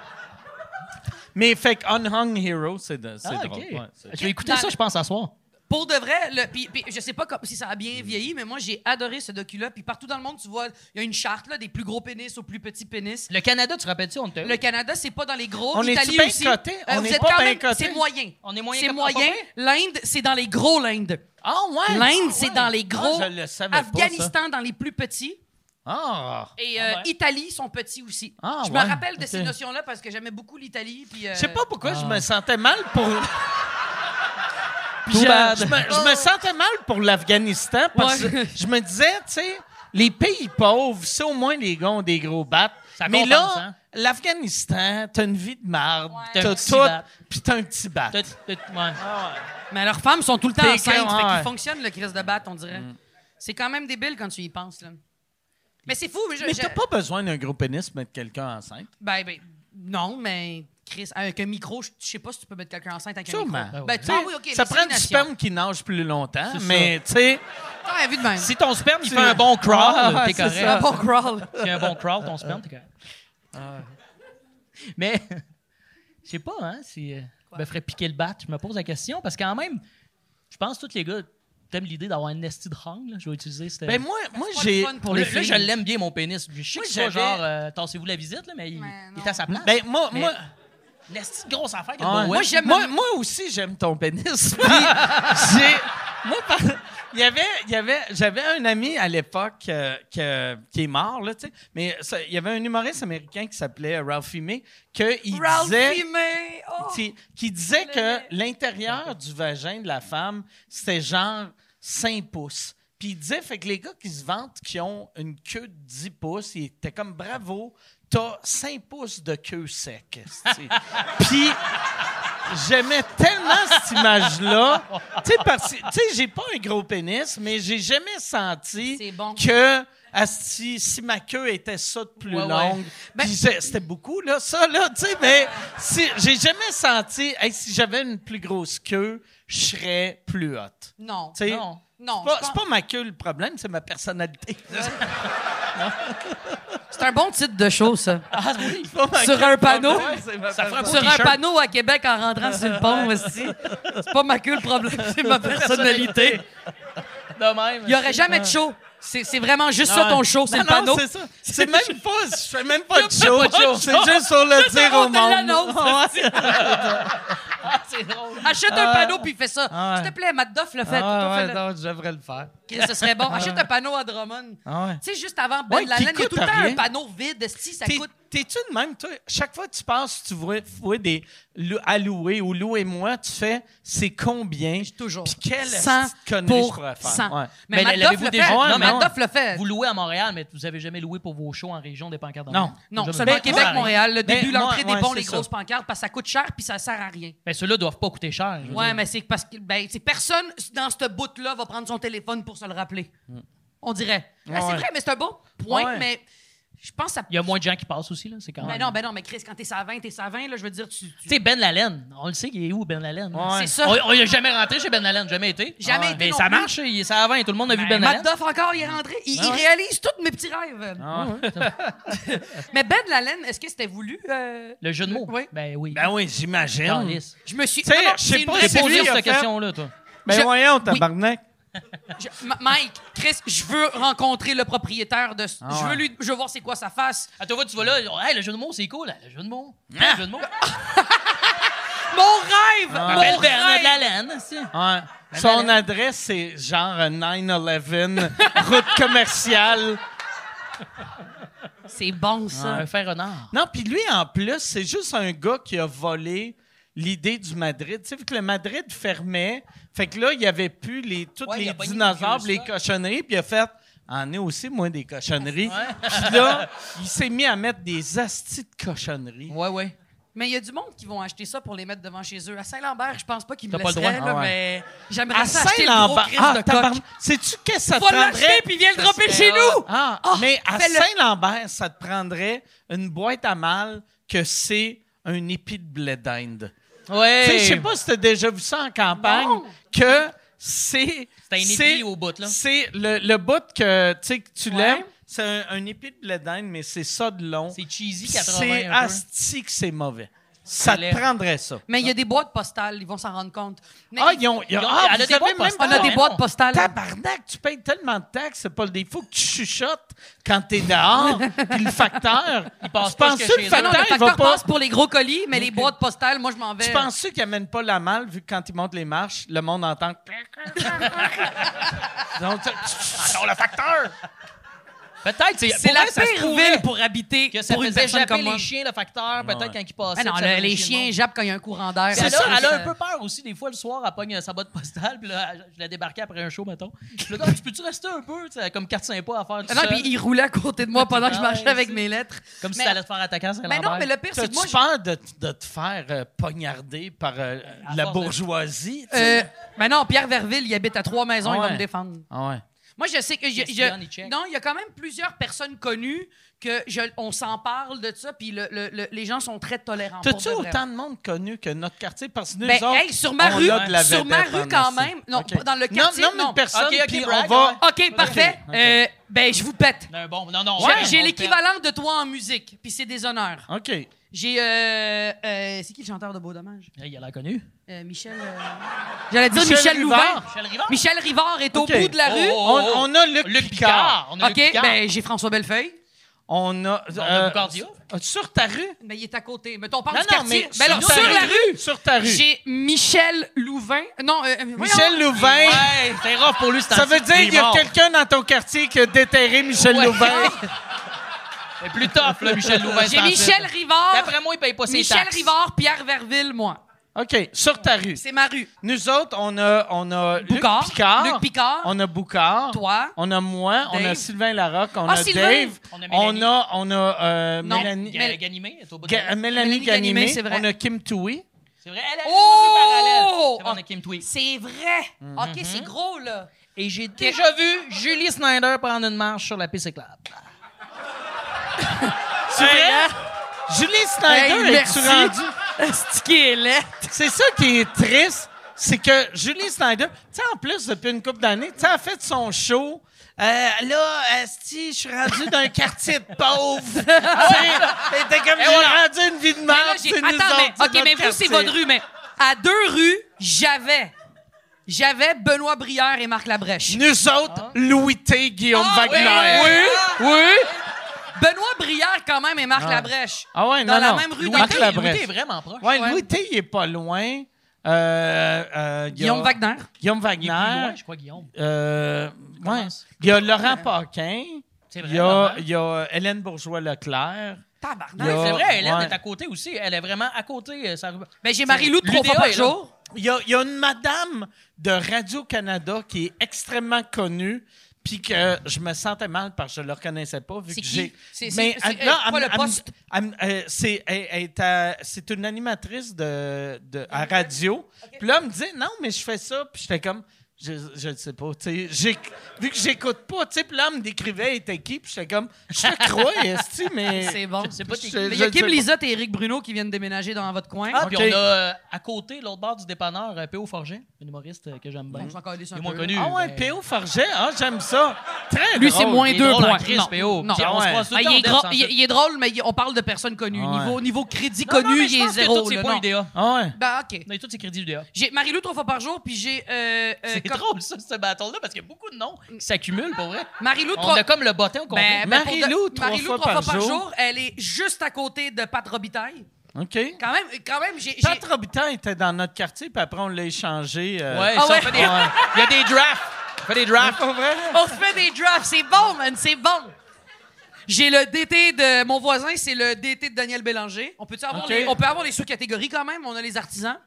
S1: Mais fait que Unhung Hero, c'est de- c'est
S4: Ah, ok.
S1: drôle. ouais, c'est-
S4: Je vais écouter
S5: Dans-
S4: ça, je pense, à soir.
S5: Pour de vrai, le, puis, puis je sais pas comme- si ça a bien vieilli, mais moi j'ai adoré ce docu-là. Puis partout dans le monde, tu vois, il y a une charte là, des plus gros pénis aux plus petits pénis.
S4: Le Canada, tu rappelles-tu, on t'a
S5: Le Canada, c'est pas dans les gros.
S1: On est-tu
S5: L'Italie
S1: bien
S5: aussi. Euh,
S1: coté? On
S5: vous
S1: est
S5: êtes
S1: pas
S5: quand
S1: bien
S5: même-
S1: coté?
S5: C'est moyen.
S4: On est moyen
S5: C'est
S4: comme-
S5: moyen. L'Inde, c'est dans les gros l'Inde.
S1: Ah ouais.
S5: L'Inde, c'est dans les gros.
S1: Ah, je le savais pas,
S5: Afghanistan, dans les plus petits.
S1: Ah.
S5: Et euh,
S4: Ah ouais.
S5: Italie, sont petits aussi.
S1: Ah
S5: je
S1: ouais,
S5: me rappelle de ces
S1: ok.
S5: notions-là parce que j'aimais beaucoup l'Italie. puis, euh,
S1: Je sais pas pourquoi je me sentais mal pour.
S4: Ah. Too
S1: je,
S4: bad. Oh.
S1: je me, je me sentais mal pour l'Afghanistan parce
S5: Ouais.
S1: que je me disais, tu sais, les pays pauvres, c'est au moins les gars ont des gros battes.
S4: Ça
S1: Mais
S4: compense,
S1: là,
S4: hein?
S1: l'Afghanistan, t'as une vie de marde,
S5: Ouais.
S4: T'as
S1: t'as
S4: un petit bat.
S1: tout, puis t'as un petit bat.
S4: T'as- t'as- ouais.
S5: Mais leurs femmes sont tout le temps
S1: T'es
S5: enceintes.
S1: que-
S5: fait
S1: ouais. Mm.
S5: qu'ils fonctionnent, le crise de batte, on dirait. C'est quand même débile quand tu y penses. Là. Mais c'est fou. Mais, je,
S1: Mais
S5: je-
S1: t'as pas besoin d'un gros pénis pour mettre quelqu'un enceinte.
S5: ben, ben, non, mais Chris, avec un micro, je je sais pas si tu peux mettre quelqu'un enceinte avec un
S1: Sûrement.
S4: Ben
S5: micro. Ben,
S4: oui.
S5: tu- ah oui, ok,
S1: ça prend du
S5: l'insémination.
S1: sperme qui nage plus longtemps,
S4: C'est
S1: mais tu sais,
S5: Ah, vu de même.
S4: Si ton sperme, il
S1: Tu-
S4: fait un bon crawl,
S1: Ah,
S4: t'es
S1: c'est
S4: correct.
S5: Un bon crawl.
S4: Si un bon crawl, ton sperme, t'es correct. Ah. Mais, je sais pas, hein, si euh, je me ferais piquer le bat. Je me pose la question parce que quand même, je pense que tous les gars t'aimes l'idée d'avoir un esti de hang. là. Je vais utiliser cette...
S1: ben moi, moi
S5: pas le
S1: j'ai.
S5: fun
S4: pour
S5: pour les
S4: les là, je l'aime bien, mon pénis. Je sais
S1: Moi,
S4: que c'est pas
S1: j'avais-
S4: genre, euh, tassez-vous la visite, là, mais il,
S5: Mais
S4: il est
S5: non.
S4: à sa place.
S1: Ben moi,
S4: Mais-
S1: moi,
S4: Une esti de grosse affaire. que le
S1: Ah ouais.
S4: bon
S1: Moi,
S4: web.
S5: j'aime-
S1: moi, moi aussi, j'aime ton pénis. Puis, j'ai- moi, par- il y avait, il y avait, j'avais un ami à l'époque euh, que- qui est mort, là, tu sais. Mais ça- il y avait un humoriste américain qui s'appelait Ralphie May, que il
S5: Ralph
S1: disait,
S5: Fimé, oh.
S1: qui- qui disait que
S5: l'aimais.
S1: l'intérieur du vagin de la femme, c'était genre 5 pouces. Puis il disait, fait que les gars qui se vantent, qui ont une queue de 10 pouces, ils étaient comme bravo, t'as 5 pouces de queue sec. esti. Puis j'aimais tellement cette image-là. Tu sais, parce que- tu sais, j'ai pas un gros pénis, mais j'ai jamais senti
S5: C'est bon.
S1: que. asti, si ma queue était ça de plus
S4: Ouais, ouais.
S1: longue,
S5: Ben-
S1: puis j'ai- c'était beaucoup, là, ça, là, tu sais, mais si, j'ai jamais senti, hey, si j'avais une plus grosse queue, je serais plus haute.
S5: Non.
S1: Tu sais,
S4: Non.
S5: Non.
S1: c'est pas,
S5: je pense-
S1: c'est pas ma queue le problème, c'est ma personnalité.
S5: C'est un bon titre de show, ça.
S1: C'est pas ma
S5: Sur
S1: queue
S5: un
S1: le problème,
S5: panneau?
S1: c'est ma
S4: Ça
S1: personnalité.
S4: ferait Beau
S5: Sur un
S4: t-shirt.
S5: panneau à Québec en rentrant sur le pont aussi. C'est pas ma queue le problème, c'est ma personnalité.
S4: De même.
S5: Il y aurait jamais de show. C'est c'est vraiment juste ça ton show, c'est
S1: Ah Non,
S5: le panneau.
S1: non, c'est ça. C'est même pas, je fais même pas de
S4: fais
S1: show.
S4: pas de show.
S1: C'est juste sur le
S5: Juste
S1: dire
S5: on
S1: au
S5: te
S1: monde.
S5: l'annonce.
S1: Ouais.
S4: Ah, c'est drôle.
S5: Achète un panneau puis fais ça.
S1: Ah ouais.
S5: S'il te plaît, Matt Doff le fait.
S1: Ah
S5: Toto fait
S1: ouais,
S5: le-
S1: non, je devrais le faire.
S5: Chris, Ce serait bon. Achète un panneau à Drummond.
S1: Ah ouais.
S5: Tu sais, juste avant Ben
S1: Ouais,
S5: de la
S1: qui
S5: Laine, il y a tout le
S1: coûte
S5: temps
S1: rien.
S5: un panneau vide. Si, ça
S1: T'es-
S5: coûte.
S1: T'es-tu de même, toi? Chaque fois que tu passes, tu vois, vois des lou- à louer ou louer moi, tu fais c'est combien?
S5: Toujours.
S1: Puis quelle
S5: 100
S1: petite connerie je
S5: pour
S1: pourrais faire?
S5: 100.
S1: Ouais.
S5: Mais,
S4: Mais
S5: Matt
S4: l'avez-vous
S5: Doff le
S4: déjà-
S5: fait.
S1: Ouais, mais
S5: Matt
S1: non.
S5: Doff le fait.
S4: Vous louez à Montréal, mais vous avez jamais loué pour vos shows en région des pancartes. en
S1: Non.
S4: main.
S5: Non,
S4: Jamais.
S5: seulement
S1: Ben,
S5: Québec,
S1: ouais.
S5: Montréal. Le
S1: Ben,
S5: début,
S1: moi,
S5: l'entrée des
S1: ouais,
S5: bons,
S1: c'est
S5: les grosses
S1: ça.
S5: pancartes, parce que ça coûte cher puis ça sert à rien.
S4: Mais Ben, ceux-là doivent pas coûter cher. je veux
S5: Ouais,
S4: dire.
S5: mais c'est parce que ben, c'est personne dans ce bout-là va prendre son téléphone pour se le rappeler. On dirait. Ah, c'est
S1: Ouais.
S5: vrai, mais c'est un bon point,
S1: Ouais.
S5: mais je pense que ça.
S4: Il y a moins de gens qui passent aussi, là. C'est quand
S5: Ben
S4: même.
S5: non, ben non, mais Chris, quand t'es à 20, t'es à 20, là, je veux dire, tu. tu-
S4: Tu sais, Ben Lalaine, on le sait, il est où Ben Lalaine?
S1: Ouais.
S5: C'est ça.
S4: On n'est jamais rentré chez Ben Lalaine, jamais été.
S5: Jamais
S4: Ouais.
S5: été
S4: Mais
S5: non
S4: ça
S5: plus.
S4: marche, il est ça avant, tout le monde a vu
S5: Ben,
S4: Ben Lalaine.
S5: Matt Duff encore, il est rentré. Il, il réalise tous mes petits rêves. mais Ben Lalaine, est-ce que c'était voulu? euh,
S4: Le jeu de mots.
S5: Oui.
S4: Ben oui.
S1: Ben oui, j'imagine.
S4: Calisse.
S5: Je me suis. Ah
S1: Tu sais,
S5: Non, non,
S1: je sais
S5: c'est une
S1: pas
S5: vraie
S1: si-
S4: T'es
S5: question.
S4: posé
S1: lui, il a
S4: cette
S1: fait-
S4: question-là, toi.
S1: Mais
S5: Je-
S1: voyons, tabarnak.
S5: Je- M- Mike, Chris, je veux rencontrer le propriétaire de. ce- je veux
S1: ouais.
S5: lui, je veux voir c'est quoi sa face.
S4: À Ah, toi, tu vas là, hey, le jeu de mots, c'est cool, hein, le jeu de mots.
S5: Ah.
S4: Le jeu de mots.
S5: Mon rêve, mon
S4: Ben Bernard
S5: rêve.
S4: Lalaine, c'est.
S1: Ouais. Son adresse, c'est genre 9-11, route commerciale.
S5: C'est bon ça.
S4: Un fer renard.
S1: Non, puis lui, en plus, c'est juste un gars qui a volé l'idée du Madrid. Tu sais, vu que le Madrid fermait, fait que là, il n'y avait plus les, tous
S4: Ouais, il
S1: les
S4: a pogné
S1: dinosaures,
S4: le vieux
S1: les
S4: stock.
S1: cochonneries, puis il a fait « En est aussi, moins des cochonneries. Puis là, il s'est mis à mettre des astis de cochonneries.
S4: Ouais, ouais.
S5: Mais il y a du monde qui vont acheter ça pour les mettre devant chez eux. À Saint-Lambert, je pense pas qu'ils me
S4: T'as pas le
S5: laisseraient,
S4: droit.
S5: là,
S1: Ah ouais.
S5: mais j'aimerais
S1: À
S5: ça acheter le gros
S1: Saint-Lambert.
S5: Christ
S1: Ah,
S5: de
S1: tabarnak.
S5: coq.
S1: Sais-tu qu'est-ce que ça te
S5: Va l'acheter
S1: prendrait?
S5: puis viens le dropper
S4: serait
S5: chez nous!
S1: Ah,
S5: Ah,
S1: mais à
S5: fais-le.
S1: Saint-Lambert, ça te prendrait une boîte à mal que c'est un épi de blé d'Inde.
S4: Ouais.
S1: Tu sais, je sais pas si t'as déjà vu ça en campagne,
S5: Non.
S1: que c'est...
S4: C'est un épi
S1: c'est-
S4: au bout, là.
S1: C'est le, le bout que, tu sais, que tu
S5: Ouais.
S1: lèves, c'est un, un épi de blé d'Inde, mais c'est ça de long.
S4: C'est cheesy
S1: Puis
S4: 80
S1: C'est
S4: un peu.
S1: asti que c'est mauvais. Ça te
S4: lève.
S1: prendrait ça.
S5: Mais il y a des boîtes postales, ils vont s'en rendre compte. Mais
S1: Ah, ils ont... ils ont-
S4: Ils ont-
S1: ah,
S4: elle a
S1: vous
S4: des
S1: avez
S4: bons
S1: même
S5: on
S4: postales.
S5: a des
S4: mais
S5: boîtes
S4: non.
S5: postales.
S1: Tabarnak, tu payes tellement de taxes, c'est pas le défaut que tu chuchotes quand t'es dehors. Puis le facteur, il
S4: passe
S1: tu
S4: pas
S1: penses-tu
S4: jusque
S1: le
S4: chez
S5: Non, non, le
S1: facteur, il va
S5: facteur
S1: pas-
S5: passe pour les gros colis, mais les boîtes postales, moi, je m'en vais.
S1: Tu penses-tu qu'il amène pas la malle vu que quand il monte les marches, le monde entend. Donc, tu-
S4: Peut-être, c'est
S5: C'est
S4: pour
S5: la
S4: vrai, ça se
S5: pire
S4: pourrait
S5: ville pour habiter
S4: Que ça
S5: pour une
S4: faisait
S5: personne
S4: japper
S5: comme moi.
S4: les chiens, le facteur, peut-être quand ils passaient.
S5: Ben non,
S4: ça
S5: le-
S4: faisait
S5: les
S4: chier le monde.
S5: chiens jappent quand il y a un courant d'air. Ah
S4: Puis
S5: Ça,
S4: elle, a,
S5: ça,
S4: elle a
S5: ça-
S4: un peu peur aussi. Des fois, le soir, elle pogne sa botte postale. Puis là, je l'ai débarqué après un show, mettons. Je lui dis, Ah, tu peux-tu rester un peu? Tu sais, comme 4-5 pas à faire tout
S5: Ah Non,
S4: seul.
S5: puis il roulait à côté de moi pendant que je
S4: Ah,
S5: marchais
S4: ouais,
S5: avec
S4: c'est-
S5: mes lettres.
S4: Comme si
S5: Mais-
S4: ça allait te faire attaquer à
S5: Mais
S4: Saint-Lambert.
S5: non, mais le pire, c'est que
S1: T'as-tu
S5: moi, je-
S1: peur de, de te faire euh, poignarder par euh,
S4: À
S1: la
S4: force de-
S1: bourgeoisie? tu sais?
S5: Euh, ben non, Pierre Verville, il habite à trois maisons, il va
S1: Ouais.
S5: me défendre.
S1: Ah ouais.
S5: Moi, je sais que. je-
S4: Questionne, il
S5: je-
S4: check.
S5: non, il y a quand même plusieurs personnes connues que je, on s'en parle de ça, puis le- le- le- les gens sont très tolérants. pour
S1: T'as-tu
S5: de vrai.
S1: autant de monde connu que notre quartier? Parce que nous
S5: Ben,
S1: autres,
S5: hey, sur ma
S1: on
S5: rue,
S1: a de la
S5: sur ma
S1: vedette
S5: rue
S1: en
S5: quand
S1: esti.
S5: même. Non,
S1: Ok.
S5: pas dans le quartier,
S1: Non, non,
S5: non.
S1: une personne,
S4: Ok, ok,
S1: puis on
S4: brag,
S1: va...
S4: ouais.
S5: OK, parfait.
S1: ok.
S5: Euh, ben, je vous pète.
S4: Un bon, non, non.
S5: J'ai-
S4: ouais,
S5: J'ai
S4: on
S5: l'équivalent de toi en musique, puis c'est des honneurs.
S1: OK.
S5: J'ai. euh, euh, c'est qui le chanteur de Beau Dommage?
S4: le fait. Hey, Il a l'air connu.
S5: Euh, Michel. euh, J'allais dire Michel,
S1: Michel
S5: Louvain.
S1: Rivard.
S4: Ah, Michel Rivard.
S5: Michel Rivard est
S1: Ok.
S5: au bout de la
S4: Oh,
S5: rue.
S4: oh,
S1: on,
S4: oh.
S1: on a Luc, Picard.
S4: Luc Picard. On a
S5: OK,
S4: Luc Picard.
S5: ben j'ai François Bellefeuille.
S1: On a...
S4: On a
S1: euh,
S4: Boucardia.
S1: Sur ta rue?
S5: Mais il est à côté. Mettons, on parle
S1: Non,
S5: du
S1: non,
S5: quartier.
S1: mais...
S5: Ben alors, sur la rue,
S1: Sur ta rue.
S5: j'ai Michel Louvain. Non, euh, voyons.
S1: Michel Louvain.
S4: Ouais, c'est rough pour lui. c'est
S1: Ça
S4: un
S1: veut
S4: petit
S1: dire qu'il y a
S4: mort.
S1: quelqu'un dans ton quartier qui a déterré Michel
S4: Ouais.
S5: Ah,
S1: Louvain.
S4: C'est plus tough, là, Michel Louvain.
S5: J'ai Michel Rivard.
S4: D'après moi, il paye pas ses
S5: Michel
S4: taxes.
S5: Rivard, Pierre Verville, moi.
S1: OK, sur ta rue.
S5: C'est ma rue.
S1: Nous autres, on a, on a
S5: Boucard.
S1: Luc Picard.
S5: Luc Picard.
S1: On a Boucard.
S5: Toi.
S1: On a moi. On a
S5: Dave.
S1: Sylvain Larocque. On
S5: Ah,
S1: a
S5: Sylvain.
S1: Dave.
S4: On a
S1: On
S4: Mélanie.
S1: a, on a, euh,
S5: Non,
S1: Mélanie.
S4: Ga- Ganimé est au bout de
S1: Ga- euh,
S4: la-
S1: Mélanie
S5: Mélanie Ganimé,
S1: Ganimé.
S5: c'est vrai.
S1: On a Kim Tui.
S4: C'est vrai. Elle a
S5: Oh!
S4: une parallèle. C'est bon, on a Kim Tweet.
S5: C'est vrai!
S1: Mhm.
S5: OK, c'est gros, là.
S4: Et j'ai déjà vu Julie Snyder prendre une marche sur la piste éclate.
S1: C'est
S4: hein?
S1: vrai? Julie Snyder,
S5: merci.
S1: est-tu rendue?
S5: C'est qui est laid.
S1: C'est ça qui est triste, c'est que Julie Snyder, tu sais, en plus, depuis une couple d'années, tu sais, elle a fait son show. Euh, là, esti, je suis rendu d'un quartier de pauvres. Tu sais, T'es comme, j'ai
S5: Ah voilà.
S1: rendu une vie de merde,
S5: Mais là, j'ai-
S1: c'est nous
S5: Attends, mais,
S1: autres, c'est
S5: OK, mais
S1: notre
S5: vous,
S1: quartier.
S5: c'est votre rue, mais à deux rues, j'avais. J'avais Benoît Brière et Marc Labrèche.
S1: Nous autres, Louis T. Guillaume
S5: Ah,
S1: Wagner.
S5: oui, oui,
S1: oui, oui.
S5: Benoît Brière, quand même, et Marc Labrèche.
S1: Ah ouais,
S5: Dans
S1: non,
S5: la
S1: non.
S5: même rue,
S1: Louis
S5: dans
S1: Marc
S5: la
S4: Louis
S1: Labrèche.
S4: T est vraiment proche.
S1: Ouais,
S5: Ouais.
S1: Louis T, il est pas loin. Euh, euh, il y a-
S5: Guillaume Wagner.
S1: Guillaume
S4: Il est plus
S1: Wagner.
S4: loin, je crois, Guillaume.
S1: Euh, ouais.
S4: commence.
S1: Il y a Laurent Paquin.
S4: C'est vrai.
S1: Il y, a,
S4: Laurent.
S1: il y a euh, Hélène Bourgeois-Leclerc.
S5: Tabarnak.
S1: Il y a-
S4: C'est vrai, Hélène
S1: ouais.
S4: est à côté aussi. Elle est vraiment à côté. euh, ça arrive-
S5: Ben, j'ai Marie-Lou
S4: C'est-
S5: trois fois
S4: l'UDA
S5: par
S4: est là.
S5: jour.
S1: Il y a, il y a une madame de Radio-Canada qui est extrêmement connue, puis que je me sentais mal parce que je ne la reconnaissais pas. vu
S5: C'est
S1: que
S5: qui?
S1: j'ai-
S5: C'est- c'est-
S1: Mais
S5: c'est-
S1: elle- là,
S5: c'est quoi
S1: elle-
S5: le
S1: elle-
S5: poste?
S1: elle- euh, C'est elle- elle est à- c'est une animatrice de, de- à radio. Puis là, elle me dit Non, mais je fais ça. Puis j'étais comme Je je ne sais pas. tu sais, j'ai- Vu que j'écoute pas, tu sais, puis là, elle me décrivait elle était qui. Puis j'étais comme Je te crois, esti, mais.
S5: C'est bon.
S4: C'est pas tes-
S1: je-
S4: Mais
S5: Mais il y a
S1: je-
S5: Kim
S1: je-
S5: Lizotte et Éric Bruno qui viennent déménager dans votre coin.
S1: Ah,
S4: Puis
S1: ok.
S4: on a euh, à côté, l'autre bord du dépanneur, euh, P.O. Forget, un humoriste euh, que j'aime bien.
S5: Bon, je vais coller ça
S4: Il
S5: un
S4: est moins
S5: peu.
S4: connu.
S1: Ah ouais,
S4: mais-
S1: P.O. Farget, ah, j'aime ça. Très
S5: Lui, c'est
S1: drôle.
S5: moins
S4: Il est
S5: deux
S4: drôle en
S5: points.
S4: crise,
S5: Non.
S4: P.O.
S5: Non.
S4: Puis on se croise tout
S5: Ah,
S4: le
S5: il,
S4: temps
S5: est
S4: en dette,
S5: gros-
S4: sans
S5: il est-
S4: doute.
S5: il est drôle, mais il- on parle de personnes connues.
S1: Ah ouais.
S5: Niveau, niveau crédit
S4: Non, non,
S5: connu,
S4: mais je
S5: il est
S4: pense que
S5: zéro.
S4: tous ses
S5: là,
S4: points
S5: non.
S4: UDA.
S1: Ah ouais.
S5: Ben, OK.
S4: On a tous ses crédits UDA.
S5: J'ai Marie-Lou trois fois par jour, puis j'ai... euh, euh,
S4: C'est
S5: comme-
S4: drôle, ça, ce bâton-là, parce qu'il y a beaucoup de noms qui s'accumulent, pour vrai.
S5: Marie-Lou
S4: On
S5: trois...
S4: a comme le bottin au complet.
S5: Ben, ben, pour de-
S1: Marie-Lou, trois
S5: Marie-Lou,
S1: fois par jour.
S5: Elle est juste à côté de Pat Robitaille.
S1: OK.
S5: Quand même, quand même j'ai... j'ai-
S1: Pat Robitan était dans notre quartier, puis après, on l'a échangé. euh,
S4: Ouais,
S5: Ah
S4: ça, on
S5: ouais?
S4: fait des- il y a des drafts. On fait des drafts.
S1: Pas vrai?
S5: On se fait des drafts. C'est bon, man. C'est bon. J'ai le DT de mon voisin, c'est le DT de Daniel Bélanger. On peut avoir
S1: Ok.
S5: les, on peut avoir les sous-catégories quand même. On a les artisans.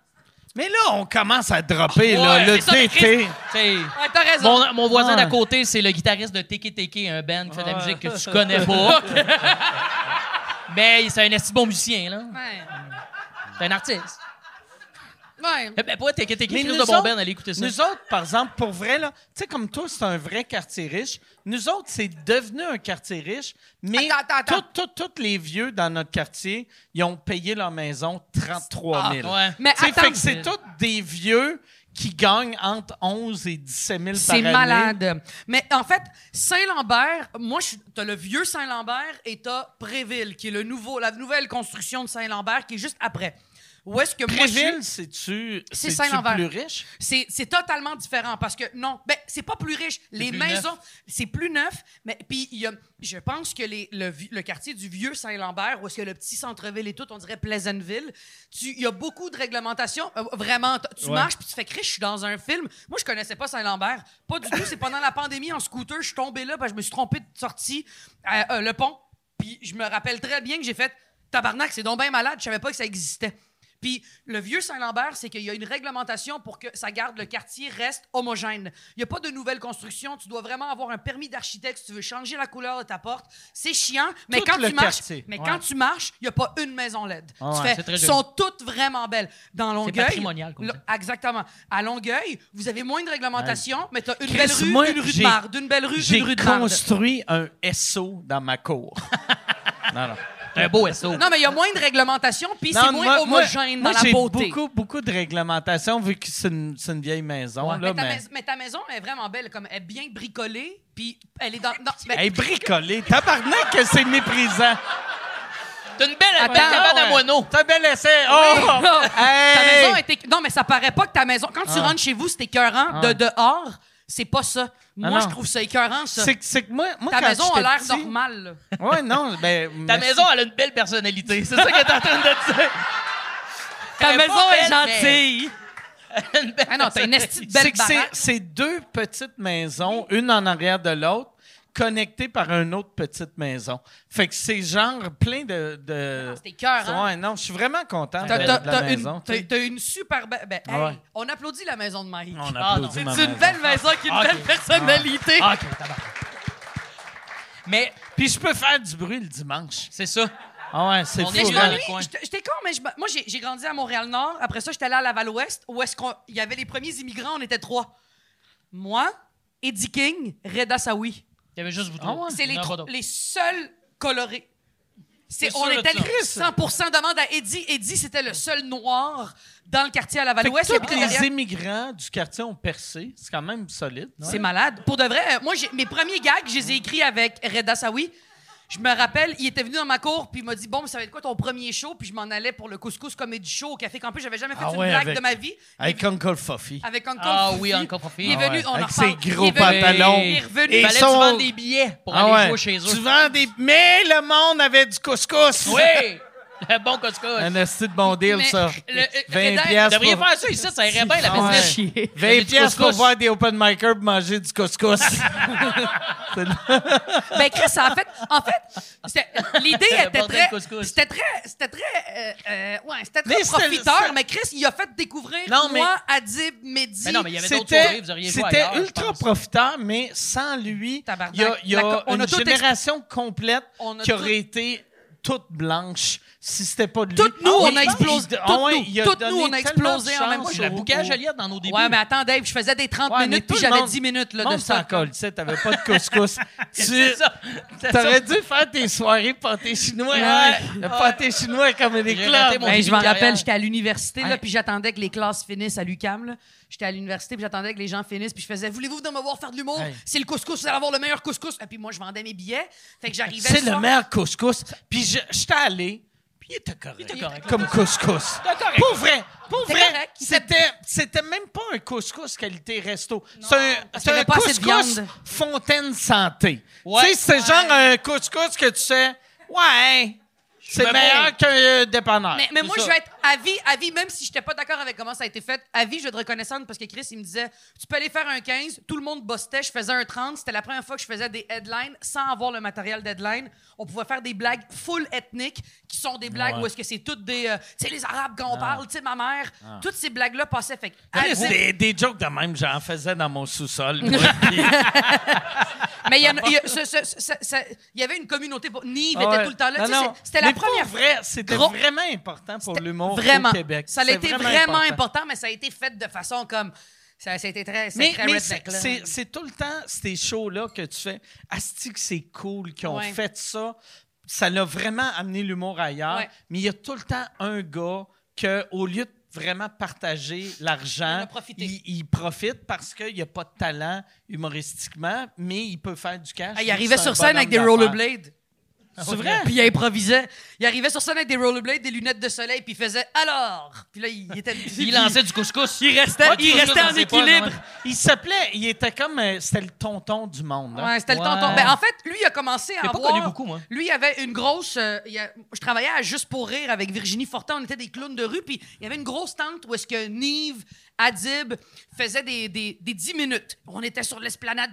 S1: Mais là, on commence à dropper,
S4: Ouais,
S1: là, le
S4: c'est ça, mais
S1: TT.
S4: T'sais,
S5: Ouais, t'as raison.
S4: Mon, mon voisin
S1: Ouais.
S4: d'à côté, c'est le guitariste de Teke Teke, un band qui fait de la
S1: Ouais.
S4: musique que tu connais pas. Mais c'est un esti bon musicien, là.
S5: Ouais.
S4: C'est un artiste.
S5: Ouais.
S4: Eh Ben, pour Teke Teke,
S1: Mais
S4: Chris
S1: nous
S4: de bon
S1: autres-
S4: band, allez écouter ça.
S1: Nous autres, par exemple, pour vrai, là, tu sais, comme toi, c'est un vrai quartier riche. Nous autres, c'est devenu un quartier riche, mais
S5: Attends, attends, attends.
S1: tout- tout- tous les vieux dans notre quartier, ils ont payé leur maison 33 000.
S4: Ah, ouais.
S5: Mais
S1: Tu sais,
S5: attends.
S1: fait que c'est tous des vieux qui gagnent entre 11 et 17 000 par
S5: C'est
S1: année.
S5: malade. Mais en fait, Saint-Lambert, moi, je suis- t'as le vieux Saint-Lambert et t'as Préville, qui est le nouveau, la nouvelle construction de Saint-Lambert, qui est juste après. Où est-ce que moi, je suis-
S1: Préville, c'est-tu
S5: C'est
S1: c'est-tu
S5: Saint-Lambert.
S1: plus riche?
S5: C'est c'est totalement différent parce que non, ben c'est pas plus riche. Les
S4: plus
S5: maisons, c'est plus neuf. Mais puis il y a- je pense que les- le, vi- le quartier du vieux Saint-Lambert, où est-ce que le petit centre-ville et tout, on dirait Pleasantville, tu- il y a beaucoup de réglementations. Euh, vraiment, t- tu marches puis tu fais criche. Je suis dans un film. Moi, je connaissais pas Saint-Lambert, pas du tout. C'est pendant la pandémie en scooter, je suis tombé là, parce que je me suis trompé de sortie à euh, le pont. Puis je me rappelle très bien que j'ai fait tabarnak, c'est donc bien malade. Je savais pas que ça existait. Puis le vieux Saint-Lambert, c'est qu'il y a une réglementation pour que ça garde le quartier reste homogène. Il n'y a pas de nouvelles constructions. Tu dois vraiment avoir un permis d'architecte si tu veux changer la couleur de ta porte. C'est chiant, mais
S1: Tout
S5: quand
S1: le
S5: tu marches,
S1: quartier.
S5: mais
S1: Ouais.
S5: quand tu marches, il n'y a pas une maison LED.
S1: Ah
S5: tu
S1: ouais,
S5: fais-
S4: c'est très joli.
S5: sont toutes vraiment belles. Dans Longueuil,
S4: patrimonial, comme
S5: le-
S4: ça.
S5: exactement. À Longueuil, vous avez moins de réglementation, mais tu as une
S1: Chris,
S5: belle rue,
S1: moi,
S5: une rue de
S1: j'ai-
S5: marde, une belle rue,
S1: J'ai
S5: une rue de marde.
S1: construit un SO dans ma cour. non, non.
S4: C'est un beau SO.
S5: Non, mais il y a moins de réglementation, puis c'est
S1: Non,
S5: moins
S1: moi- moi-
S5: homogène
S1: moi,
S5: dans la
S1: j'ai
S5: beauté.
S1: beaucoup, beaucoup de réglementations vu que c'est une, c'est une vieille maison.
S5: mais,
S1: là,
S5: ta
S1: mais-
S5: mais- mais ta maison elle est vraiment belle, comme elle est bien bricolée, puis elle est dans. non, mais-
S1: Hey, bricolé. Tabarnak que c'est méprisant.
S4: T'as une belle une belle
S5: Attends,
S4: cabane à
S1: ouais.
S4: moineaux.
S1: T'as bel essai. Oh!
S5: Non, ta
S1: Hey! Ah.
S5: maison était. Non, mais ça paraît pas que ta maison. Quand tu rentres chez vous, c'est écœurant. De dehors, c'est pas ça. Moi,
S1: non.
S5: je trouve ça écœurant, ça.
S1: C'est que- c'est que moi, moi
S5: Ta
S1: quand
S5: maison a
S1: j'étais
S5: l'air
S1: petit-
S5: normale. là.
S1: Ouais, non, ben,
S4: Ta
S1: merci.
S4: maison, elle a une belle personnalité. C'est ça que t'es en train de dire.
S5: Ta
S4: Elle est
S5: maison
S4: pas
S5: est
S4: belle,
S5: gentille.
S4: mais- Une belle
S5: Ah non, t'as une esti de
S1: C'est
S5: belle
S1: que c'est-
S5: baraque.
S1: c'est deux petites maisons, une en arrière de l'autre, connectées par une autre petite maison. Fait que c'est genre plein de. de...
S5: Ah, C'est écœurant.
S1: Ouais, non, je suis vraiment content hein, de,
S5: T'as- T'as
S1: de la
S5: t'as une,
S1: maison. Ah
S5: t'as- t'as une super belle. Ben, hey,
S1: Ouais.
S5: on applaudit la maison de Mike.
S1: On
S4: Ah, non,
S1: applaudit
S4: c'est
S1: ma
S5: C'est une
S1: maison. Ah,
S5: belle maison qui a une
S4: Ok.
S5: belle personnalité.
S4: Ah, OK, Ah, tabarnak. Mais
S1: Puis je peux faire du bruit le dimanche.
S4: c'est ça.
S1: Ah ouais, c'est
S4: On
S1: fou.
S4: est
S5: Mais je
S4: dans
S1: hein.
S4: le
S5: m'ennuie.
S4: coin.
S5: J'étais- J'étais con, mais je m- moi, j'ai j'ai grandi à Montréal-Nord. Après ça, j'étais allé à Laval-Ouest, où est-ce qu'on- il y avait les premiers immigrants, on était trois. Moi, Eddie King, Reda Sawi.
S4: Il y avait juste vous deux.
S5: C'est
S4: Il
S5: les,
S4: y en aura
S5: tro-
S4: d'autres.
S5: les seuls colorés. C'est,
S4: T'es
S5: on
S4: sûr de
S5: était
S4: ça?
S5: le 100% demande à Eddie. Eddie, c'était le seul noir dans le quartier à Laval-Ouest.
S1: Fait
S5: Il
S1: que tous
S5: habitait derrière.
S1: les immigrants du quartier ont percé. C'est quand même solide. non?
S5: C'est malade. Pour de vrai, euh, moi, j'ai- mes premiers gags, je les ai écrits avec Reda Sawi. Je me rappelle, il était venu dans ma cour, puis il m'a dit Bon, mais ça va être quoi ton premier show Puis je m'en allais pour le couscous comédie show au Café Campus. J'avais jamais fait
S1: Ah
S5: une
S1: ouais,
S5: blague
S1: avec-
S5: de ma vie.
S1: Avec Uncle Fofi.
S5: Avec Uncle
S4: Ah
S5: Fufi.
S4: oui, Uncle Fufi.
S5: Il est
S4: Ah
S5: venu,
S4: ouais.
S5: on en
S1: Avec
S5: reparle.
S1: ses gros
S5: Il est venu-
S1: pantalons.
S5: Il est revenu. Ah
S1: Et
S4: ben Il fallait que tu
S1: sont-
S4: vendes des billets pour aller jouer chez eux.
S1: Tu vends des... Mais le monde avait du couscous.
S4: Oui! Le bon Costco.
S1: Un esti de bon deal,
S5: Mais
S1: ça.
S5: le- euh,
S1: 20
S5: Redan,
S4: Vous
S1: piastres
S4: devriez
S1: pour...
S4: faire ça ici, ça irait bien la
S1: Ah ouais.
S4: business.
S5: chier.
S1: 20 piastres pour
S4: couscous.
S1: voir des open micers pour manger du couscous.
S5: Ben Chris, en fait, en fait, c'était- l'idée
S4: Le
S5: était
S4: bordel
S5: très,
S4: couscous.
S5: c'était très, c'était très, euh, euh, ouais, c'était
S1: Mais
S5: très
S1: c'était-
S5: profiteur.
S1: c'est-
S5: Mais Chris, il a fait découvrir
S1: Non, mais-
S5: moi, Adib, Mehdi.
S4: Mais non, mais il y avait d'autres soirées,
S1: C'était
S4: vous auriez joué
S1: c'était
S4: ailleurs, je
S1: ultra
S4: pense.
S1: profiteur, mais sans lui,
S5: Tabarnak.
S1: il y a, il y a
S5: La co- on
S1: une
S5: a tout
S1: génération complète
S5: On a
S1: qui
S5: tout-
S1: aurait été toute blanche si c'était pas de lui.
S5: Toutes nous,
S1: Ah oui,
S5: on a explosé.
S1: il-
S5: Toutes
S1: ah ouais,
S5: nous,
S1: il a
S5: toutes
S1: donné
S5: nous, on a
S1: tellement
S5: explosé
S1: de
S5: en même
S1: chance
S5: temps.
S4: J'ai la
S1: au-
S4: bouquet à
S1: au-
S4: Joliette dans nos débuts.
S5: Ouais, mais attends, Dave, je faisais des 30
S1: Ouais, mais
S5: minutes
S1: tout
S5: puis
S1: le
S5: j'avais
S1: monde-
S5: 10 minutes là,
S1: Monde
S5: de
S1: s'en
S5: ça.
S1: colle, tu sais, t'avais pas de couscous. tu
S4: C'est ça. C'est ça.
S1: aurais dû faire tes soirées pâté chinois.
S4: Ouais.
S1: Le pâté chinois comme des
S4: J'ai
S1: clubs.
S4: raté mon-
S5: Ben, je m'en
S4: carrière.
S5: rappelle, j'étais à l'université, là,
S4: Hein?
S5: puis j'attendais que les classes finissent à l'UCAM, là. J'étais à l'université, puis j'attendais que les gens finissent, puis je faisais Voulez-vous venir me voir faire de l'humour
S1: Hey.
S5: C'est le couscous, vous allez avoir le meilleur couscous. Et puis moi, je vendais mes billets. Fait que j'arrivais.
S1: C'est le
S5: soir-
S1: meilleur couscous. Puis je- j'étais allé, puis il était correct.
S4: était correct.
S1: Comme couscous.
S4: C'était correct.
S1: Pour vrai, pour
S5: C'était
S1: vrai,
S5: correct. Il
S1: c'était c'était même pas un couscous qualité resto. C'est un,
S5: parce
S1: c'est
S5: qu'il y
S1: un
S5: avait pas assez de
S1: couscous
S5: viande.
S1: fontaine santé.
S4: Ouais.
S1: Tu sais, c'est genre un couscous que tu sais, ouais, c'est
S4: me
S1: meilleur
S4: paye.
S1: qu'un euh, dépanneur.
S5: Mais, mais
S4: C'est
S5: moi,
S4: ça.
S5: je vais être à vie, à vie, même si je n'étais pas d'accord avec comment ça a été fait, à vie, je vais être reconnaissante parce que Chris, il me disait Tu peux aller faire un 15, tout le monde bossait, je faisais un 30, c'était la première fois que je faisais des headlines sans avoir le matériel d'headline. On pouvait faire des blagues full ethniques qui sont des blagues où est-ce que c'est toutes des. euh, tu sais, les Arabes quand
S1: Ah.
S5: on parle, tu sais, ma mère. Toutes ces blagues-là passaient. Fait que, à
S1: Chris,
S5: vie-
S1: Ah. des, des jokes de même, j'en faisais dans mon sous-sol. moi. Puis-
S5: Mais il y, en a- il y a- ce- ce- ce- ce- ce- il y avait une communauté. pour- Nive
S1: Ah ouais.
S5: était tout le temps là. Tu sais,
S1: Non,
S5: c'est-
S1: non.
S5: C'était la
S1: Mais pour
S5: première
S1: vrai, c'était
S5: Gros-
S1: vraiment important pour l'humour
S5: Vraiment.
S1: au Québec.
S5: Ça a
S1: C'est
S5: été vraiment, important. mais ça a été fait de façon comme. Ça, ça a été très, c'est
S1: Mais,
S5: très
S1: mais
S5: redneck,
S1: c'est,
S5: là.
S1: c'est- c'est tout le temps ces shows-là que tu fais. Asti, que c'est cool qu'ils ont
S5: Ouais.
S1: fait ça. Ça l'a vraiment amené l'humour ailleurs.
S5: Ouais.
S1: Mais il y a tout le temps un gars que, au lieu de vraiment partager l'argent,
S5: Il en a profité.
S1: il, il profite parce qu'il n'y a pas de talent humoristiquement, mais il peut faire du cash.
S5: Ah, il
S1: vu que
S5: arrivait
S1: c'est un
S5: sur scène avec des
S1: bonhomme d'affaires.
S5: rollerblades.
S1: C'est vrai?
S5: Puis il improvisait. Il arrivait sur scène avec des rollerblades, des lunettes de soleil, puis il faisait alors. Puis là, il était.
S4: Il lançait du couscous.
S5: Il restait,
S4: Ouais,
S5: il
S4: couscous
S5: restait
S4: dans
S5: en
S4: ses poches,
S5: équilibre.
S4: ouais.
S1: Il s'appelait, il était comme, euh, c'était le tonton du monde. hein.
S5: Ouais, c'était le
S4: Ouais.
S5: tonton. Ben, en fait, lui, il a commencé à
S4: J'ai pas
S5: avoir...
S4: connu beaucoup, moi.
S5: Lui, il avait une grosse... euh, il a- Je travaillais à Juste pour rire avec Virginie Fortin. On était des clowns de rue. Puis il y avait une grosse tente où est-ce que Nive, Adib faisaient des, des, des 10 minutes. On était sur l'esplanade.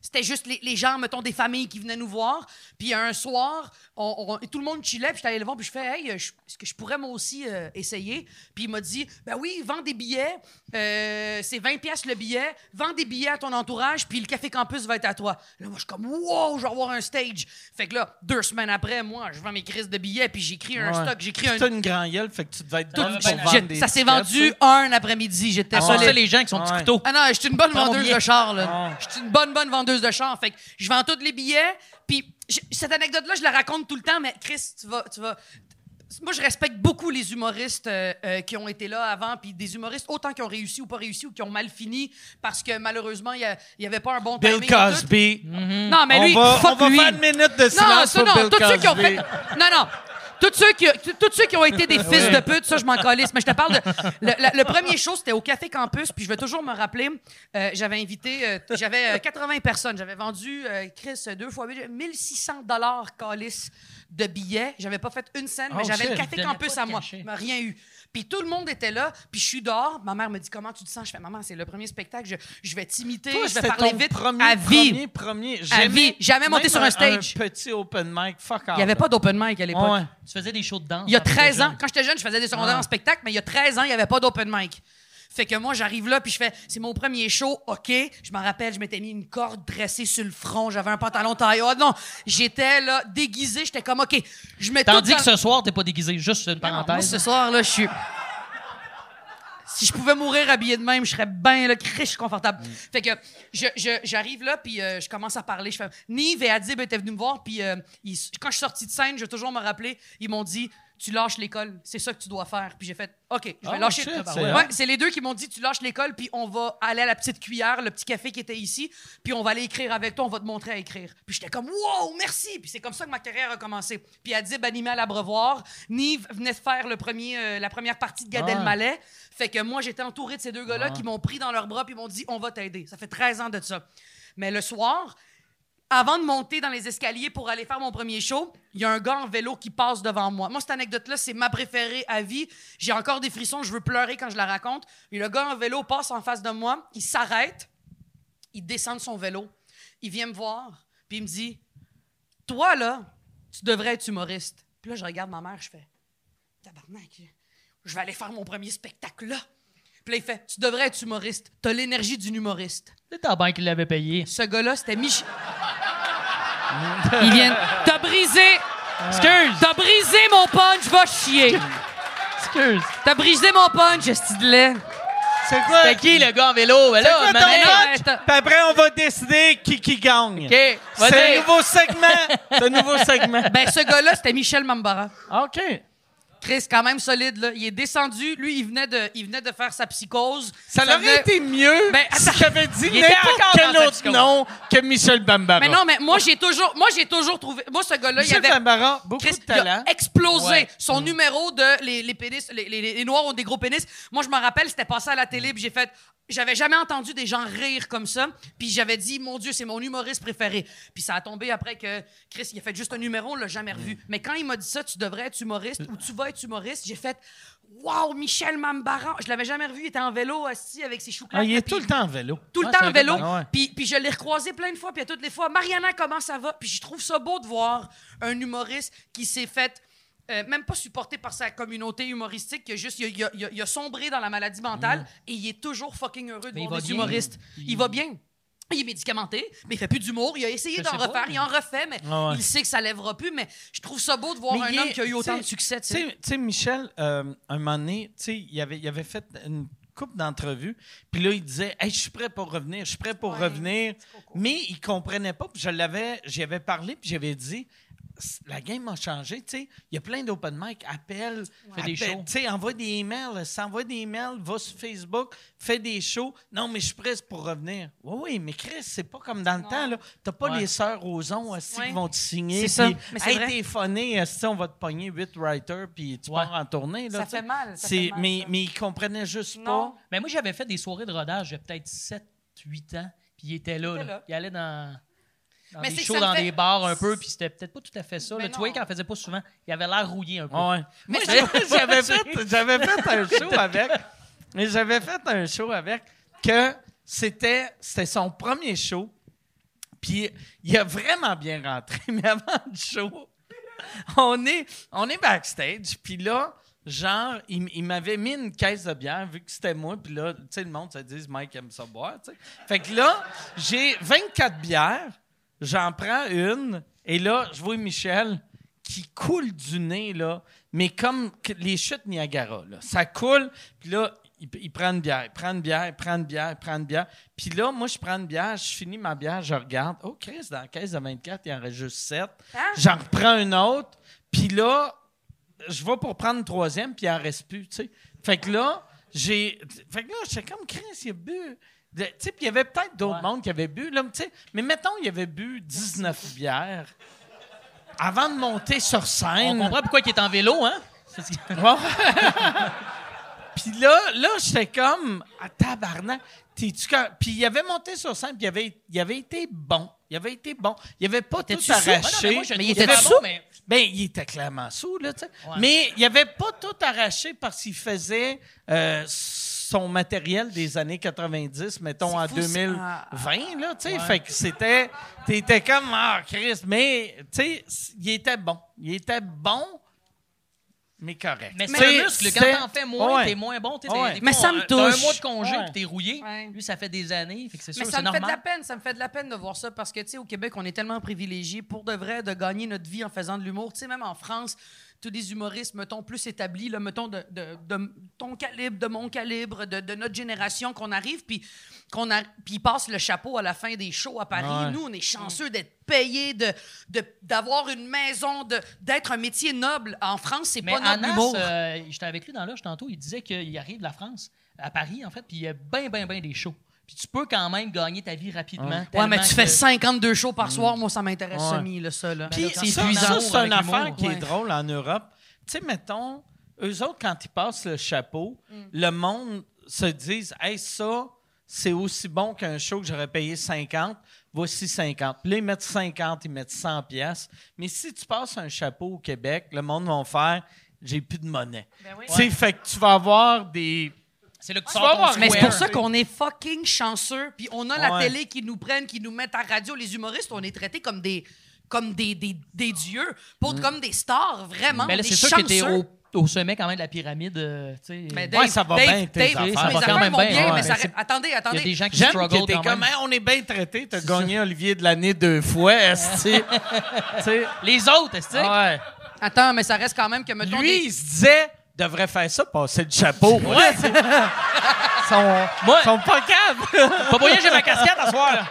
S5: C'était juste les, les gens, mettons, des familles qui venaient nous voir. Puis un soir, on, on- tout le monde chillait. Puis j'étais allé le voir. Puis je fais, hey, je- est-ce que je pourrais moi aussi euh, essayer? Puis il m'a dit, ben oui, vends des billets. Euh, c'est 20 pièces le billet. Vends des billets à ton entourage, puis le Café Campus va être à toi. Là, moi, je suis comme, wow, je vais avoir un stage. Fait que là, deux semaines après, moi, je vends mes crises de billets, puis j'écris un
S1: Ouais.
S5: stock, j'écris un...
S1: T'as une grand gueule, fait que tu devais être
S5: tout-
S1: bonne pour
S5: Ah, ben, j'ai-
S1: vendre des
S5: ça s'est
S1: tickets,
S5: vendu un après-midi, j'étais
S4: À
S5: solide.
S4: ça, les gens qui sont petits
S1: Ouais.
S4: couteaux.
S5: Ah non, je suis une bonne
S4: Prends mon
S5: vendeuse
S4: billet.
S5: de char,
S1: Ah.
S5: là. Je suis une bonne, bonne vendeuse de char. Fait que je vends tous les billets. Puis je- cette anecdote-là, je la raconte tout le temps, mais Chris, tu vas. Tu vas moi, je respecte beaucoup les humoristes euh, euh, qui ont été là avant, puis des humoristes autant qui ont réussi ou pas réussi ou qui ont mal fini parce que malheureusement, il n'y avait pas un bon timing
S1: Bill
S5: et tout.
S1: Cosby.
S5: Non, mais
S1: on
S5: lui,
S1: va,
S5: fuck
S1: on va
S5: lui.
S1: faire une minute de
S5: Non,
S1: silence
S5: ça,
S1: pour
S5: non,
S1: Bill
S5: tous ceux qui ont
S1: Cosby. Ah
S5: fait. Non, non. Tous ceux, qui, tous ceux qui ont été des fils de pute, ça, je m'en calisse. Mais je te parle de. Le, le- le premier show, c'était au Café Campus, puis je vais toujours me rappeler. euh, j'avais invité. euh, j'avais euh, 80 personnes. J'avais vendu, euh, Chris, deux fois huit, 1600 calice de billets. J'avais pas fait une scène, mais
S1: Oh,
S5: j'avais le
S1: shit.
S5: Café
S4: Donnait
S5: Campus
S4: pas
S5: à
S4: de
S5: moi.
S4: cachet.
S5: Il m'a rien eu. Puis tout le monde était là, puis je suis dehors. Ma mère me dit Comment tu te sens Je fais Maman, c'est le premier spectacle, je, je vais t'imiter,
S1: Toi,
S5: je vais
S1: c'était
S5: parler
S1: ton
S5: vite.
S1: premier,
S5: à vie.
S1: Premier, premier. Jamais-
S5: vie. Jamais monté
S1: même
S5: sur un stage.
S1: Un petit open mic, fuck
S5: Il n'y avait pas d'open mic à l'époque.
S1: Ouais.
S4: Tu faisais des shows de danse.
S5: Il y a
S4: hein, pour
S5: 13
S4: les
S5: ans,
S4: jeunes. Ah.
S5: quand j'étais jeune, je faisais des secondaires en spectacle, mais il y a 13 ans, il n'y avait pas d'open mic. Fait que moi, j'arrive là, puis je fais, c'est mon premier show, OK. Je m'en rappelle, je m'étais mis une corde dressée sur le front, j'avais un pantalon taille haute. Non, j'étais là, déguisé, j'étais comme, OK. Je mets tout
S4: Tandis
S5: dans-
S4: que ce soir, t'es pas déguisé, juste une
S5: Ah non, moi, ce
S4: parenthèse.
S5: soir, là, je suis. Si je pouvais mourir habillé de même, je serais bien là, riche, confortable.
S1: Mm.
S5: Fait que je- je- j'arrive là, puis euh, je commence à parler. Je fais Nive et Adib étaient venus me voir, puis euh, ils- quand je suis sorti de scène, je vais toujours me rappeler, ils m'ont dit Tu lâches l'école, c'est ça que tu dois faire. Puis j'ai fait OK, je vais
S1: Oh,
S5: lâcher.
S1: shit,
S5: Ouais,
S1: c'est
S5: ouais,
S1: hot.
S5: c'est les deux qui m'ont dit Tu lâches l'école, puis on va aller à la petite cuillère, le petit café qui était ici, puis on va aller écrire avec toi, on va te montrer à écrire. Puis j'étais comme Wow, merci Puis c'est comme ça que ma carrière a commencé. Puis Adib animait à l'abreuvoir. Nive venait de faire le premier, euh, la première partie de Gad
S4: Ah.
S5: Elmaleh. Fait que moi, j'étais entouré de ces deux gars-là qui m'ont pris dans leurs bras puis m'ont dit On va t'aider. Ça fait 13 ans de ça. Mais le soir, avant de monter dans les escaliers pour aller faire mon premier show, il y a un gars en vélo qui passe devant moi. Moi, cette anecdote-là, c'est ma préférée à vie. J'ai encore des frissons, je veux pleurer quand je la raconte. Et le gars en vélo passe en face de moi, il s'arrête, il descend de son vélo, il vient me voir, puis il me dit Toi, là, tu devrais être humoriste. Puis là, je regarde ma mère, je fais Tabarnak, je vais aller faire mon premier spectacle là. Puis là, il fait Tu devrais être humoriste. T'as l'énergie d'une humoriste.
S4: C'est ta banque qui l'avait payé.
S5: Ce gars-là, c'était Mich... Il vient... T'as brisé... Excuse! T'as brisé mon punch, va chier!
S4: Excuse.
S5: T'as brisé mon punch, esti de lait!
S1: C'est quoi?
S4: T'es qui le gars en vélo? Ben là,
S1: quoi ton
S4: mané-
S5: nom?
S1: match?
S5: attends.
S1: Puis après, on va décider qui, qui gagne.
S4: OK.
S1: C'est un
S4: Vas-y.
S1: nouveau segment. C'est un nouveau segment.
S5: Ben, ce gars-là, c'était Michel Mambara.
S4: OK.
S5: Chris, quand même solide, là. Il est descendu. Lui, il venait de, il venait de faire sa psychose.
S1: Ça aurait
S5: venait-
S1: été mieux
S5: Ben,
S1: si
S5: attends.
S1: j'avais dit
S4: Il était
S1: n'importe
S4: encore dans
S1: quel
S4: ta
S1: autre
S4: psychose.
S1: nom que Michel Bambara.
S5: Mais non, mais moi, j'ai toujours... Moi, j'ai toujours trouvé... Moi, ce gars-là, il
S1: Michel
S5: avait...
S1: Bambara, beaucoup
S5: Chris,
S1: de
S5: il a
S1: talent. Mm.
S5: explosé
S4: Ouais.
S5: son numéro de les, les pénis, les, les- les- les Noirs ont des gros pénis. Moi, je me rappelle, c'était passé à la télé,
S1: Mm.
S5: puis j'ai fait. J'avais jamais entendu des gens rire comme ça, puis j'avais dit, mon Dieu, c'est mon humoriste préféré. Puis ça a tombé après que Chris, il a fait juste un numéro, on l'a jamais
S1: Mm.
S5: revu. Mais quand il m'a dit ça, tu devrais être humoriste ou tu vas être humoriste, j'ai fait, wow, Michel Mambaran. Je l'avais jamais revu, il était en vélo assis avec ses chouclates.
S1: Ah, il
S5: là,
S1: est
S5: puis
S1: tout le temps en vélo.
S5: tout le
S4: Ouais, c'est
S5: temps en
S4: un gars
S5: vélo.
S1: de- ouais.
S5: Puis, puis je l'ai recroisé plein de fois, puis à toutes les fois, Mariana, comment ça va? Puis je trouve ça beau de voir un humoriste qui s'est fait. euh, même pas supporté par sa communauté humoristique, qui a juste, il a, il a- il a- il a sombré dans la maladie mentale et il est toujours fucking heureux de
S4: Mais il va
S5: voir des
S4: bien.
S5: humoristes. Il...
S4: Il-
S5: va bien. Il est médicamenté, mais il fait plus d'humour. Il a essayé
S4: Je
S5: d'en
S4: sais pas.
S5: refaire, il en refait, mais
S1: Ah ouais.
S5: il sait que ça lèvera plus. Mais je trouve ça beau de voir
S1: Mais
S5: un
S1: il
S5: homme
S1: est-
S5: qui a eu autant
S1: tu
S5: de
S1: sais-
S5: succès. tu
S1: Tu
S5: sais.
S1: sais, tu sais, Michel, euh, un moment donné, tu sais, il avait, il avait fait une couple d'entrevues, puis là, il disait hey, « je suis prêt pour revenir, je suis prêt pour
S5: Ouais,
S1: revenir »,
S5: coco.
S1: mais il comprenait pas, puis je l'avais, j'y avais parlé, puis j'avais dit « la game a changé, tu sais, il y a plein d'open mic, appelle,
S4: Fais des
S1: appelle,
S4: shows.
S1: tu sais, envoie des emails, ça envoie des emails, va sur Facebook, fais des shows, non, mais je suis prêt pour revenir. » Oui, oui, mais Chris, c'est pas comme dans le
S5: Non.
S1: temps, là, t'as pas
S4: Ouais.
S1: les sœurs aux ondes aussi
S5: Ouais.
S1: qui vont te signer,
S5: C'est ça,
S1: puis,
S5: mais c'est
S1: Hey,
S5: vrai.
S1: t'es phoné, esti, on va te pogner 8 writers, puis tu
S4: Ouais.
S1: pars en tournée. Là,
S5: Ça
S1: tu sais.
S5: fait mal, ça
S1: C'est-
S5: fait mal,
S1: mais,
S5: ça.
S1: mais ils comprenaient juste
S5: Non.
S4: Mais moi, j'avais fait des soirées de rodage, j'avais peut-être 7, 8 ans, puis il était là.
S5: Il
S4: là.
S5: était
S4: Il,
S5: là.
S4: allait dans, dans
S5: Mais
S4: des
S5: c'est que
S4: shows,
S5: ça me
S4: dans
S5: fait-
S4: des bars un peu, puis c'était peut-être pas tout à fait ça.
S5: Ben
S4: là. Tu voyais
S5: non.
S4: qu'il en faisait pas souvent. Il avait l'air rouillé un peu.
S1: pas. Ouais. Moi,
S5: ça-
S1: j'avais- j'avais fait, j'avais fait un show avec. Mais j'avais fait un show avec que c'était c'était son premier show. Puis il a vraiment bien rentré. Mais avant le show, on est, on est backstage. Puis là, genre, il, il m'avait mis une caisse de bière vu que c'était moi. Puis là, tu sais, le monde se dit Mike aime ça boire. tu sais. Fait que là, j'ai 24 bières. J'en prends une. Et là, je vois Michel qui coule du nez, là, mais comme que- les chutes Niagara. Là. Ça coule. Puis là, il, il prend une bière, il prend une bière, il prend une bière, il prend une bière. Puis là, moi, je prends une bière, je finis ma bière, je regarde. Oh, Chris, dans la caisse de 24, il en reste juste 7. J'en reprends une autre. Puis là, je vais pour prendre une troisième, puis il en reste plus, tu sais. Fait que là, j'ai... Fait que là, j'étais comme, Chris, il a bu... De- Tu sais, puis il y avait peut-être d'autres
S4: Ouais.
S1: mondes qui avaient bu, là, mais tu sais. Mais mettons, il avait bu 19 bières avant de monter sur
S4: On
S1: scène.
S4: comprend pourquoi il est en vélo, hein? Parce que-
S1: Bon. puis là, là j'étais comme, à tabarnak, t'es-tu quand... Puis il avait monté sur scène, puis il avait, il avait été bon. Il avait été bon. Il avait pas tout
S4: T'es-tu sourd? Ouais, non,
S1: arraché.
S4: mais moi, je le
S5: Mais il
S4: trouvais
S5: était
S4: pas
S5: sourd?
S4: bon, mais-
S1: Ben, il était clairement sous, là, tu sais.
S4: Ouais.
S1: Mais il avait pas tout arraché parce qu'il faisait euh, son matériel des années 90, mettons en
S5: fou,
S1: 2020, là, tu sais.
S4: Ouais.
S1: Fait que c'était. T'étais comme, ah, Christ, mais, tu sais, il était bon. Il était bon, mais correct.
S4: Mais c'est
S5: Mais-
S4: un muscle.
S1: c'est-
S4: Quand t'en fais moins,
S1: Ouais.
S4: t'es moins bon. t'es- t'es-
S1: Ouais.
S4: des
S5: Mais
S4: fois,
S5: ça
S4: on-
S5: me
S4: t'as
S5: touche.
S4: un mois de congé,
S1: Ouais.
S4: puis t'es rouillé.
S5: Ouais.
S4: Lui, ça fait des années. Fait que c'est sûr,
S5: Mais
S4: c'est
S5: ça me fait de la
S4: normal.
S5: peine, ça me fait de la peine de voir ça parce que, tu sais, au Québec, on est tellement privilégiés pour de vrai de gagner notre vie en faisant de l'humour. Tu sais, même en France, tous les humoristes, mettons, plus établis, là, mettons, de, de- de ton calibre, de mon calibre, de, de notre génération, qu'on arrive, puis qu'on a, puis ils passent le chapeau à la fin des shows à Paris.
S1: Ouais.
S5: Nous, on est chanceux d'être payés, de, de- d'avoir une maison, de, d'être un métier noble. En France, c'est
S4: Mais
S5: pas noble
S4: Anas,
S5: l'humour.
S4: euh, j'étais avec lui dans l'âge tantôt, il disait qu'il arrive de la France, à Paris, en fait, puis il y a bien, bien, bien des shows. Puis tu peux quand même gagner ta vie rapidement.
S5: Ouais, mais tu fais
S4: ça.
S5: 52 shows par soir, moi, ça m'intéresse
S1: Ouais.
S5: semi, là, ça, là.
S1: Puis
S4: Mm. Ben, là, quand
S1: ça,
S4: t'es
S1: ça,
S4: dans
S1: c'est
S4: avec
S1: une
S4: l'humour,
S1: affaire qui
S5: ouais.
S1: est drôle en Europe. Tu sais, mettons, eux autres, quand ils passent le chapeau, le monde se disent Hey, ça, c'est aussi bon qu'un show que j'aurais payé 50. Voici 50. Puis là, ils mettent 50, ils mettent 100 pièces. Mais si tu passes un chapeau au Québec, le monde va faire J'ai plus de monnaie. Tu sais, fait que tu vas avoir des.
S4: C'est là que tu
S1: vas
S4: sors ton
S1: voir,
S4: square.
S5: Mais c'est pour
S1: Ouais.
S5: ça qu'on est fucking chanceux. Puis on a la
S1: Ouais.
S5: télé qui nous prennent, qui nous mettent à radio. Les humoristes, on est traités comme des comme des, des, des dieux, pour, comme des stars, vraiment.
S4: Mm. Mais Ben là,
S5: des
S4: c'est sûr que t'es
S5: chanceux.
S4: au, au sommet quand même de la pyramide. euh, tu sais.
S5: Mais
S1: Ouais, ça va bien, tes
S5: Dave,
S1: affaires.
S5: mes
S1: Ça va
S5: affaires
S4: quand même
S5: vont
S4: bien,
S5: bien,
S4: ouais.
S5: mais ça
S4: Mais c'est-
S5: ré- Attendez,
S4: Il y a des
S5: attendez.
S4: gens qui
S1: J'aime
S4: struggle
S1: que t'es
S4: quand même.
S1: comme Hey, on est bien traité, t'as gagné Olivier de l'année deux fois, esti. tu sais.
S4: Les autres, est-ce que tu sais?
S1: Ouais.
S5: Attends, mais ça reste quand même que, mettons,
S1: Lui,
S5: des-
S1: il se disait, devrait faire ça, passer le chapeau. Ouais,
S2: Son-
S4: Moi,
S1: ils sont pas capables.
S4: pas pour rien, j'ai ma casquette à soir. là.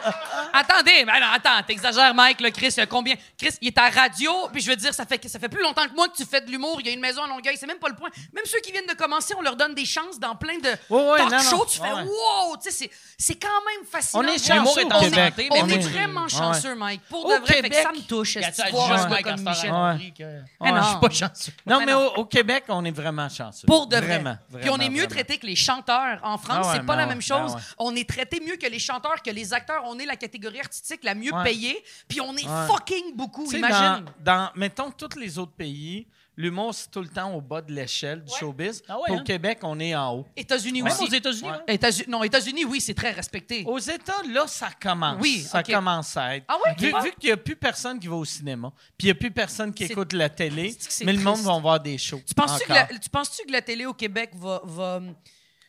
S5: Attendez, mais non, attends, t'exagères, Mike, là, Chris, euh, combien? Chris, il est à radio, puis je veux dire, ça fait, ça fait plus longtemps que moi que tu fais de l'humour, il y a une maison à Longueuil, c'est même pas le point. Même ceux qui viennent de commencer, on leur donne des chances dans plein de
S1: Ouais, ouais,
S5: talk
S1: non, non.
S5: shows, tu fais
S1: Ouais.
S5: wow! Tu sais, c'est- c'est quand même fascinant.
S1: On est
S5: de voir
S1: chanceux
S5: ça.
S1: au
S5: On est-
S1: Québec.
S5: On,
S4: On
S5: est,
S4: est-
S5: vraiment
S1: ouais.
S5: chanceux, Mike. Pour
S1: Au
S5: de vrai, fait que
S1: Québec,
S5: ça me touche.
S4: Y
S5: est-ce
S4: a-tu
S5: que
S4: à
S5: tu vois un
S4: juger,
S5: gars
S4: Mike, à
S5: comme
S4: cette heure,
S5: Michel?
S4: à Henri, que-
S5: Eh
S4: Je suis
S5: non.
S4: pas chanceux.
S1: Non,
S5: Mais
S1: mais,
S5: non.
S1: au, au Québec, on est vraiment chanceux.
S5: Pour de vrai.
S1: Vraiment,
S5: Puis on
S1: vraiment,
S5: est mieux
S1: vraiment.
S5: traité que les chanteurs. En France,
S1: Ah ouais,
S5: c'est pas
S1: ben
S5: la
S1: ouais,
S5: même chose.
S1: ben ouais.
S5: On est traité mieux que les chanteurs, que les acteurs. On est la catégorie artistique la mieux
S1: Ouais.
S5: payée. Puis on est
S1: Ouais.
S5: fucking beaucoup,
S1: Tu sais,
S5: imagine.
S1: Dans, dans, mettons, tous les autres pays, l'humour, c'est tout le temps au bas de l'échelle du
S5: Ouais.
S1: showbiz.
S4: Ah ouais,
S1: Puis
S4: hein?
S1: Au Québec, on est en haut.
S5: États-Unis
S4: Même
S5: aussi.
S4: aux États-Unis,
S1: Ouais.
S4: hein?
S5: États- non, États-Unis, oui, c'est très respecté.
S1: Aux États, là, ça commence.
S5: Oui,
S1: ça
S5: ok.
S1: commence à être.
S5: Ah ouais,
S1: vu
S5: tu vois?
S1: vu qu'il n'y a plus personne qui va au cinéma, puis il n'y a plus personne qui
S5: C'est-
S1: écoute la télé,
S5: C'est que c'est
S1: mais le monde
S5: triste.
S1: va voir des shows.
S5: Tu penses-tu que,
S1: Encore.
S5: la- tu penses-tu que la télé au Québec va. va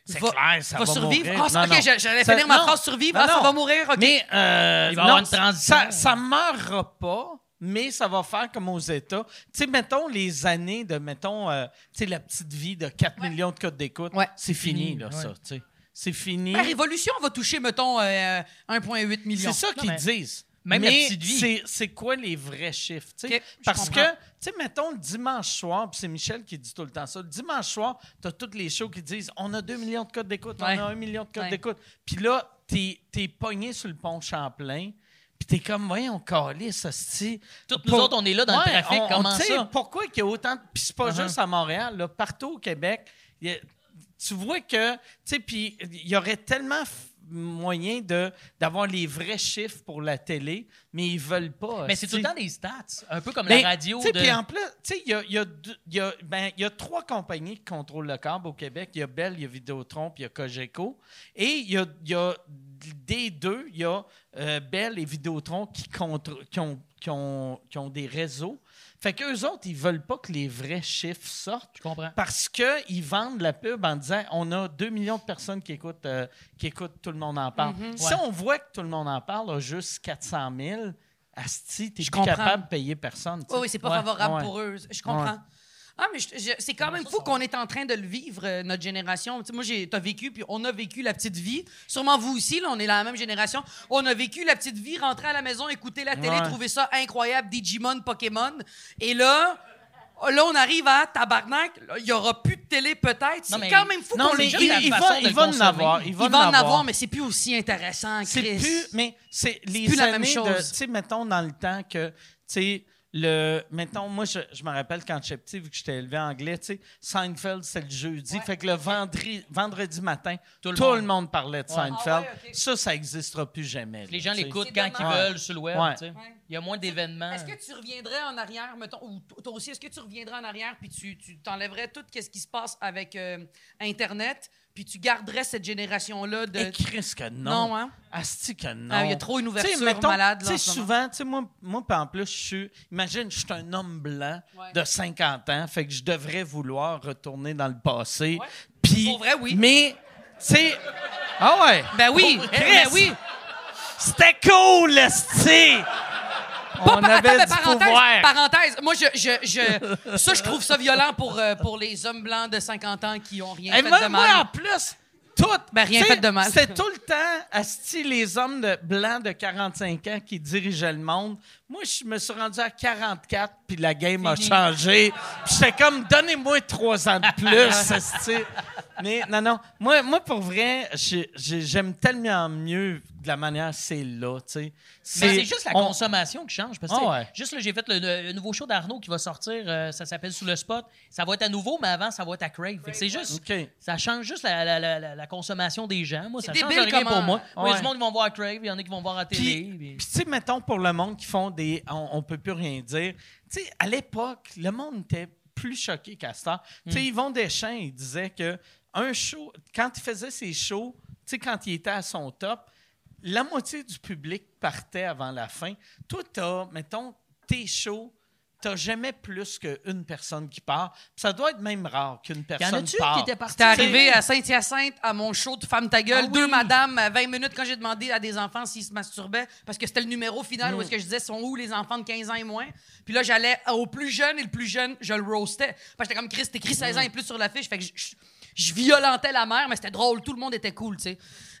S1: C'est
S5: va-
S1: clair, ça va
S5: survivre.
S1: mourir.
S5: Ah,
S1: Non,
S5: ça- ok,
S1: non.
S5: j'a- j'allais
S1: Ça-
S5: finir ma
S1: non.
S5: phrase survivre.
S1: Non,
S5: Ah, ça
S1: non.
S5: va mourir, ok.
S1: Mais euh,
S4: Il va y avoir une
S1: ça-
S4: transition.
S1: Ça, ça meurra pas, mais ça va faire comme aux États. Tu sais, mettons les années de, mettons, euh, tu sais, la petite vie de 4 millions de codes d'écoute.
S5: Ouais.
S1: C'est fini,
S4: Fini,
S1: là,
S4: ouais.
S1: ça. tu sais. C'est fini.
S5: La révolution va toucher, mettons, euh, 1,8 million.
S1: C'est ça qu'ils
S4: mais-
S1: disent.
S4: même la
S1: mais
S4: petite vie.
S1: c'est- C'est quoi les vrais chiffres? tu sais?
S5: Ok, je
S1: Parce que,
S5: comprends.
S1: tu sais, mettons le dimanche soir, puis c'est Michel qui dit tout le temps ça. Le dimanche soir, tu as toutes les shows qui disent on a 2 millions de codes d'écoute,
S5: Ouais.
S1: on a 1 million de codes
S5: Ouais.
S1: d'écoute. Puis là, t'es es pogné sur le pont Champlain, puis t'es comme, voyons, calisse, hostie.
S4: Toutes nous autres, on est là dans le
S1: Ouais,
S4: trafic,
S1: on- on-
S4: comment
S1: tu sais,
S4: ça?
S1: Pourquoi qu'il y a autant de. Puis c'est pas
S4: Uh-huh.
S1: juste à Montréal, là, partout au Québec. il y a- tu vois que. Tu sais, puis il y aurait tellement f- moyen de- d'avoir les vrais chiffres pour la télé, mais ils veulent pas.
S4: Mais c'est tout le
S1: hostie.
S4: temps des stats, un peu comme
S1: Mais,
S4: la radio.
S1: tu sais,
S4: de-
S1: Puis en plus, tu sais, il y a, il y a deux- il y a- ben, il y a trois compagnies qui contrôlent le câble au Québec. Il y a Bell, il y a Vidéotron, puis il y a Cogeco. Et il y a, il y a des deux, il y a euh, Bell et Vidéotron qui, contre- qui, ont, qui, ont, qui ont des réseaux. Fait qu'eux autres, ils veulent pas que les vrais chiffres sortent.
S4: Je comprends.
S1: Parce qu'ils vendent la pub en disant on a 2 millions de personnes qui écoutent, euh, qui écoutent Tout le monde en parle.
S5: Mm-hmm.
S1: Si
S4: Ouais.
S1: on voit que Tout le monde en parle a juste 400 000, Asti, t'es
S5: Je
S1: plus
S5: comprends.
S1: capable de payer personne. tu sais.
S5: Oui, oui, c'est pas
S1: Ouais,
S5: favorable
S1: ouais.
S5: pour eux. Je comprends.
S1: Ouais.
S5: Ah, mais je- je- c'est quand même fou qu'on est en train de le vivre, euh, notre génération. Tu sais, moi, j'ai, t'as vécu, puis on a vécu la petite vie. Sûrement vous aussi, là, on est la même génération. On a vécu la petite vie, rentrer à la maison, écouter la télé,
S1: Ouais.
S5: trouver ça incroyable, Digimon, Pokémon. Et là, là, on arrive à tabarnak. là, Il y aura plus de télé, peut-être. C'est
S4: Non, mais-
S5: quand même fou
S1: Non,
S5: qu'on
S1: mais
S5: l'ait
S1: il,
S4: juste
S5: vécu.
S4: la
S1: il
S4: façon
S1: va,
S4: de
S1: il
S4: le
S1: va en
S4: consommer.
S1: avoir. Il
S5: Il
S1: va,
S5: va en avoir, mais c'est plus aussi intéressant,
S1: C'est
S5: Chris.
S1: plus, mais c'est les
S5: plus la
S1: années
S5: même chose.
S1: de, tu sais, mettons dans le temps que, tu sais, le, mettons, moi, je, je me rappelle quand j'étais petit, vu que j'étais élevé en anglais, tu sais, Seinfeld, c'est le jeudi, fait que le vendredi, vendredi matin, tout le, monde. parlait de Seinfeld.
S5: Ah ouais, ok.
S1: Ça, ça n'existera plus jamais.
S4: Les
S1: là,
S4: gens
S1: tu sais.
S4: l'écoutent
S5: C'est
S4: quand ils
S5: dommage.
S4: veulent sur le web.
S1: Ouais.
S4: tu sais.
S5: Ouais.
S4: Il y a moins d'événements.
S5: Est-ce
S1: Hein.
S5: que tu reviendrais en arrière, mettons, ou t- toi aussi, est-ce que tu reviendrais en arrière puis tu tu t'enlèverais tout ce qui se passe avec euh, Internet puis tu garderais cette génération-là de.
S1: Et Chris que non.
S5: Non, hein?
S1: Asti que non.
S5: Ah, il y a trop une ouverture
S1: Tu sais, mettons,
S5: malade, là,
S1: Tu sais,
S5: en ce moment.
S1: souvent, tu sais, moi, moi puis en plus, je suis. Imagine, je suis un homme blanc
S5: Ouais.
S1: de 50 ans, fait que je devrais vouloir retourner dans le passé.
S5: Ouais.
S1: Puis.
S5: Pour vrai, oui.
S1: Mais, tu sais. Ah ouais.
S5: Ben oui,
S1: Pour Chris.
S5: ben oui.
S1: C'était cool, Asti!
S5: Pas
S1: On
S5: par- attends,
S1: avait
S5: mais
S1: du
S5: parenthèse,
S1: pouvoir.
S5: parenthèse. Moi, je, je, je- ça, je trouve ça violent pour, euh, pour les hommes blancs de 50 ans qui ont rien
S1: Et
S5: fait
S1: Eh, moi,
S5: de
S1: moi, en
S5: mal.
S1: plus, tout.
S5: Ben, rien
S1: tu sais,
S5: fait de mal.
S1: C'est tout le temps, Asti, les hommes de, blancs de 45 ans qui dirigeaient le monde. Moi, je me suis rendu à 44, puis la game a
S5: Fini.
S1: changé. Puis j'étais comme, donnez-moi trois ans de plus, Asti. Mais non, non. Moi, moi pour vrai, j'ai- j'ai- j'aime tellement mieux de la manière c'est là, tu
S5: Ben,
S1: sais.
S4: Mais c'est juste la
S1: on-
S4: consommation qui change. Parce que,
S1: Ah
S4: tu sais,
S1: ouais.
S4: Juste là, j'ai fait le, le nouveau show d'Arnaud qui va sortir. euh, ça s'appelle Sous le spot. Ça va être à nouveau, mais avant, ça va être à Crave. Fait que c'est juste.
S1: OK.
S4: Ça change juste la, la- la- la- la consommation des gens. Moi, ça
S5: C'est
S4: change
S5: débile
S4: rien
S5: comment-
S4: pour moi. Il y a
S1: Ouais.
S4: du monde qui vont voir à Crave, il y en a qui vont voir à la télé.
S1: Puis,
S4: puis-
S1: puis tu sais, mettons, pour le monde qui font des... On, on peut plus rien dire. Tu sais, à l'époque, le monde était plus choqué qu'à Star. Tu
S4: Mm.
S1: sais, Yvon Deschamps, il disait que un show... Quand il faisait ses shows, tu sais, quand il était à son top, la moitié du public partait avant la fin. Toi, t'as, mettons, tes shows... T'as jamais plus qu'une personne qui part. Puis Ça doit être même rare qu'une
S4: Il y en
S1: personne
S4: a-tu
S1: part.
S4: qui étaient partis?
S5: C'était arrivé à Saint-Hyacinthe, à mon show de Femme ta gueule,
S4: Ah oui.
S5: deux madames à 20 minutes quand j'ai demandé à des enfants s'ils se masturbaient, parce que c'était le numéro final
S1: Mm.
S5: où est-ce que je disais sont où les enfants de 15 ans et moins. Puis là, j'allais au plus jeune et le plus jeune, je le roastais. Parce que j'étais comme Chris, t'écris 16 ans
S1: Mm.
S5: et plus sur l'affiche. Fait que je- je je violentais la mère, mais c'était drôle, tout le monde était cool, tu sais.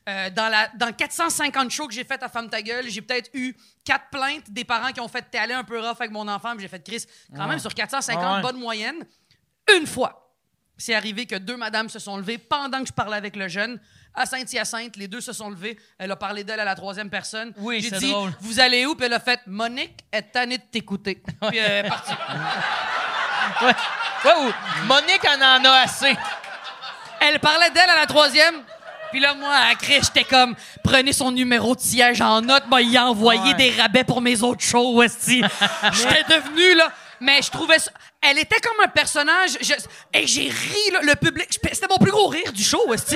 S5: Euh, dans, la, dans 450 shows que j'ai fait à Femme ta gueule, j'ai peut-être eu quatre plaintes des parents qui ont fait t'es allé un peu rough avec mon enfant, puis j'ai fait Chris, quand même sur 450
S1: Ah ouais.
S5: bonnes moyennes, une fois. C'est arrivé que deux madames se sont levées pendant que je parlais avec le jeune. À Saint-Hyacinthe, les deux se sont levées. Elle a parlé d'elle à la troisième personne.
S4: Oui,
S5: J'ai
S4: c'est
S5: dit,
S4: drôle.
S5: vous allez où? Puis elle a fait, Monique est tannée de t'écouter. Puis euh, elle est partie.
S4: Ouais. Ouais, ou Monique en en a assez.
S5: Elle parlait d'elle à la troisième. Puis là, moi, à Chris, j'étais comme, prenez son numéro de siège en note, m'a y envoyé des rabais pour mes autres shows, esti. j'étais devenu, là. Mais je trouvais ça. Elle était comme un personnage. je- Et j'ai ri, là, le public. je- C'était mon plus gros rire du show, esti.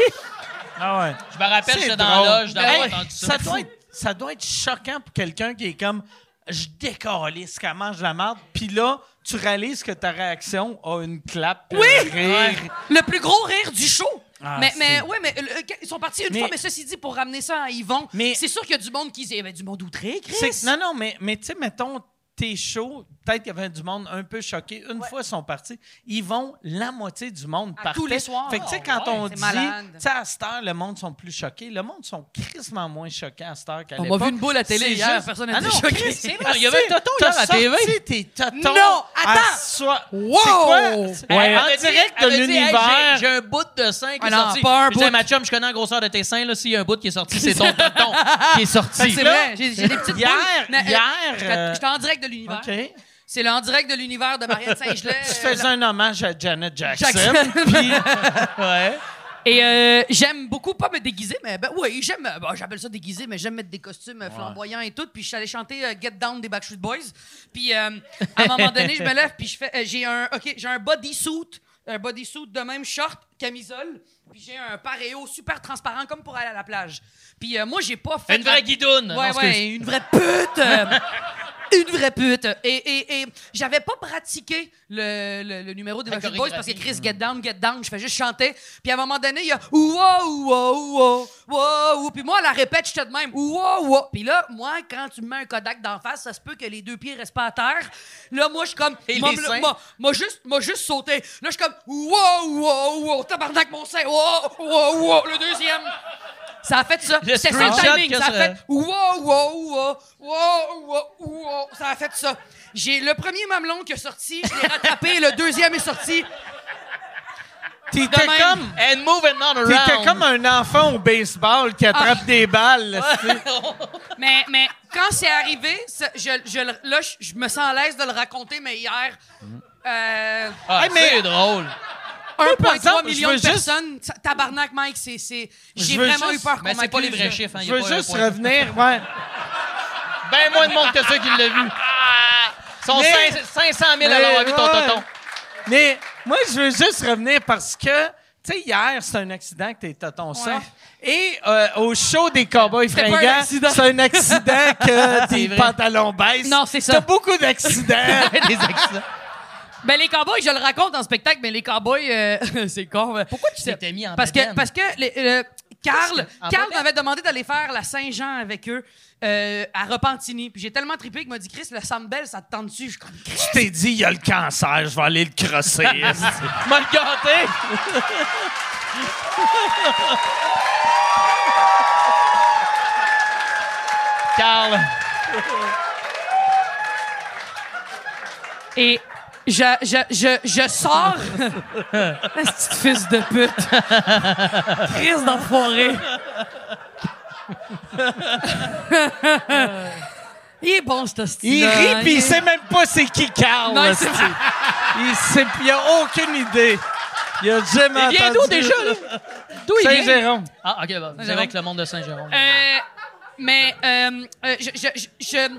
S1: Ah ouais.
S4: Je me rappelle,
S1: C'est
S4: j'étais dans
S1: drôle.
S4: la loge d'avoir
S1: Hey,
S4: entendu ça.
S1: ça, doit être, ça doit être choquant pour quelqu'un qui est comme je décalisse qu'elle mange de la merde, puis là, tu réalises que ta réaction a une clap. puis un
S5: Oui!
S1: Euh, rire.
S5: Le plus gros rire du show.
S1: Ah,
S5: mais,
S1: c'est-
S5: mais, ouais, mais euh, ils sont partis une
S1: Mais-
S5: fois, mais ceci dit, pour ramener ça à Yvon,
S1: Mais-
S5: c'est sûr qu'il y a du monde qui dit, ben, du monde outré, Chris.
S1: C'est- Non, non, mais, mais tu sais, mettons, t'es chaud, peut-être qu'il y avait du monde un peu choqué. Une fois ils sont partis, ils vont la moitié du monde
S5: À
S1: partait.
S5: tous les soirs.
S1: Fait que tu sais,
S5: Oh,
S1: quand
S5: ouais,
S1: on
S5: c'est
S1: dit,
S5: malade.
S1: tu sais, à cette heure, le monde sont plus choqués. Le monde sont crissement moins choqués à cette heure qu'à
S5: On m'a
S1: l'époque.
S5: vu une boule à télé
S1: C'est
S5: hier, personne n'a
S1: Ah
S5: été
S1: non,
S5: choqué.
S1: Chris,
S5: C'est
S4: vrai, il y avait
S1: t'as-
S4: Toto hier
S1: t'as
S4: à la TV.
S1: sorti tes totons
S5: Non,
S1: à
S5: attends.
S1: soi-
S5: Wow!
S1: C'est quoi?
S4: Ouais,
S1: Ouais, en
S4: elle me dit-
S1: direct
S4: elle
S1: de
S4: me dit, Hey,
S1: l'univers.
S4: j'ai- j'ai un bout de sein qui
S5: Ah
S4: est
S5: non,
S4: sorti.
S5: pas un
S4: Je disais,
S5: bout.
S4: ma chum, je connais la grosseur de tes seins. là, S'il y a un bout qui est sorti, c'est ton tonton qui est sorti.
S5: C'est
S4: Là,
S5: vrai, j'ai j'ai des petites
S1: Hier,
S5: boules. Mais, euh,
S1: hier,
S5: j'étais-
S1: euh,
S5: J'étais en direct de l'univers.
S1: OK.
S5: C'est le en direct de l'univers de Marianne Saint-Gelais.
S1: Tu
S5: euh,
S1: faisais un hommage à Janet Jackson.
S5: Jackson.
S1: puis- ouais.
S5: Et euh, j'aime beaucoup pas me déguiser, mais ben oui, j'aime. euh, bon, J'appelle ça déguiser, mais j'aime mettre des costumes euh, flamboyants et tout. Puis je suis allé chanter euh, Get Down des Backstreet Boys. Puis euh, à un moment donné, je me lève, puis je fais. euh, j'ai un, ok, j'ai un bodysuit, un bodysuit de même short, camisole. Puis j'ai un pareo super transparent comme pour aller à la plage. Puis euh, moi, j'ai pas fait.
S4: Une vraie guidoune. Non,
S5: Ouais,
S4: excuse.
S5: ouais, une vraie pute. euh, une vraie pute. Et, et, et j'avais pas pratiqué le, le, le numéro des
S4: La
S5: Backstreet Boys parce que
S4: chorégraphie.
S5: Chris, get down, get down, je fais juste chanter. Puis à un moment donné, il y a wow, wow, wow, wow. Puis moi, à la répète, j'étais de même wow, wow. Puis là, moi, quand tu me mets un Kodak d'en face, ça se peut que les deux pieds restent pas à terre. Là, moi, je suis comme.
S4: Et
S5: m'a-
S4: les seins?
S5: m'a- M'a juste, m'a juste sauté. Là, je suis comme wow, wow, wow. Tabarnak, mon sein. Wow, wow, wow. Le deuxième. Ça a fait ça.
S4: Le
S5: C'était ça le
S4: screenshot
S5: timing.
S4: que
S5: Ça a
S4: ça-
S5: fait wow, wow, wow, wow, wow, wow. Ça a fait ça. J'ai le premier mamelon qui est sorti, je l'ai rattrapé, le deuxième est sorti.
S1: T'étais
S5: même.
S1: comme...
S4: And moving on around.
S1: T'étais comme un enfant au baseball qui attrape des balles. là, tu sais.
S5: Mais, mais quand c'est arrivé, ça- je, je le- là, je, je me sens à l'aise de le raconter, mais hier, euh,
S4: Ah,
S1: Hey, mais-
S4: C'est drôle.
S1: par
S5: 1,3
S1: exemple,
S5: million
S1: je veux
S5: de
S1: juste-
S5: personnes. ça- Tabarnak, Mike, c'est. c'est- J'ai
S1: veux
S5: vraiment
S1: juste-
S5: eu peur qu'on
S4: Mais c'est pas les
S5: m'accuse,
S4: vrais
S5: là.
S4: chiffres. hein, y
S1: Je
S4: a
S1: veux
S4: pas un
S1: juste
S4: point.
S1: revenir. Ouais.
S4: Ben moins de monde que ceux qui l'ont vu. Ils sont
S1: Mais-
S4: cinq- 500 000 à l'avoir
S1: Mais,
S4: vu ton
S1: ouais.
S4: tonton.
S1: Mais moi, je veux juste revenir parce que, tu Tu sais, hier, c'est un accident que t'as ton sang. Et euh, au show des Cowboys
S5: pas un
S1: fringants,
S5: accident.
S1: c'est un accident que tes
S4: vrai.
S1: pantalons baissent.
S5: Non, c'est ça.
S1: T'as beaucoup d'accidents.
S4: des accidents.
S5: Ben, les cowboys, je le raconte en spectacle, mais les cowboys, euh, c'est con. mais-
S4: Pourquoi tu t'étais mis en
S5: parce que,
S4: bedaine?
S5: parce que les- euh, Carl,
S4: que- en
S5: Carl
S4: bedaine?
S5: m'avait demandé d'aller faire la Saint-Jean avec eux euh, à Repentigny. Puis j'ai tellement trippé qu'il m'a dit Chris, le Sambel, ça te tente dessus. Je suis comme, Chris,
S1: Je t'ai dit, il y a le cancer, je vais aller le crosser.
S4: M'a gâté! Carl,
S5: Et je, je, je, je sors. Petit fils de pute. Crise d'enfoiré. Il est bon, ce style.
S1: il rit, puis il sait même pas c'est qui Carl.
S5: Non, il
S1: là,
S5: sait-
S1: c'est- il sait, puis il a aucune idée. Il a jamais
S4: il vient
S1: entendu.
S4: d'où déjà, là? D'où il vient?
S1: Saint-Jérôme.
S4: Ah, OK, bon, vous
S5: Saint-Jérôme.
S4: avez avec le monde de Saint-Jérôme.
S5: Euh, mais euh, euh, je, je, je, je,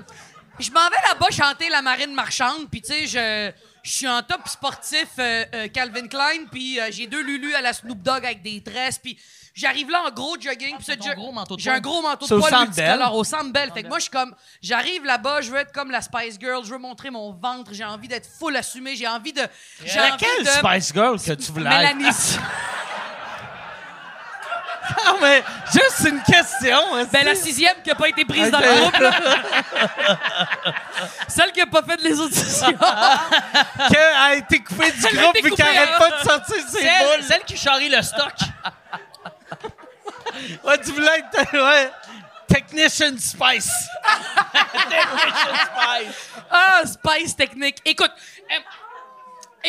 S5: je m'en vais là-bas chanter la marine marchande, puis tu sais, je, je suis en top sportif euh, euh, Calvin Klein, puis euh, j'ai deux Lulu à la Snoop Dogg avec des tresses, puis j'arrive là en gros jogging, puis
S4: Ah, c'est
S5: ce
S4: ton
S5: jo-
S4: gros manteau de
S5: j'ai
S4: poil.
S5: un gros manteau de
S1: C'est au
S5: poil
S1: Centre
S5: multicolore au Centre Bell. Fait que moi, je suis comme, j'arrive là-bas, je veux être comme la Spice Girl, je veux montrer mon ventre, j'ai envie d'être full assumé, j'ai envie de... J'ai envie
S1: Laquelle
S5: de...
S1: Spice Girl que tu voulais? être?
S5: Mélanie.
S1: Non, mais juste une question. hein, est-ce
S5: Ben,
S1: que-
S5: la sixième qui n'a pas été prise dans le groupe, là. Celle qui n'a pas fait les auditions.
S1: qu'elle a été coupée du groupe
S5: été
S1: et
S5: coupée,
S1: qu'elle arrête
S5: hein?
S1: pas de sortir ses
S4: Celle,
S1: boules.
S4: celle qui charrie le stock.
S1: Ouais, tu voulais être euh, ouais. Technician Spice.
S5: Ah, Spice Technique. Écoute, euh,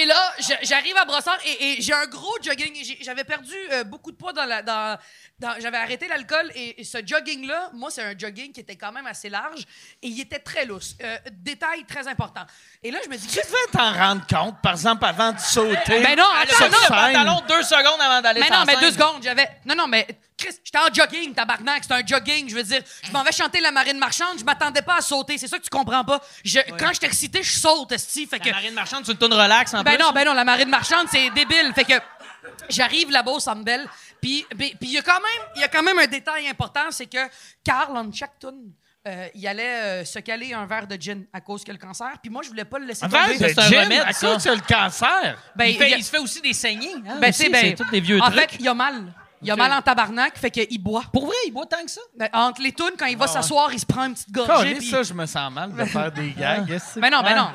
S5: et là, je- j'arrive à Brossard et, et j'ai un gros jogging. J'ai- J'avais perdu euh, beaucoup de poids dans la. Dans, dans- J'avais arrêté l'alcool et, et ce jogging-là, moi, c'est un jogging qui était quand même assez large et il était très lousse. Euh, détail très important. Et là, je me dis.
S1: Tu devais t'en rendre compte, par exemple, avant de sauter.
S5: Ben non,
S4: Elle
S5: attends,
S4: a
S5: non,
S4: mis le
S1: scène.
S4: pantalon deux secondes avant d'aller
S5: Mais
S4: sur
S5: non,
S4: la
S5: mais deux
S4: scène.
S5: secondes, j'avais. Non, non, mais Chris, j'étais en jogging, tabarnak, c'est un jogging, je veux dire. Je m'en vais chanter la marine marchande, je m'attendais pas à sauter, c'est ça que tu comprends pas. Je- Quand je suis excité, je saute, esti, fait que.
S4: La marine marchande, tu le tournes relax en
S5: Ben
S4: plus.
S5: non, ben non, la marine marchande, c'est débile, fait que. J'arrive là-bas au Sambel, puis puis- puis il y a quand même, il y a quand même un détail important, c'est que Carl en chaque tune, euh, il allait euh, se caler un verre de gin à cause que le cancer, puis moi je voulais pas le laisser
S1: Avant
S5: tomber.
S1: de
S4: c'est un
S1: gym,
S4: remède,
S1: à
S4: ça.
S1: cause tu as le cancer.
S5: Ben,
S4: il, fait-
S5: il y a-
S4: il se fait aussi des saignées. Hein,
S5: ben,
S4: aussi,
S5: c'est ben,
S4: c'est tous des vieux
S5: En
S4: trucs.
S5: fait, il a mal. Il a
S4: Ok.
S5: mal en tabarnak, fait qu'il boit.
S4: Pour vrai, il boit tant que ça.
S5: Ben, entre les tunes, quand il va s'asseoir, il se prend une petite gorgée.
S1: Collé,
S5: Puis...
S1: Ah. ça, je me sens mal de faire des gags. est-ce que-
S5: Mais non, mais non.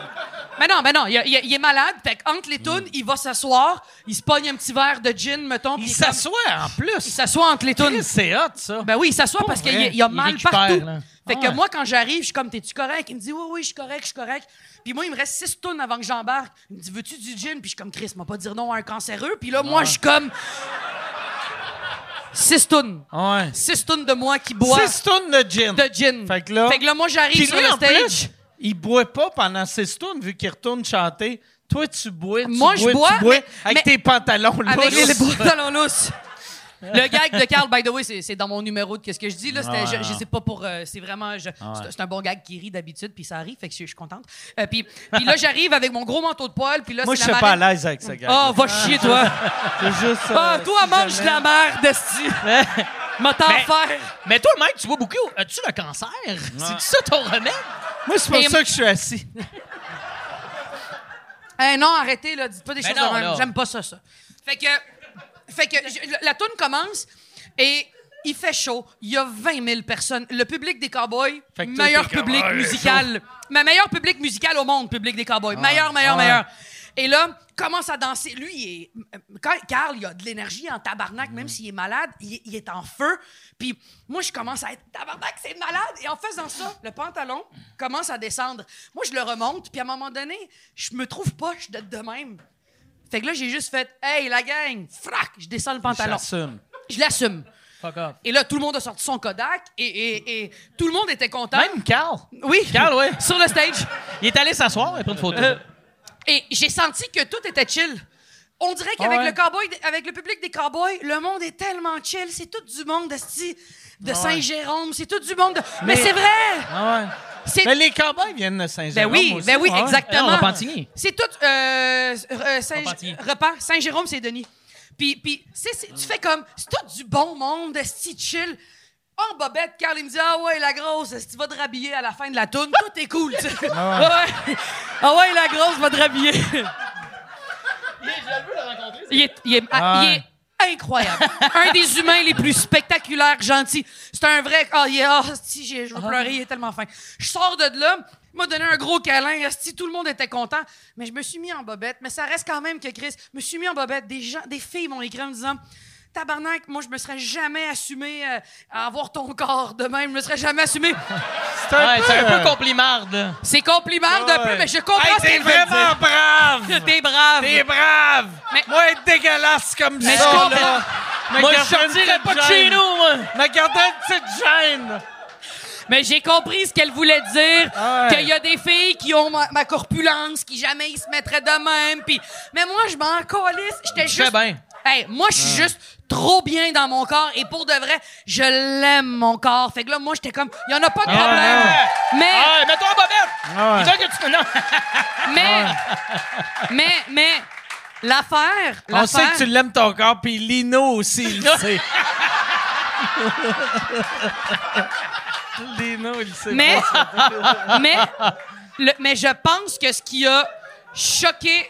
S5: Mais non, mais non. Il, il- il est malade. Fait qu'entre les tunes, il va s'asseoir, il se pogne un petit verre de gin, mettons. puis
S1: Mm. Il
S5: est comme-
S1: s'assoit en
S5: Il
S1: plus.
S5: s'assoit entre les tunes.
S1: Chris, C'est hot, ça.
S5: Ben oui, il s'assoit parce qu'il
S1: vrai.
S5: il a
S4: Il
S5: mal
S4: récupère,
S5: partout.
S4: là.
S5: Fait que
S4: Ah ouais.
S5: moi, quand j'arrive, je suis comme, t'es-tu correct? Il me dit, oui, oui, je suis correct, je suis correct. Puis moi, il me reste six tonnes avant que j'embarque. Il me dit, veux-tu du gin? Puis je suis comme, Chris, m'a pas dire non à un cancéreux. Puis là, moi, je suis comme. Six tonnes.
S1: Ouais.
S5: Six tonnes de moi qui boit
S1: Ben, Six tonnes de gin.
S5: de gin.
S1: Fait que là-
S5: fait que là moi, j'arrive
S1: Puis
S5: sur
S1: lui,
S5: le
S1: en
S5: stage.
S1: plus, il boit pas pendant ses tournes vu qu'il retourne chanter. Toi, tu bois, tu
S5: Moi, je
S1: bois,
S5: bois,
S1: tu bois
S5: mais-
S1: avec
S5: mais-
S1: tes pantalons là.
S5: Avec les pantalons lousses. Le gag de Carl, by the way, c'est c'est dans mon numéro de qu'est-ce que je dis. Là, C'était- je, je sais pas pour. euh, c'est vraiment. je- c'est- C'est un bon gag qui rit d'habitude, puis ça rit, fait que je, je suis contente. Euh, puis, puis là, j'arrive avec mon gros manteau de poil, puis là,
S1: Moi, je
S5: c'est
S1: suis
S5: la
S1: pas à
S5: marine-
S1: l'aise avec ce gars.
S5: Ah, va chier, toi.
S1: C'est juste.
S5: Ah,
S1: euh,
S5: toi, mange de la merde, Esti. M'a t'en
S4: Mais-
S5: faire.
S4: Mais toi, mec, tu bois beaucoup. As-tu le cancer? C'est ça ton remède?
S1: Moi, c'est pour
S5: Et-
S1: ça que je suis assis.
S5: Eh non, arrêtez, là. Dites pas des
S4: Ben
S5: choses
S4: non,
S5: de même.
S4: là.
S5: J'aime pas ça, ça. Fait que, fait que je- la- la tourne commence et il fait chaud. Il y a 20 000 personnes. Le public des Cowboys,
S1: Fait que toi,
S5: meilleur
S1: t'es comme,
S5: public
S1: Ah, il est
S5: musical. Ma meilleur public musical au monde, public des Cowboys.
S4: Ah,
S5: meilleur, meilleur,
S1: ouais.
S5: meilleur. Et là, commence à danser. Lui, il est... euh, Quand Carl, il a de l'énergie en tabarnak, même s'il est malade, il, est- il est en feu. Puis moi, je commence à être tabarnak, c'est malade. Et en faisant ça, le pantalon commence à descendre. Moi, je le remonte, puis à un moment donné, je me trouve pas, je suis de- de même. Fait que là, j'ai juste fait « Hey, la gang! » Frac! Je descends le pantalon.
S1: J'assume.
S5: Je l'assume.
S4: Fuck off.
S5: Et là, tout le monde a sorti son Kodak et, et- et tout le monde était content.
S4: Même Carl.
S5: Oui,
S4: Carl, ouais.
S5: sur le stage.
S4: Il est allé s'asseoir et prendre une photo.
S5: Et j'ai senti que tout était chill. On dirait qu'avec le cowboy, avec le public des cowboys, le monde est tellement chill. C'est tout du monde esti, de Saint-Jérôme. C'est tout du monde. de- Mais, c'est vrai.
S1: Ah ouais.
S5: C'est
S1: Mais les cowboys viennent de
S5: ben
S1: Saint-Germain.
S5: oui, ben oui,
S4: Ah,
S5: exactement.
S4: Repentigny.
S5: C'est tout euh, euh, Saint
S4: Repentigny.
S5: Repent. Saint-Jérôme, c'est Denis. Puis, puis c'est- c'est- tu fais comme, c'est tout du bon monde, si chill. En bobette, Carl, il me dit Ah ouais, la grosse, est-ce que tu vas te rhabiller à la fin de la toune Tout est cool, tu sais. Ah ouais. Ah ouais, la grosse va te rhabiller. Il est, il est- ah, il est incroyable. un des humains les plus spectaculaires, gentils. C'est un vrai. Ah, il est. Ah, si, j'ai- je vais pleurer, il est tellement fin. Je sors de là. Il m'a donné un gros câlin. Si tout le monde était content, mais je me suis mis en bobette. Mais ça reste quand même que Chris. Je me suis mis en bobette. Des gens, des filles m'ont écrit en me disant. Tabarnak, moi, je me serais jamais assumé euh, à avoir ton corps de même. Je me serais jamais assumé.
S1: C'est un
S4: Ouais,
S1: peu- Ah
S4: c'est un peu complimarde. là.
S5: C'est compliment d'un peu, mais je comprends
S1: Hey,
S5: ce
S1: t'es
S5: qu'elle veut
S1: vraiment
S5: dire.
S1: brave!
S5: T'es brave.
S1: T'es brave!
S5: Mais-
S1: Moi, être dégueulasse comme
S5: Mais
S1: ça,
S5: je comprends.
S1: là! Me
S4: Moi, je
S1: garder une
S4: sortirais
S1: petite
S4: pas de
S1: gêne.
S4: chez nous, moi.
S1: Me garder une petite gêne!
S5: Mais j'ai compris ce qu'elle voulait dire,
S1: Ah ouais.
S5: qu'il y a des filles qui ont ma, ma corpulence, qui jamais ils se mettraient de même. Puis, mais moi, je m'en calisse. J'étais
S4: Je fais
S5: juste.
S4: bien.
S5: Hey, moi, je suis juste trop bien dans mon corps et pour de vrai, je l'aime mon corps. Fait que là, moi, j'étais comme, il y en a pas de
S1: Ah,
S5: problème. Mais,
S4: Ah, mets-toi en bobette! Dis-toi que tu... Non.
S1: Ah,
S5: mais, mais, mais, l'affaire,
S1: On sait
S5: l'affaire-
S1: que tu l'aimes ton corps, puis Lino aussi, il le sait. Lino, il le sait.
S5: Mais, mais, le- mais je pense que ce qui a choqué,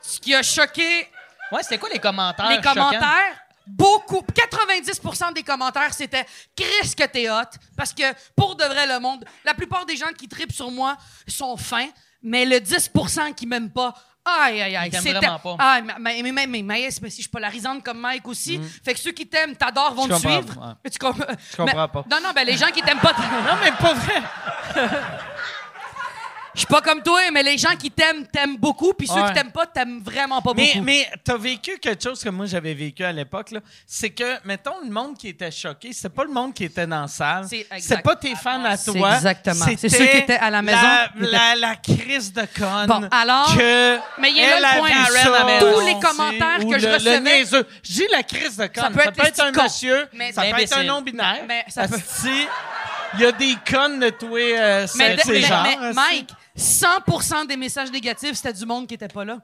S5: ce qui a choqué
S4: Ouais, c'était quoi les commentaires?
S5: les
S4: choquants?
S5: commentaires, beaucoup, 90 des commentaires, c'était Chris que t'es hot. Parce que pour de vrai, le monde, la plupart des gens qui tripent sur moi sont fins, mais le 10 qui m'aiment pas, aïe, aïe, aïe.
S4: Ils t'aiment
S5: c'était-
S4: vraiment pas.
S5: Ah, mais, mais, mais, mais, Maïs, mais si je suis polarisante comme Mike aussi, fait que ceux qui t'aiment, t'adorent, vont
S1: Mm. Je
S5: te
S1: comprends,
S5: suivre.
S1: ouais.
S5: Mais Tu com-
S1: Je comprends
S5: mais-
S1: pas.
S5: Non, non, ben les gens qui t'aiment pas. t-
S1: Non, mais pas vrai.
S5: Je suis pas comme toi, mais les gens qui t'aiment, t'aiment beaucoup, puis ceux
S1: Ouais.
S5: qui t'aiment pas, t'aiment vraiment pas
S1: Mais,
S5: beaucoup.
S1: mais t'as vécu quelque chose que moi j'avais vécu à l'époque, là. C'est que, mettons, le monde qui était choqué, c'était pas le monde qui était dans la salle.
S5: C'est exact.
S1: C'est pas tes fans à
S5: C'est
S1: toi.
S5: exactement. C'est
S1: C'était
S5: ceux qui étaient à la maison.
S1: La, la, la crise de conne.
S5: Bon, alors,
S1: Que
S5: mais il y a
S1: elle
S5: là
S1: avait
S5: le point.
S1: ça,
S5: Tous
S1: la
S5: les
S1: maison,
S5: commentaires
S1: tu sais,
S5: que
S1: ou
S5: je
S1: le-
S5: recevais-
S1: Le niaiseux. J'ai la crise de conne. Ça peut être,
S5: un
S1: un
S5: petit con.
S1: monsieur.
S5: Mais-
S1: ça
S5: mais
S1: peut être un
S4: imbécile.
S1: non-binaire.
S5: Mais ça peut-
S1: Asti, Il y a des connes de tous les euh, sept-
S5: Mais, de-
S1: ces
S5: mais-
S1: genres,
S5: mais,
S1: asti.
S5: Mike, 100 des messages négatifs, c'était du monde qui était pas là.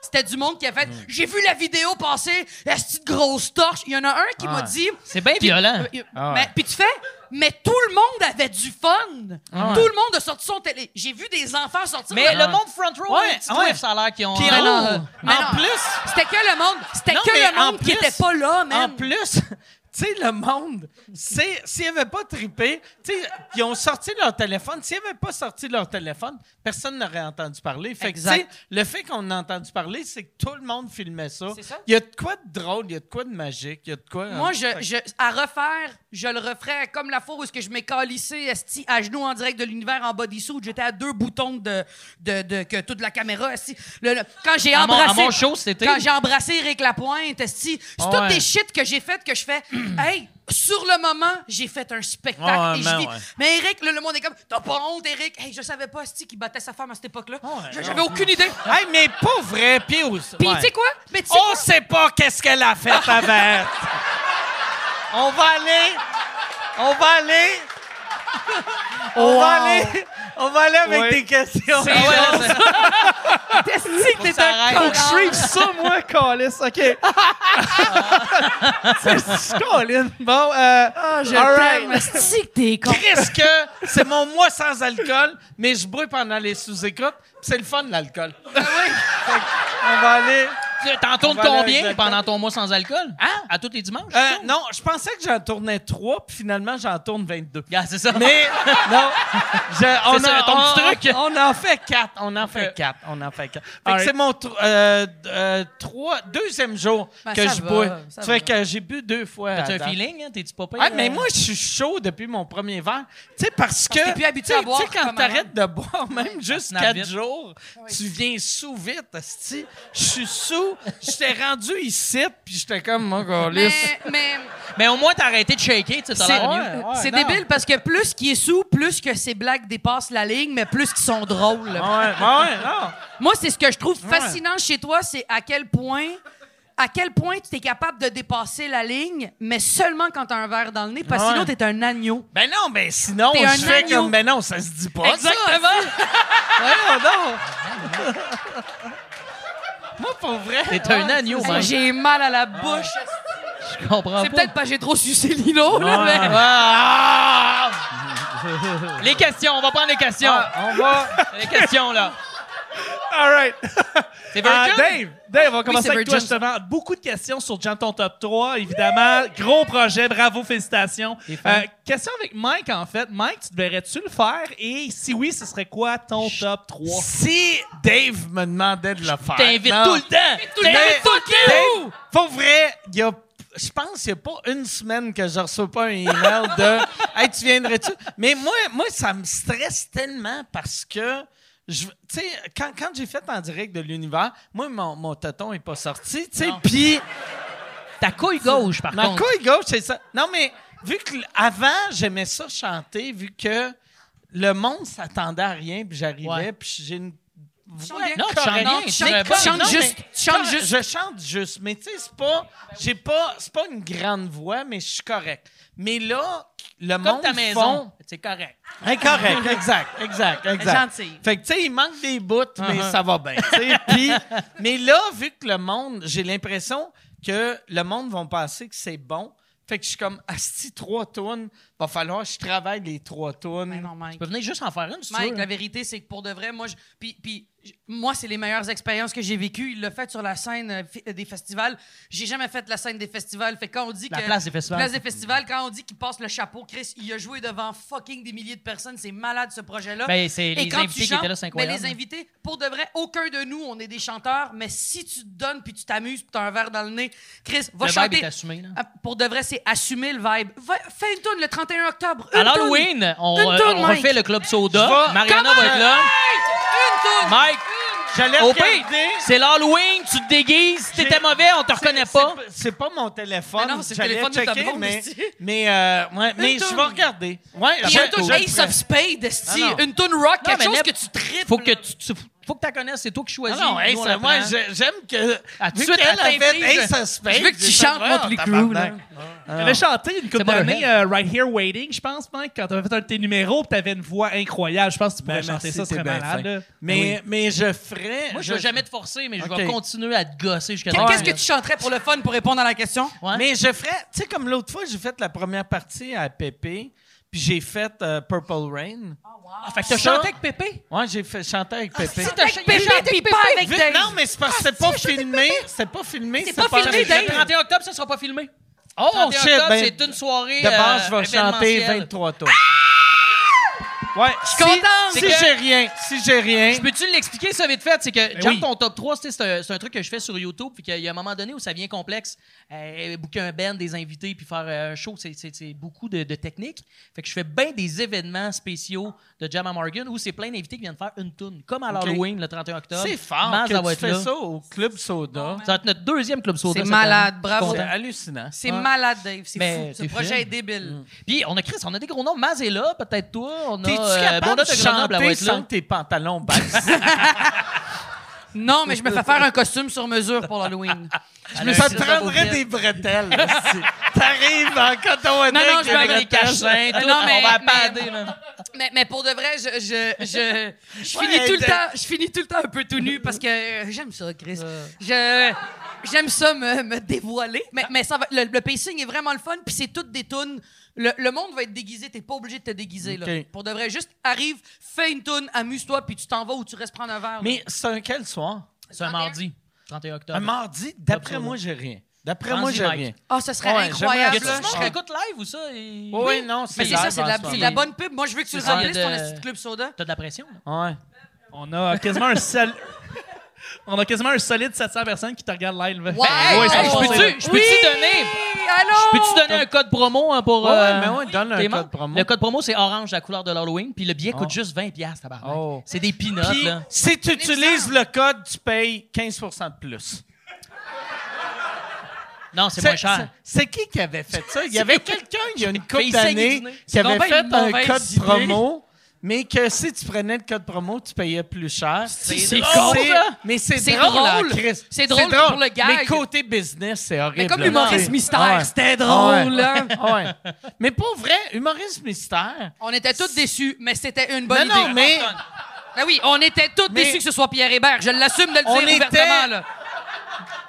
S5: C'était du monde qui a fait
S1: Mm.
S5: J'ai vu la vidéo passer, la petite grosse torche. Il y en a un qui m'a dit.
S4: C'est bien violent.
S5: Euh,
S1: Ah ouais.
S5: mais- Puis tu fais Mais tout le monde avait du fun.
S1: Ah
S5: Tout le monde a sorti son télé. J'ai vu des enfants sortir. Ah.
S4: Mais
S5: de-
S4: le monde front row,
S1: Ouais,
S4: ouais, tu
S1: ouais.
S4: trouves, ça a l'air qu'ils ont...
S1: Puis
S5: Mais
S4: Ah,
S5: non,
S1: en-
S5: mais
S1: en
S5: non.
S1: plus,
S5: C'était que le monde. C'était
S1: Non,
S5: que
S1: mais
S5: le monde
S1: en
S5: qui
S1: plus-
S5: était pas là, man.
S1: En plus, tu sais, le monde, c'est- s'ils n'avaient pas trippé, tu sais, ils ont sorti leur téléphone. S'ils n'avaient pas sorti leur téléphone, personne n'aurait entendu parler. Fait que, tu sais,
S5: Exact.
S1: le fait qu'on a entendu parler, c'est que tout le monde filmait ça.
S5: C'est ça.
S1: Il y a de quoi de drôle, il y a de quoi de magique, il y a de quoi. hein.
S5: Moi, je,
S1: Fait que-
S5: je- à refaire, je le referais comme la fois où est-ce que je m'écalissais esti, à genoux en direct de l'univers en bodysuit. J'étais à deux boutons de, de, de- que toute la caméra. esti. Le- le- quand j'ai
S4: À mon-
S5: embrassé...
S4: à mon show, c'était-
S5: Quand j'ai embrassé Eric Lapointe, esti, c'est
S1: Ah
S5: toutes
S1: ouais.
S5: des shit que j'ai faites que je fais... hey, sur le moment, j'ai fait un spectacle
S1: Ah ouais,
S5: et je
S1: man,
S5: vis.
S1: ouais.
S5: Mais Eric, là, le monde est comme... T'as pas honte, Eric? Hey, je savais pas, esti, qu'il battait sa femme à cette époque-là. Je- J'avais aucune idée.
S1: Hey, mais pas vrai, puis au- ouais.
S5: Puis
S1: Oh!
S5: tu sais quoi? Mais tu sais
S1: On
S5: quoi?
S1: sait pas qu'est-ce qu'elle a fait avant. on va aller. On va aller. On va aller. On va aller avec des questions.
S4: ouais, là, c'est-
S5: Esti que t'es
S4: ça
S5: un
S4: arrête. Faut
S6: Je
S5: connard.
S6: suis ça, moi, Calis. OK. C'est Colin. Bon, euh.
S5: Ah, Je
S6: all right.
S5: t'aime, esti que t'es con.
S1: Qu'est-ce que c'est mon mois sans alcool, mais je bois pendant les sous-écoutes. pis C'est le fun, l'alcool. Fait que on va aller.
S4: Tu- T'en tournes
S1: On va aller avec
S4: combien
S1: le
S4: pendant ton mois sans alcool?
S1: Hein?
S4: À tous les dimanches?
S1: Euh, non, je pensais que j'en tournais trois, puis finalement, j'en tourne 22.
S4: Gars, c'est ça.
S1: Mais non, je- on,
S4: ça,
S1: en-
S4: ton petit
S1: on-
S4: truc.
S1: on en fait quatre, on en
S4: Euh,
S1: fait quatre, on en fait quatre. Fait que
S6: Alright.
S1: c'est mon tr- euh, euh, trois- deuxième jour
S5: Ben,
S1: que
S5: ça
S1: je
S5: va,
S1: bois.
S5: ça
S1: Tu
S5: va.
S1: fais que j'ai bu deux fois.
S4: T'as-tu
S1: à
S4: un
S1: date.
S4: feeling? hein? T'es-tu pas pire?
S1: Ah, mais
S4: euh?
S1: moi, je suis chaud depuis mon premier verre. Tu sais, parce que.
S5: que t'es plus habitué
S1: tu sais-
S5: à boire
S1: Tu sais, quand
S5: comme
S1: t'arrêtes de boire, même juste
S4: snap
S1: quatre
S4: vite.
S1: jours, tu viens sous vite, asti. Je suis sous. J'étais rendu ici, puis j'étais comme, mon gars,
S5: Mais, mais
S4: Mais au moins, t'as arrêté de shaker, tu sais, t'as
S5: c'est
S4: l'air mieux.
S1: Ah, ouais,
S5: c'est
S1: non.
S5: débile parce que plus qu'il est sous, plus que ses blagues dépassent la ligne, mais plus qu'ils sont drôles.
S1: Ah Ouais, ouais, non.
S5: Moi, c'est ce que je trouve fascinant chez toi, c'est à quel point à quel point tu es capable de dépasser la ligne, mais seulement quand t'as un verre dans le nez, parce que sinon t'es un agneau.
S1: Ben non, ben sinon,
S5: T'es un
S1: je fais
S5: agneau.
S1: comme, ben non, ça se dit pas.
S5: Exactement.
S1: Voyons donc. Moi, pour vrai.
S4: T'es un agneau,
S5: Hey,
S4: man. Je
S5: J'ai mal à la bouche.
S1: Ah.
S4: comprends
S5: C'est
S4: pas.
S5: peut-être parce que j'ai trop sucé Lino, là, mais...
S4: Ah! Les questions, on va prendre les questions.
S1: Ah,
S6: On va.
S4: Les questions, là.
S6: All right.
S4: C'est
S6: Euh,
S1: Ah,
S4: Virgin?
S6: Dave, Dave, on va
S5: c'est
S6: commencer avec toi
S5: Virgin.
S6: justement. Beaucoup de questions sur Janton Top 3, évidemment. Gros projet, bravo, félicitations.
S4: Les fans.
S6: Euh, question avec Mike, en fait. Mike, tu devrais-tu le faire? Et si oui, ce serait quoi ton top 3?
S1: Si Dave me demandait de le faire.
S4: T'invites
S1: Ah, non.
S4: tout le temps.
S5: Tout le
S1: Mais-
S5: monde, tout le
S1: Dave, pour vrai, il y a- Je pense qu'il n'y a pas une semaine que je ne reçois pas un email de Hey, tu viendrais-tu? Mais moi, moi, ça me stresse tellement parce que, je- tu sais, quand, quand j'ai fait en direct de l'univers, moi, mon, mon téton n'est pas sorti, tu sais,
S4: Non.
S1: puis
S4: Ta couille gauche, par
S1: ma
S4: contre.
S1: couille gauche, c'est ça. Non, mais vu que l- avant, j'aimais ça chanter, vu que le monde s'attendait à rien, puis j'arrivais,
S4: Ouais.
S1: puis j'ai une. voix
S5: bien.
S4: Non, tu chantes
S1: correcte.
S4: rien.
S5: tu
S4: tu
S5: chantes-
S4: serais
S5: tu
S4: bonne.
S5: chantes
S4: Non, mais-
S5: juste. Tu chantes juste.
S1: Je chante juste, mais tu sais, c'est pas, j'ai pas, c'est pas une grande voix, mais je suis correct. Mais là, le
S4: Comme
S1: monde
S4: ta
S1: font-
S4: maison, c'est correct.
S1: Incorrect, exact, exact, exact.
S5: Gentille.
S1: Fait que, tu sais, il manque des bouts, mais
S4: Uh-huh.
S1: ça va bien. tu sais. Puis- mais là, vu que le monde, j'ai l'impression que le monde va penser que c'est bon. Fait que je suis comme, asti, trois tonnes, va falloir que je travaille les trois
S5: Mais
S1: tonnes.
S5: non, Mike.
S4: Tu peux venir juste en faire une, si tu
S5: Mike,
S4: veux.
S5: la vérité, c'est que pour de vrai, moi, je- puis, puis, je- moi, c'est les meilleures expériences que j'ai vécues. Il l'a fait sur la scène euh, fi- euh, des festivals. J'ai jamais fait la scène des festivals. Fait que quand on dit
S4: La
S5: que
S4: place des festivals.
S5: euh, place des festivals, quand on dit qu'il passe le chapeau, Chris, il a joué devant fucking des milliers de personnes. C'est malade ce projet-là.
S4: Ben, c'est
S5: Et
S4: les
S5: quand tu
S4: invités qui
S5: chantes,
S4: étaient là, c'est incroyable. hein.
S5: Mais les invités, pour de vrai, aucun de nous, on est des chanteurs. Mais si tu te donnes puis tu t'amuses puis t'as un verre dans le nez, Chris, va
S4: Le vibe
S5: chanter.
S4: est assumé, là.
S5: Ah, Pour de vrai, c'est assumer le vibe. Va- fais une tourne le 31 octobre. Euh, Une
S4: À
S5: toune.
S4: l'Halloween, on,
S5: Une
S4: euh,
S5: toune,
S4: on
S5: Mike.
S4: refait le club soda.
S1: Je vais-
S4: Mariana
S5: Comment?
S4: va être là.
S5: Une toune.
S4: Mike,
S1: J'allais
S4: au
S1: regarder-
S4: pire, c'est l'Halloween, tu te déguises, si t'étais mauvais, on te reconnaît pas.
S1: C'est- C'est pas mon téléphone.
S5: Mais non, c'est le
S1: J'allais
S5: téléphone de ta
S1: checker,
S5: blonde,
S1: mais,
S5: ici.
S1: mais, euh, ouais, mais je
S5: toune.
S1: vais regarder. Ouais,
S5: Puis
S1: je-
S5: une toune
S1: je le
S5: Ace
S1: ferai.
S5: of Spades, esti.
S1: Ah non.
S5: une toune rock,
S4: Non,
S5: quelque
S4: mais
S5: chose
S4: Nep-
S5: que tu tripes.
S4: Faut que tu, tu- faut que t'en connaisses, c'est toi qui
S1: Ah
S4: choisis.
S1: non, hey,
S4: Nous, on
S1: ça- moi,
S4: apprend.
S1: je- j'aime que.
S4: Ah, tout de
S1: vu
S4: suite,
S1: qu'elle
S4: elle
S1: a fait
S4: t'inflige.
S1: Ace of Spades,
S5: Je veux que tu
S1: j'ai
S5: chantes
S1: fait,
S5: Motley
S1: oh,
S5: Crue, là.
S1: tabarnak.
S6: T'avais chanté une couple
S4: C'est pas le
S6: d'années, euh, Right Here Waiting, je pense, Mike, quand t'avais fait un de tes numéros, pis t'avais une voix incroyable. Je pense que tu pourrais
S1: Ben,
S6: chanter
S1: merci,
S6: ça,
S1: t'es
S6: c'est
S1: bien
S6: malade.
S1: fin.
S6: là.
S1: Mais, mais je ferais.
S4: Moi, je vais jamais te forcer, mais je
S1: Ok.
S4: vais continuer à te gosser jusqu'à
S5: Qu'est-ce que tu chanterais pour le fun pour répondre à la question?
S4: Ouais.
S1: Mais je ferais. Tu sais, comme l'autre fois, j'ai fait la première partie à Pépé, puis j'ai fait euh, Purple Rain.
S4: Ah, fait que t'as
S1: Ça-
S4: chanté avec Pépé?
S1: Ouais, j'ai fait chanter avec Pépé.
S4: Si t'as chanté
S5: Pépé,
S4: avec
S5: t'es
S4: Pépé.
S5: pas avec
S1: Vite,
S5: Dave.
S1: non, mais c'est parce que c'était pas filmé. C'était pas filmé.
S5: C'est
S1: c'était
S5: pas filmé,
S1: enregistré.
S4: Le 31 octobre, ça sera pas filmé. Oh, 31
S1: shit,
S4: octobre,
S1: ben,
S4: c'est une soirée.
S1: De base, je
S4: euh,
S1: vais chanter
S4: événementielle. Ah!
S1: 23 tours. Ouais, si-
S5: contente.
S1: Si,
S4: C'est que-
S1: j'ai rien, si j'ai rien.
S4: Je peux-tu l'expliquer ça vite fait? C'est
S1: Ben
S4: que Jump
S6: oui.
S4: ton top 3, c'est un, c'est un truc que je fais sur YouTube, puis qu'il y a un moment donné où ça devient complexe. Euh, booker un band, des invités, puis faire euh, un show, c'est- c'est c'est beaucoup de, de techniques. Fait que je fais bien des événements spéciaux de Jam à Morgan où c'est plein d'invités qui viennent faire une toune, comme à l'Halloween le 31 octobre.
S1: C'est fort
S4: Maz, elle
S1: que
S4: va
S1: tu
S4: être
S1: fais
S4: là.
S1: ça au Club Soda.
S4: Ça va être notre deuxième club soda.
S5: C'est
S4: cette
S5: malade,
S4: année. Je
S5: bravo.
S4: suis
S1: C'est
S4: content.
S1: hallucinant.
S5: C'est malade, Dave. C'est
S4: Mais
S5: fou. Ce
S4: t'es
S5: projet
S4: fine.
S5: est débile.
S4: Puis on a Chris, on a des gros noms. Maz est là, peut-être toi. On a
S1: T'es-tu
S4: euh,
S1: capable
S4: Bonnet
S1: de
S4: Grenoble,
S1: chanter
S4: elle va être là.
S1: sans que tes pantalons baissent?
S5: Non, mais je me fais faire un costume sur mesure pour l'Halloween.
S4: Elle a
S1: Mais
S4: un
S1: ça te
S4: petit
S1: prendrait
S4: sabotier.
S1: des bretelles. là, si- T'arrives en coton à
S5: Non, non, je vais
S4: Avec les cachins,
S5: Ah
S4: tout.
S5: non, mais-
S4: on va
S5: mais-
S4: padder, man.
S5: mais, mais pour de vrai, je, je, je, je
S1: Ouais,
S5: finis tout le
S1: de-
S5: temps, je finis tout le temps un peu tout nu parce que euh, j'aime ça, Chris. Je j'aime ça me, me dévoiler. Mais, mais ça va- le, le pacing est vraiment le fun, puis c'est toutes des tunes. Le, le monde va être déguisé, t'es pas obligé de te déguiser là.
S1: Ok.
S5: Pour de vrai, juste arrive, fais une tune, amuse-toi, puis tu t'en vas ou tu restes prendre un verre. là.
S1: Mais c'est un quel soir?
S4: C'est un mardi, 31 octobre.
S1: Un mardi? D'après moi, j'ai rien. D'après moi,
S4: Prends-y,
S1: j'ai
S4: Mike.
S1: rien.
S5: Ah, ça serait
S1: Ouais,
S5: incroyable.
S1: j'aimerais
S5: là.
S1: ça.
S5: Je
S4: Tu
S5: serais-
S4: l'écoutes live ou ça? et-
S1: Oui, oui, non, c'est
S5: Mais c'est ça, c'est de, la,
S1: live en
S5: c'est
S1: ce moment.
S5: de la bonne pub. Moi, je veux que tu le
S4: C'est ça,
S5: remplisses,
S4: il y
S5: ton
S4: a de-
S5: esti de club soda.
S4: T'as de la pression, là?
S1: Ouais.
S6: On a quasiment un sol- On a quasiment un solide 700 personnes qui te regardent live.
S5: Wow!
S6: Ben, ouais, ils sont
S5: Hey,
S4: je
S6: passés.
S4: peux-tu je peux-tu donner,
S5: Allô?
S4: je peux-tu donner un code promo hein, pour.
S1: Ouais,
S4: euh,
S1: mais ouais, donne
S4: tes
S1: un
S4: membres?
S1: code promo.
S4: Le code promo, Oh. c'est orange, la couleur de l'Halloween, puis le billet coûte juste 20$, piastres, tabarnak.
S1: Oh.
S4: C'est des peanuts,
S1: Puis,
S4: là.
S1: si tu utilises le code, tu payes 15 de plus.
S4: Non, c'est
S1: C'est-
S4: moins cher.
S1: C'est c'est qui qui avait fait ça? Il y avait quelqu'un, il y a une
S4: Fait
S1: couple
S4: saigner
S1: d'années,
S4: du nez.
S1: qui avait
S5: donc bien
S1: fait
S5: une
S1: un
S5: mauvaise
S1: code
S5: idée.
S1: promo, mais que si tu prenais le code promo, tu payais plus cher.
S4: c'est
S1: drôle,
S4: con,
S1: c'est-
S4: ça.
S1: Mais c'est
S5: C'est
S1: drôle, en
S5: drôle.
S1: Christ.
S5: C'est drôle pour le gag.
S1: Mais côté business, c'est horrible.
S5: Mais comme
S1: là.
S5: l'humoriste
S1: C'est-
S5: mystère,
S1: Ouais.
S5: c'était drôle.
S1: Ouais.
S5: hein?
S1: Ouais. Mais pour vrai, humoriste mystère.
S5: On était tous déçus, mais c'était une
S1: Non,
S5: bonne
S1: non,
S5: idée.
S1: mais
S5: Ben oui, on était tous
S1: Mais-
S5: déçus que ce soit Pierre Hébert. Je l'assume de le
S1: on
S5: dire ouvertement.
S1: était,
S5: Là.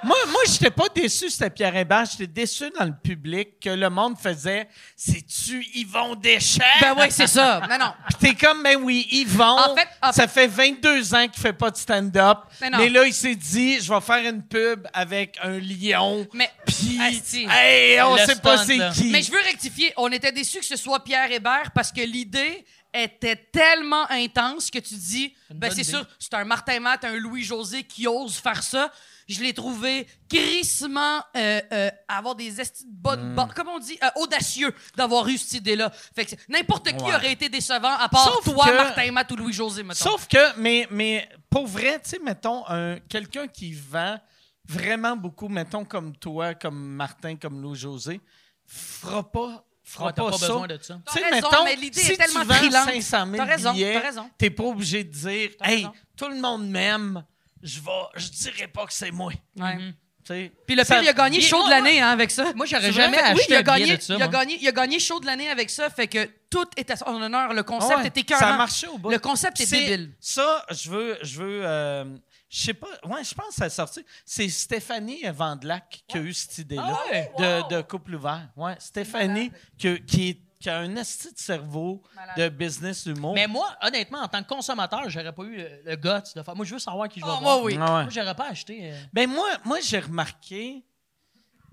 S1: Moi, moi je n'étais pas déçu, c'était Pierre Hébert. J'étais déçu dans le public que le monde faisait C'est-tu Yvon Deschamps
S5: Ben oui, c'est ça. Non, non.
S1: Puis t'es comme, ben oui, Yvon,
S5: En fait- en
S1: ça fait 22 ans qu'il fait pas de stand-up.
S5: Mais
S1: Mais,
S5: non.
S1: là, il s'est dit, je vais faire une pub avec un lion.
S5: Mais-
S1: Puis,
S5: Asti.
S1: hey, on
S4: Le
S1: sait pas
S4: stunt,
S1: c'est
S4: là.
S1: qui.
S5: Mais je veux rectifier. On était déçus que ce soit Pierre Hébert parce que l'idée était tellement intense que tu dis, ben
S4: bonne
S5: c'est
S4: idée.
S5: sûr, c'est un Martin Matt, un Louis-José qui ose faire ça. Je l'ai trouvé crissement euh, euh, avoir des estis de bas de bord- Comment on dit? Euh, audacieux d'avoir eu cette idée-là. Fait que c'est- n'importe qui aurait été décevant à part
S1: Sauf
S5: toi,
S1: que-
S5: Martin Matt ou Louis-José, mettons.
S1: Sauf que, mais, mais pour vrai, tu sais, mettons, un- quelqu'un qui vend vraiment beaucoup, mettons, comme toi, comme Martin, comme Lou-José, fera pas, fera
S4: Ouais, t'as
S1: pas,
S4: pas
S1: ça.
S4: besoin de ça.
S5: T'as
S1: Tu sais,
S5: raison,
S1: mettons,
S5: mais l'idée
S1: si
S5: est tellement
S1: tu vends
S5: trillante.
S1: 500 000
S5: T'as raison,
S1: billets,
S5: t'as raison.
S1: t'es pas obligé de dire «
S5: T'as
S1: Hey,
S5: raison.
S1: tout le monde m'aime, je vais, je dirais pas que c'est moi.
S5: Ouais. »
S1: Tu sais,
S5: Puis le
S1: ça-
S5: pire, il a gagné
S4: Bien,
S5: chaud de
S4: moi,
S5: l'année hein, avec ça.
S4: Ah, Moi, j'aurais
S5: C'est
S4: jamais
S5: vrai?
S4: acheté
S5: oui, il a
S4: un billet
S5: gagné,
S4: de ça,
S5: Il a
S4: moi.
S5: gagné, il a gagné chaud de l'année avec ça, fait que tout est à son honneur.
S1: Ah
S5: Le
S1: ouais,
S5: concept était
S1: Ça a
S5: carrément.
S1: marché au bout.
S5: Le concept est
S1: C'est-
S5: débile.
S1: Ça, je veux. Je veux. euh, je sais pas. Ouais, je pense que ça a sorti. C'est Stéphanie Vandelac qui a eu cette idée-là
S4: Ah ouais?
S1: de, de couple ouvert. Ouais, Stéphanie qui, qui, est- qui a un esti de cerveau de business humour.
S4: Mais moi, honnêtement, en tant que consommateur, j'aurais pas eu le, le guts de faire. Moi, je veux savoir qui je vais
S5: Oh,
S4: voir.
S5: moi, oui.
S1: Ah ouais.
S4: Moi, j'aurais pas acheté. euh,
S1: Ben moi, moi j'ai remarqué.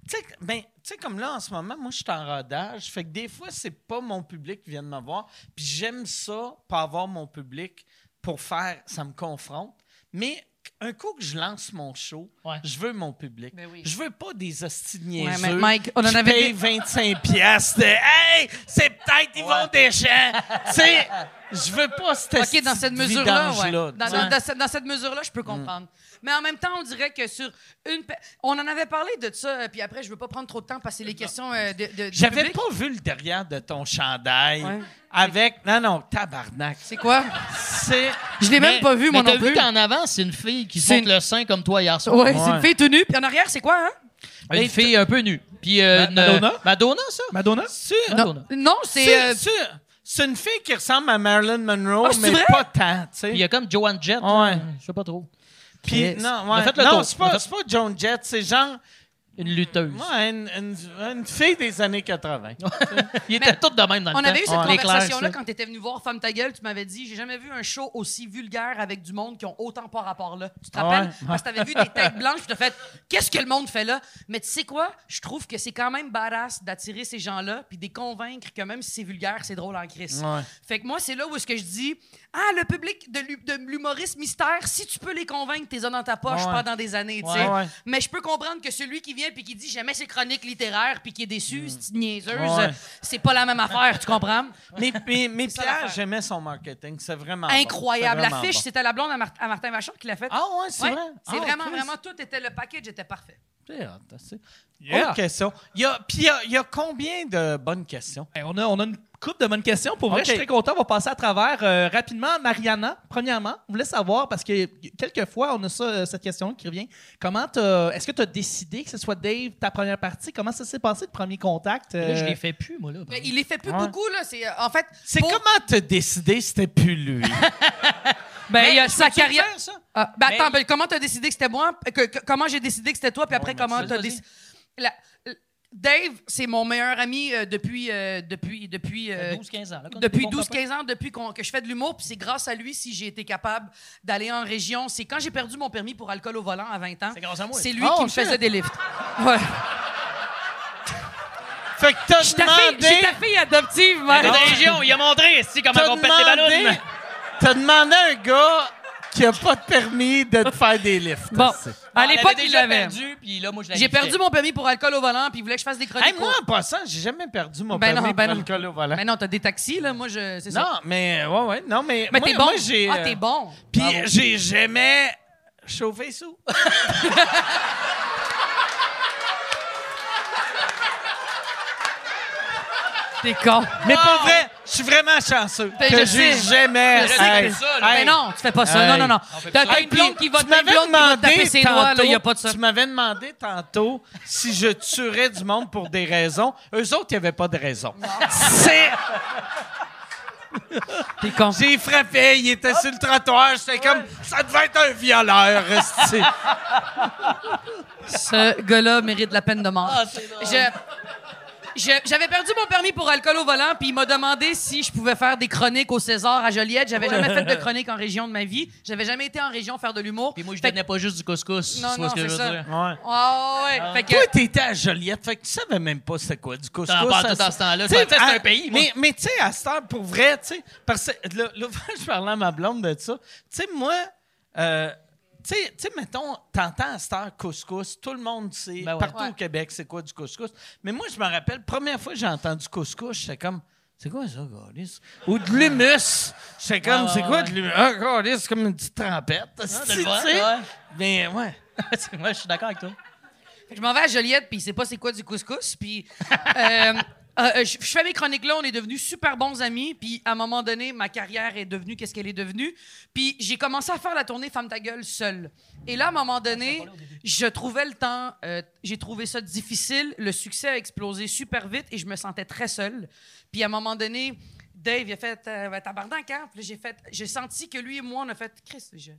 S1: Tu sais, ben, tu sais, comme là, en ce moment, moi, je suis en rodage. Fait que des fois, c'est pas mon public qui vient de me voir. Puis j'aime ça, pas avoir mon public pour faire. Ça me confronte. Mais un coup que je lance mon show,
S4: Ouais.
S1: je veux mon public.
S5: Ben oui.
S1: Je veux pas des hosties de
S5: Ouais,
S1: niaiseux
S5: mais Mike, on en
S1: qui
S5: avait
S1: payent 25 piastres de Hey, c'est peut-être ils vont Deschamps. tu sais, je veux pas cette
S5: OK, dans cette mesure-là, ouais.
S1: vidange-là,
S5: Dans,
S1: tu sais. Mm.
S5: dans- dans cette- dans cette mesure-là, je peux comprendre. Mais en même temps, on dirait que sur une... pe- On en avait parlé de ça, euh, puis après, je veux pas prendre trop de temps parce que c'est les questions euh, de, de- du
S1: J'avais
S5: public.
S1: pas vu le derrière de ton chandail
S5: Ouais.
S1: avec. Non, non, tabarnak.
S5: C'est quoi?
S1: C'est.
S5: Je l'ai même
S4: mais-
S5: pas vu, moi
S4: mais
S5: non
S4: t'as
S5: plus.
S4: vu qu'en avant, c'est une fille qui
S5: C'est
S4: saute
S5: une-
S4: le sein comme toi hier soir.
S5: Ouais, c'est une
S1: Ouais.
S5: fille tout nue, puis en arrière, c'est quoi, hein?
S4: Une fille un peu nue. Puis euh,
S6: Ma-
S4: une-
S6: Madonna?
S4: Madonna, ça?
S6: Madonna?
S1: C'est
S5: Non,
S4: Madonna.
S5: non c'est... euh,
S1: c'est- c'est une fille qui ressemble à Marilyn Monroe,
S5: Ah, c'est
S1: mais
S5: vrai?
S1: pas tant, tu
S4: Puis il y
S1: sais.
S4: a comme Joanne Jett.
S1: Ouais.
S4: là, Je sais pas trop.
S1: Puis, non, ouais.
S4: On a fait le
S1: non,
S4: tour.
S1: c'est
S4: On a
S1: pas,
S4: fait-
S1: c'est pas Joan Jett, c'est genre
S4: Une lutteuse.
S1: ouais, une, une- une fille des années 80.
S4: Ah, Il était tout de même dans le
S5: On
S4: temps.
S5: avait eu cette
S4: Ouais. L'éclair,
S5: conversation-là
S4: ça.
S5: quand t'étais venu voir Femme ta gueule. Tu m'avais dit J'ai jamais vu un show aussi vulgaire avec du monde qui ont autant pas rapport là. Tu te rappelles
S1: Ouais.
S5: Parce que t'avais vu des têtes blanches. Puis t'as fait Qu'est-ce que le monde fait là Mais tu sais quoi Je trouve que c'est quand même badass d'attirer ces gens-là puis de les convaincre que même si c'est vulgaire, c'est drôle en crise.
S1: Ouais.
S5: Fait que moi, c'est là où est-ce que je dis Ah, le public de l'hu- de l'humoriste mystère, si tu peux les convaincre, t'es dans ta poche
S1: Ouais.
S5: pendant des années. tu
S1: Ouais,
S5: sais.
S1: ouais.
S5: Mais je peux comprendre que celui qui vient puis qui dit Jamais ces chroniques littéraires puis qui est déçu, c'est une niaiseuse.
S1: Hmm. Ouais.
S5: C'est pas la même affaire, tu comprends?
S1: Mais, mais, mais
S5: C'est ça
S1: Pierre,
S5: l'affaire.
S1: j'aimais son marketing. C'est vraiment bon.
S5: Incroyable.
S1: C'est vraiment
S5: L'affiche,
S1: bon.
S5: c'était la blonde à, Mar- à Martin Vachon qui l'a faite.
S1: Ah, ouais, c'est
S5: Ouais.
S1: vrai.
S5: C'est
S1: Ah,
S5: vraiment,
S1: Chris.
S5: vraiment, tout était, le package était parfait.
S1: J'ai
S4: ah,
S1: hâte, c'est-
S6: Yeah.
S1: Autre question. Il y a, puis il y a- il y a combien de bonnes questions?
S6: Hey, Ben, on, a, on a une coupe de bonnes questions. Pour vrai,
S1: Ok.
S6: je suis très content. On va passer à travers euh, rapidement. Mariana, premièrement, on voulait savoir, parce que quelquefois, on a ça, euh, cette question qui revient. Comment t'as- Est-ce que tu as décidé que ce soit Dave ta première partie? Comment ça s'est passé, le premier contact? euh?
S4: Là, je l'ai fait plus, moi, là.
S5: Mais il les fait plus
S1: Ah. Ouais.
S5: beaucoup, là. C'est, euh, en fait,
S1: C'est
S5: pour-
S1: comment te décider si c'était plus lui?
S5: Ben, il y a sa
S1: Peux-tu le
S5: carrière.
S1: faire, ça?
S5: Ah, ben
S4: Mais
S5: attends,
S4: il-
S5: ben, comment t'as décidé que c'était moi? Que- que- comment j'ai décidé que c'était toi, puis après,
S1: Ouais,
S5: comment
S4: merci.
S5: t'as
S4: Vas-y.
S5: décidé... La- euh, Dave, c'est mon meilleur ami euh, depuis, euh, depuis, depuis, euh,
S4: 12-15 ans. là, qu'on
S5: depuis
S4: était bons
S5: 12-15 ans, depuis qu'on- que je fais de l'humour, puis c'est grâce à lui si j'ai été capable d'aller en région. C'est quand j'ai perdu mon permis pour alcool au volant à 20 ans.
S4: C'est grâce à moi.
S5: C'est lui
S1: Oh,
S5: qui me
S1: shit.
S5: faisait des lifts. Ouais.
S1: Fait que t'as
S5: Ta fille-
S1: demandé...
S5: J'ai ta fille adoptive,
S4: copains.
S5: merde.
S4: Dans la région, il a montré ici comment
S1: T'as
S4: on pète les
S1: demandé-
S4: ballons.
S1: T'as demandé à un gars qui a pas de permis de te faire des lifts.
S5: Bon, à
S1: Ah,
S4: On l'avait
S5: l'époque, il
S4: déjà
S5: l'avait.
S4: perdu, puis là, moi, je l'avais
S5: J'ai perdu mon permis pour alcool au volant, puis il voulait que je fasse des chroniques.
S1: Hey, moi, en passant, j'ai jamais perdu mon
S5: Ben non,
S1: permis
S5: ben
S1: pour
S5: non.
S1: alcool au volant.
S5: Mais non, t'as des taxis, là. Moi, je. C'est ça.
S1: non, mais... Ouais, ouais. Non, mais...
S5: Mais
S1: moi-
S5: t'es bon.
S1: Moi, j'ai...
S5: ah, Ah! t'es
S1: euh,
S5: bon.
S1: Puis
S5: Bravo.
S1: j'ai jamais chauffé sous.
S5: T'es con.
S1: Mais pour vrai, je suis vraiment chanceux
S5: Ben,
S1: que
S5: je
S1: j'ai
S5: sais.
S1: jamais...
S5: Je sais que
S1: Hey,
S4: c'est ça, là.
S1: hey.
S5: Mais non, tu fais pas ça.
S1: Hey.
S5: Non, non, non.
S4: On fait
S5: T'as
S4: pas ça.
S5: t'as une blonde qui va
S1: Tu
S5: t'as une
S1: m'avais
S5: blonde qui va te taper
S1: demandé
S5: ses doigts, là.
S1: tantôt-
S5: Y a pas de ça.
S1: Tu m'avais demandé tantôt si je tuerais du monde pour des raisons. Eux autres, il n'y avait pas de raison. C'est.
S5: T'es con.
S1: J'ai frappé, il était sur le trottoir, j'étais comme ça devait être un violeur, esti.
S5: Ce gars-là mérite la peine de mort.
S4: Ah,
S5: Je- je- J'avais perdu mon permis pour alcool au volant, puis il m'a demandé si je pouvais faire des chroniques au César à Joliette. J'avais jamais fait de chronique en région de ma vie. J'avais jamais été en région faire de l'humour.
S4: Puis moi, je
S5: Fait que-
S4: donnais pas juste du couscous.
S5: Non,
S4: tu vois
S5: non,
S4: ce que
S5: c'est
S4: je veux
S5: ça.
S4: dire?
S1: Ouais.
S5: Ah ouais. Fait que-
S1: Toi, t'étais à Joliette, fait que tu savais même pas c'était quoi du couscous.
S4: T'en parles
S1: ça,
S4: tout dans ce temps-là.
S1: Tu sais,
S4: Je pensais que c'était
S1: à-
S4: un pays, moi.
S1: Mais, mais tu sais, à cette heure, pour vrai, tu sais, parce que là, là, je parlais à ma blonde de ça. Tu sais, moi, euh, tu sais, tu sais, mettons, t'entends à cette heure couscous, tout le monde sait,
S4: Ben ouais.
S1: partout
S5: Ouais.
S1: au Québec, c'est quoi du couscous. Mais moi, je me rappelle, première fois que j'ai entendu couscous, j'étais comme, c'est quoi ça, Gaulis? Ou de l'humus. J'étais comme,
S4: ouais,
S1: c'est quoi
S4: ouais.
S1: de l'humus? Ah, Gaulis, c'est comme une petite trempette.
S4: de le
S1: tu
S4: voir,
S1: sais.
S4: ouais.
S1: Mais ouais.
S4: Moi, je suis d'accord avec toi.
S5: Je m'en vais à Joliette, puis il sait pas c'est quoi du couscous. Puis euh, euh, je je fais mes chroniques là, on est devenus super bons amis. Puis à un moment donné, ma carrière est devenue qu'est-ce qu'elle est devenue. Puis j'ai commencé à faire la tournée Femme ta gueule seule. Et là, à un moment
S4: Ah,
S5: donné, je trouvais le temps, euh, j'ai trouvé ça difficile. Le succès a explosé super vite et je me sentais très seule. Puis à un moment donné, Dave, il a fait euh, Ben, tabarnak, hein? Puis là, j'ai fait, j'ai senti que lui et moi, on a fait Chris, je,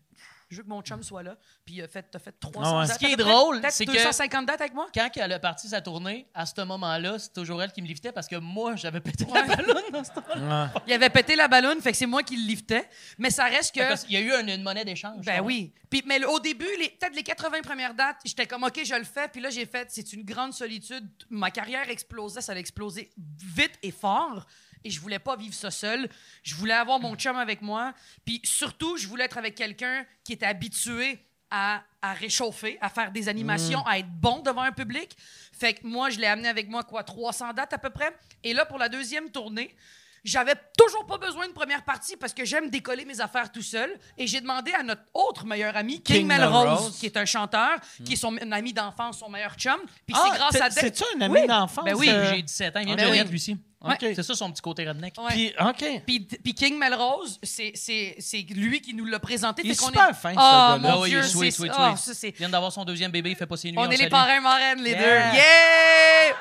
S5: je veux que mon chum soit là. Puis il a fait, t'as fait 300
S1: Ah ouais.
S5: dates,
S4: Ce qui est
S5: à peu près,
S4: drôle,
S5: peut-être
S4: c'est que-
S5: 250 dates avec moi.
S4: Quand elle a parti sa tournée, à ce moment-là, c'est toujours elle qui me liftait parce que moi, j'avais pété la ballonne dans ce temps-là.
S5: Il avait pété la ballonne, fait que c'est moi qui le liftais. Mais ça reste que.
S4: Parce qu'il y a eu une, une monnaie d'échange. hein.
S5: Ben oui. Puis, mais le- au début, les- peut-être les 80 premières dates, j'étais comme, OK, je le fais. Puis là, j'ai fait, c'est une grande solitude. Ma carrière explosait, ça a explosé vite et fort. Et je voulais pas vivre ça seul. Je voulais avoir mon chum avec moi. Puis surtout, je voulais être avec quelqu'un qui était habitué à, à réchauffer, à faire des animations, à être bon devant un public. Fait que moi, je l'ai amené avec moi, quoi, 300 dates à peu près. Et là, pour la deuxième tournée, j'avais toujours pas besoin de première partie parce que j'aime décoller mes affaires tout seul. Et j'ai demandé à notre autre meilleur ami, King,
S1: King
S5: Melrose,
S1: Melrose.
S5: qui est un chanteur, qui est son un ami d'enfance, son meilleur chum. Puis
S1: Ah,
S5: c'est grâce
S1: t'es-
S5: à Dave.
S1: C'est-tu un ami
S5: Oui.
S1: d'enfance?
S5: Ben oui,
S1: euh,
S4: J'ai 17 ans, il vient de
S5: Ah, ben
S4: Joliette,
S5: oui.
S4: lui aussi.
S5: Ouais.
S4: C'est ça son petit côté redneck.
S5: Ouais.
S1: Puis, OK.
S5: Puis, puis King Melrose, c'est, c'est, c'est lui qui nous l'a présenté.
S1: Il est
S5: Fait qu'on
S1: super fin, ce gars-là.
S5: Ah, mon
S4: Ouais, il est
S5: Dieu,
S4: sweet,
S5: c'est-
S4: sweet,
S5: ah,
S4: sweet.
S5: ça, c'est-
S4: Il vient d'avoir son deuxième bébé, il fait pas ses nuits.
S5: On, est
S4: salue.
S5: les parrains marraines, les
S1: Yeah.
S5: deux. Yeah!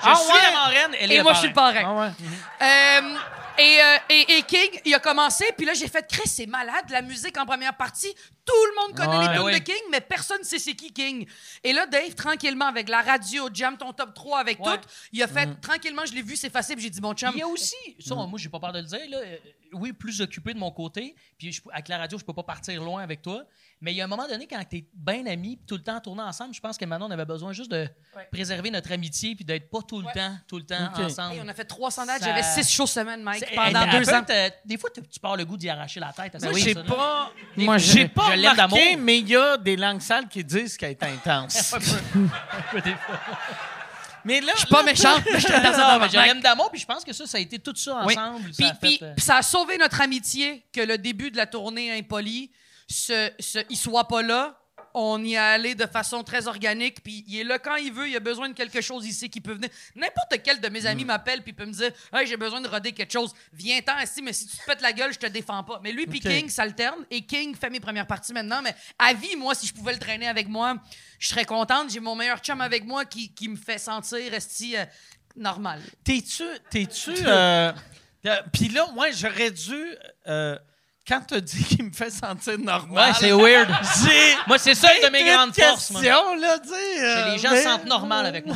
S5: Je
S4: Je
S5: suis
S4: suis
S5: la-
S4: la marraine, elle est
S5: Et
S4: la
S5: moi, je suis le
S4: parrain.
S5: parrain.
S1: Ah ouais.
S5: Euh, et, euh, et, et King, il a commencé, puis là, j'ai fait Chris, c'est malade, la musique en première partie. Tout le monde connaît
S1: Ouais.
S5: les tunes
S4: Ben oui.
S5: de King, mais personne ne sait c'est qui King. Et là, Dave, tranquillement, avec la radio, Jam, ton top 3 avec
S4: Ouais. Mm.
S5: tout, il a fait tranquillement, je l'ai vu s'effacer, puis j'ai dit, mon chum.
S4: Il y a aussi, ça, moi, j'ai pas peur de le dire, là, euh, oui, plus occupé de mon côté, puis je- avec la radio, je peux pas partir loin avec toi, mais il y a un moment donné, quand t'es bien ami, puis tout le temps tourné ensemble, je pense que maintenant, on avait besoin juste de
S5: Ouais.
S4: préserver notre amitié, puis d'être pas tout le
S5: Ouais.
S4: temps, tout le temps
S1: Ok.
S5: Hey, on
S4: ensemble.
S5: a fait 300 dates,
S4: Ça-
S5: j'avais 6 shows semaine, Mike,
S4: C'est-
S5: pendant
S4: elle-
S5: deux
S4: elle
S5: ans.
S4: peut te- Des fois, tu tu pars le goût d'y arracher la tête à cette
S1: Moi, j'ai
S4: personne-là.
S1: pas.
S5: Moi, je-
S1: j'ai pas
S4: je l'aime
S1: remarqué,
S4: d'amour.
S1: mais il y a des langues sales qui disent qu'elle est intense.
S4: Un peu. Un peu des fois.
S1: mais là,
S5: Je suis
S1: là,
S5: pas méchant, mais je te dans
S4: Non,
S5: un
S4: mais je l'aime d'amour, puis je pense que ça, ça a été tout ça
S5: Oui.
S4: ensemble.
S5: Puis,
S4: ça a
S5: puis-
S4: fait, euh,
S5: puis ça a sauvé notre amitié que le début de la tournée impolie, ce, ce, il soit pas là. On y est allé de façon très organique, puis il est là quand il veut, il a besoin de quelque chose ici qui peut venir. N'importe quel de mes
S4: Mm.
S5: amis m'appelle puis peut me dire Hey, j'ai besoin de roder quelque chose. Viens-t'en ici, mais si tu te pètes la gueule, je te défends pas. Mais lui puis
S1: Ok.
S5: King s'alternent, et King fait mes premières parties maintenant. Mais à vie, moi, si je pouvais le traîner avec moi, je serais contente. J'ai mon meilleur chum avec moi qui, qui me fait sentir esti euh, normal.
S1: t'es-tu. T'es-tu. euh, euh, Puis là, moi, j'aurais dû. euh, quand t'as dit qu'il me fait sentir normal.
S4: Ouais, c'est weird.
S1: J'ai.
S4: Moi, c'est ça une de mes
S1: plein
S4: grandes forces, moi.
S1: questions, là, tu sais, euh,
S4: les gens
S1: mais-
S4: sentent normal avec moi.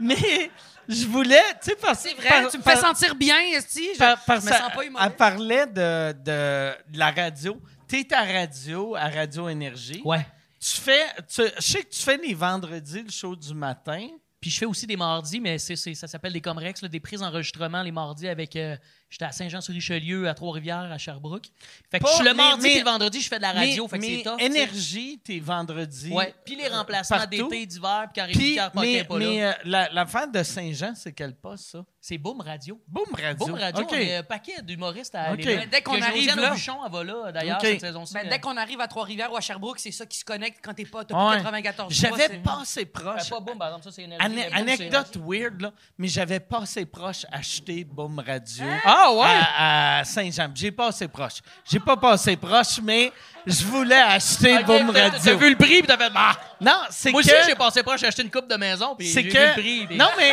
S1: mais je voulais. Tu sais, parce
S5: C'est vrai,
S1: par-
S5: tu me
S1: par-
S5: fais sentir bien, Esti. Je,
S1: par, par
S5: je me
S1: sa-
S5: sens pas Ben, humoriste.
S1: Elle parlait de, de, de la radio. T'es à radio, à Radio Énergie.
S4: Ouais.
S1: Tu fais, tu, je sais que tu fais les vendredis, le show du matin.
S4: Puis je fais aussi des mardis, mais c'est, c'est- ça s'appelle des Comrex, là, des prises d'enregistrement les mardis avec. euh, j'étais à Saint-Jean-sur-Richelieu, à Trois-Rivières, à Sherbrooke. Fait que
S1: Pas-
S4: je suis le
S1: mais-
S4: mardi
S1: mais-
S4: puis le vendredi, je fais de la radio.
S1: mais,
S4: fait que
S1: mais
S4: c'est tough. tu sais.
S1: énergie, t'es vendredi.
S4: Ouais. Puis les remplacements
S1: partout.
S4: d'été, d'hiver, puis quand
S1: Puis,
S4: Rémi Pierre Paquin
S1: mais,
S4: est pas là.
S1: mais euh, la- l'affaire de Saint-Jean, c'est quel poste, ça?
S4: C'est Boom Radio.
S1: Boom Radio.
S4: Boom Radio, euh,
S1: OK.
S4: on est un paquet d'humoristes à
S1: OK.
S4: aller. là.
S5: Mais dès qu'on
S4: Que
S5: arrive
S4: Josiane
S5: là-
S4: Aubuchon, elle va là, d'ailleurs,
S1: OK.
S4: cette saison-ci.
S5: Ben,
S4: euh,
S5: dès qu'on arrive à Trois-Rivières ou à Sherbrooke, c'est ça qui se connecte quand t'es pas, t'as
S1: Ouais.
S5: plus 94 mois,
S1: J'avais
S5: c'est-
S1: passé
S4: euh,
S1: proche.
S4: pas Boom, par exemple, ça, c'est énergie.
S1: Ane-
S4: mais Boom,
S1: anecdote
S4: c'est-
S1: weird, là, mais j'avais passé proche acheter Boom Radio.
S6: Ah ouais?
S1: à, à Saint-Jean. J'ai passé proche. J'ai pas passé proche, mais je voulais acheter Eh,
S4: Ok,
S1: Boom
S4: t'as- T'as
S1: Radio.
S4: vu le prix, puis t'as fait. Ah!
S1: Non, c'est
S4: Moi
S1: que.
S4: aussi, j'ai passé proche acheter une coupe de maison, puis j'ai
S1: c'est
S4: vu
S1: que.
S4: le prix. puis-
S1: non, mais.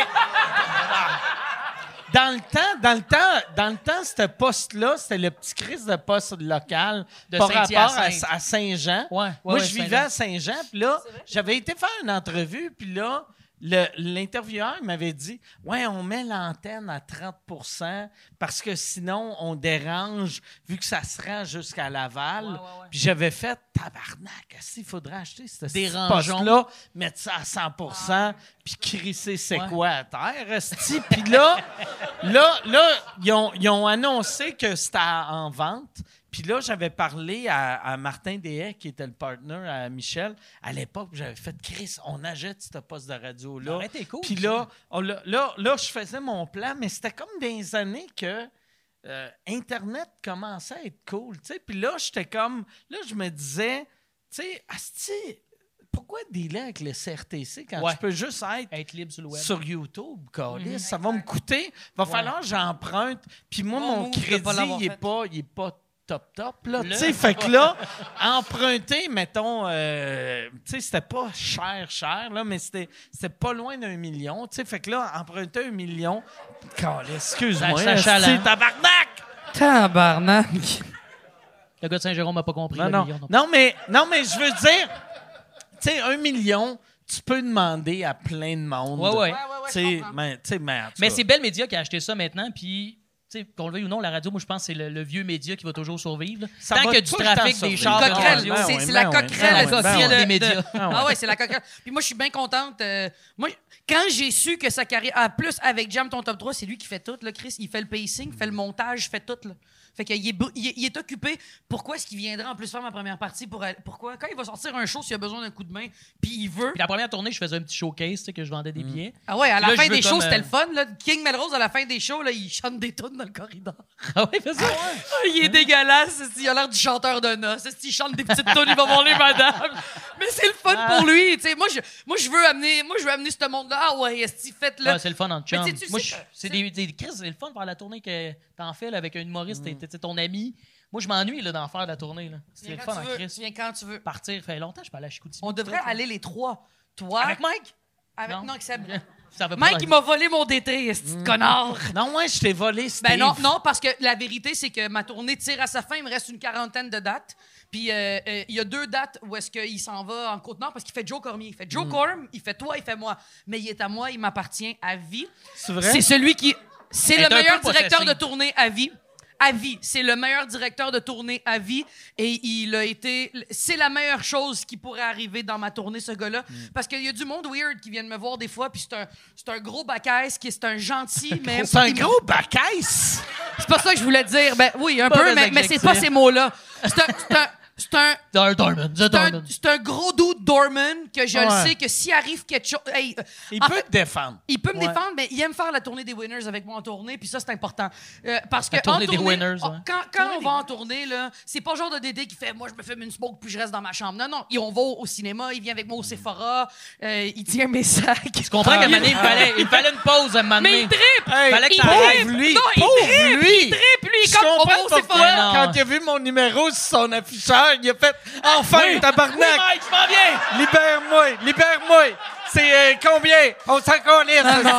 S1: Dans le temps, dans le temps, dans le temps, ce poste-là, c'était le petit Christ de poste local
S4: De
S1: par rapport à,
S4: Saint-Hyacinthe.
S1: à Saint-Jean.
S4: Ouais, ouais,
S1: Moi,
S4: ouais,
S1: je vivais
S4: Saint-Jean.
S1: à Saint-Jean, puis là, j'avais été faire une entrevue, puis là, le- l'intervieweur m'avait dit Ouais, on met l'antenne à 30 parce que sinon, on dérange vu que ça se rend jusqu'à Laval.
S4: Ouais, ouais, ouais.
S1: Puis j'avais fait Tabarnak, s'il faudrait acheter ce
S4: Des
S1: petit
S4: rangeons. Ah.
S1: poste-là, mettre ça à 100 puis crisser c'est quoi à terre, esti. Puis là, là, là, ils ont, ils ont annoncé que c'était en vente. Puis là, j'avais parlé à, à Martin Dehay, qui était le partner à Michel. À l'époque, j'avais fait Chris, on achète ce poste de radio-là.
S4: Arrête, oh, t'es cool,
S1: Puis
S4: ça.
S1: là, on l'a- là, là, je faisais mon plan, mais c'était comme des années que euh, Internet commençait à être cool. tu sais. Puis là, j'étais comme. Là, je me disais, tu sais, asti, pourquoi délai avec le CRTC quand
S4: Ouais.
S1: je peux juste être
S4: Être libre sur le web. Mhm.
S1: sur YouTube, câlisse, ça va me coûter. Va falloir que j'emprunte. Puis moi,
S5: Bon
S1: mon
S5: move de
S1: crédit,
S5: pas l'avoir
S1: il n'est
S5: fait.
S1: pas, il est pas top top. Là,
S4: Le-
S1: Tu sais, fait que là, emprunter, mettons, euh, tu sais, c'était pas cher, cher, là, mais c'était c'était pas loin d'un million. Tu sais, fait que là, emprunter un million, câlisse, excuse-moi,
S4: Ça- ça
S1: esti,
S4: challenge.
S1: tabarnak!
S5: Tabarnak.
S4: Le gars de Saint-Jérôme n'a pas compris.
S1: Non,
S4: le
S1: non.
S4: million, non.
S1: Non, mais, non, mais je veux dire, tu sais, un million, tu peux demander à plein de monde.
S4: Ouais, ouais. Ouais, ouais,
S5: ouais,
S1: Tu sais,
S5: je comprends.
S1: mais, tu sais, mais en tout
S4: Mais
S1: cas.
S4: c'est Bell Média qui a acheté ça maintenant, puis. tu sais, Qu'on le veuille ou non, la radio, moi, je pense que c'est le, le vieux média qui va toujours survivre. là.
S1: Ça
S4: Tant
S1: va
S4: qu'il y a du
S1: tout le temps Ben
S4: trafic, des
S1: survivre.
S4: chars,
S5: Une
S4: de
S5: coquerelle,
S4: radio,
S5: c'est- c'est la coquerelle,
S1: ben
S4: la coquerelle des médias.
S5: Ah ouais, c'est la coquerelle. Puis moi, je suis bien contente. euh, moi, quand j'ai su que sa carrière. Ah, plus avec Jam, ton top 3, c'est lui qui fait tout, là, Chris. Il fait le pacing, fait le montage, fait tout, là. Fait qu'il est, bou- il est, il est occupé. Pourquoi est-ce qu'il viendra en plus faire ma première partie? Pour, aller- pourquoi? Quand il va sortir un show, s'il a besoin d'un coup de main, puis il veut.
S4: Puis la première tournée, je faisais un petit showcase, tu sais, que je vendais des billets.
S5: Ah ouais, à la
S4: Là,
S5: fin
S4: je veux
S5: des shows,
S4: comme,
S5: c'était
S4: euh,
S5: le fun, là. King Melrose, à la fin des shows, là, il chante des tunes dans le corridor.
S4: Ah ouais, fais ça.
S5: Il est dégueulasse, c'est-tu, il a l'air du chanteur de noces. c'est-tu, Il chante des petites tonnes, il va voler madame. Mais c'est le fun
S4: Ah.
S5: pour lui, tu sais. Moi, je, moi, je veux amener, moi, je veux amener ce monde-là. Ah ouais, est-ce que faites-le?
S4: Ah, c'est le fun en chum.
S5: Mais tu sais, tu
S4: Moi,
S5: sais
S4: je-
S5: que-
S4: c'est des, des crises, c'est le fun de faire la tournée que t'en fais là, avec un humoriste, t'es- t'es t'es ton ami. Moi, je m'ennuie là, d'en faire de la tournée. là. C'est
S5: Viens
S4: le
S5: quand
S4: fun hein, en
S5: tu veux,
S4: crise.
S5: viens quand tu veux.
S4: Partir, fait longtemps, je peux aller à Chicoutimi.
S5: On devrait aller les trois. Toi.
S4: Avec Mike?
S5: Avec,
S4: Non. Mm.
S5: non, avec Seb.
S4: Ça va pas
S5: Mike,
S4: être-
S5: il m'a volé mon DT, est connard.
S1: Non, ouais, je t'ai volé, Steve.
S5: Ben non, non, parce que la vérité, c'est que ma tournée tire à sa fin. Il me reste une quarantaine de dates. Puis euh, euh, il y a deux dates où est-ce qu'il s'en va en Côte-Nord parce qu'il fait Joe Cormier. Il fait
S4: Mm.
S5: Joe Corm, il fait toi, il fait moi. Mais il est à moi, il m'appartient à vie.
S1: C'est vrai?
S5: C'est celui qui... C'est
S4: Elle est
S5: le
S4: un
S5: meilleur
S4: peu
S5: directeur de
S4: possessive.
S5: tournée à vie. À vie. C'est le meilleur directeur de tournée à vie. Et il a été... C'est la meilleure chose qui pourrait arriver dans ma tournée, ce gars-là.
S4: Mm.
S5: Parce qu'il y a du monde weird qui vient de me voir des fois. Puis c'est un, c'est un gros bacaisse qui est un gentil, mais...
S1: C'est un
S5: il-
S1: gros bacaisse!
S5: c'est pas ça que je voulais dire. Ben oui, un peu,
S4: Mauvais
S5: mais, mais c'est
S4: adjectif.
S5: pas ces mots-là. C'est un, c'est un, c'est un,
S4: Dar- Dorman, The
S5: c'est un-
S4: Dorman.
S5: c'est un gros doute Dorman que je
S1: Ouais.
S5: le sais que s'il arrive quelque chose. Hey, euh,
S1: Il
S5: en
S1: peut
S5: fait,
S1: te défendre.
S5: il peut me
S1: Ouais.
S5: défendre, mais il aime faire la tournée des winners avec moi en tournée, puis ça, c'est important. Euh, parce que
S4: La tournée
S5: en
S4: des
S5: tournée,
S4: winners,
S5: oh,
S4: ouais.
S5: quand, quand on va en tournée, là, c'est pas le genre de Dédé qui fait « Moi, je me fume une smoke, puis je reste dans ma chambre. » Non, non, il- on va au au cinéma, il vient avec moi au Sephora, euh, il tient mes sacs.
S4: Tu comprends qu'à un moment donné, il fallait, il fallait une pause à un moment donné.
S5: Mais il tripe!
S4: Fallait que
S5: il
S4: ça
S5: trippe!
S1: Pauvre lui!
S5: Non, il
S1: Pauvre lui!
S5: trippe, lui, il est
S1: Je
S5: comme « On va
S1: comprends
S5: au
S1: pourquoi,
S4: Non.
S5: Sephora! »
S1: quand il a vu mon numéro sur son afficheur, il a fait « Enfin, tabarnak!
S4: Mike, je m'en viens!
S1: Libère-moi! Libère-moi! C'est euh, combien? On s'en calisse!
S5: Non, non.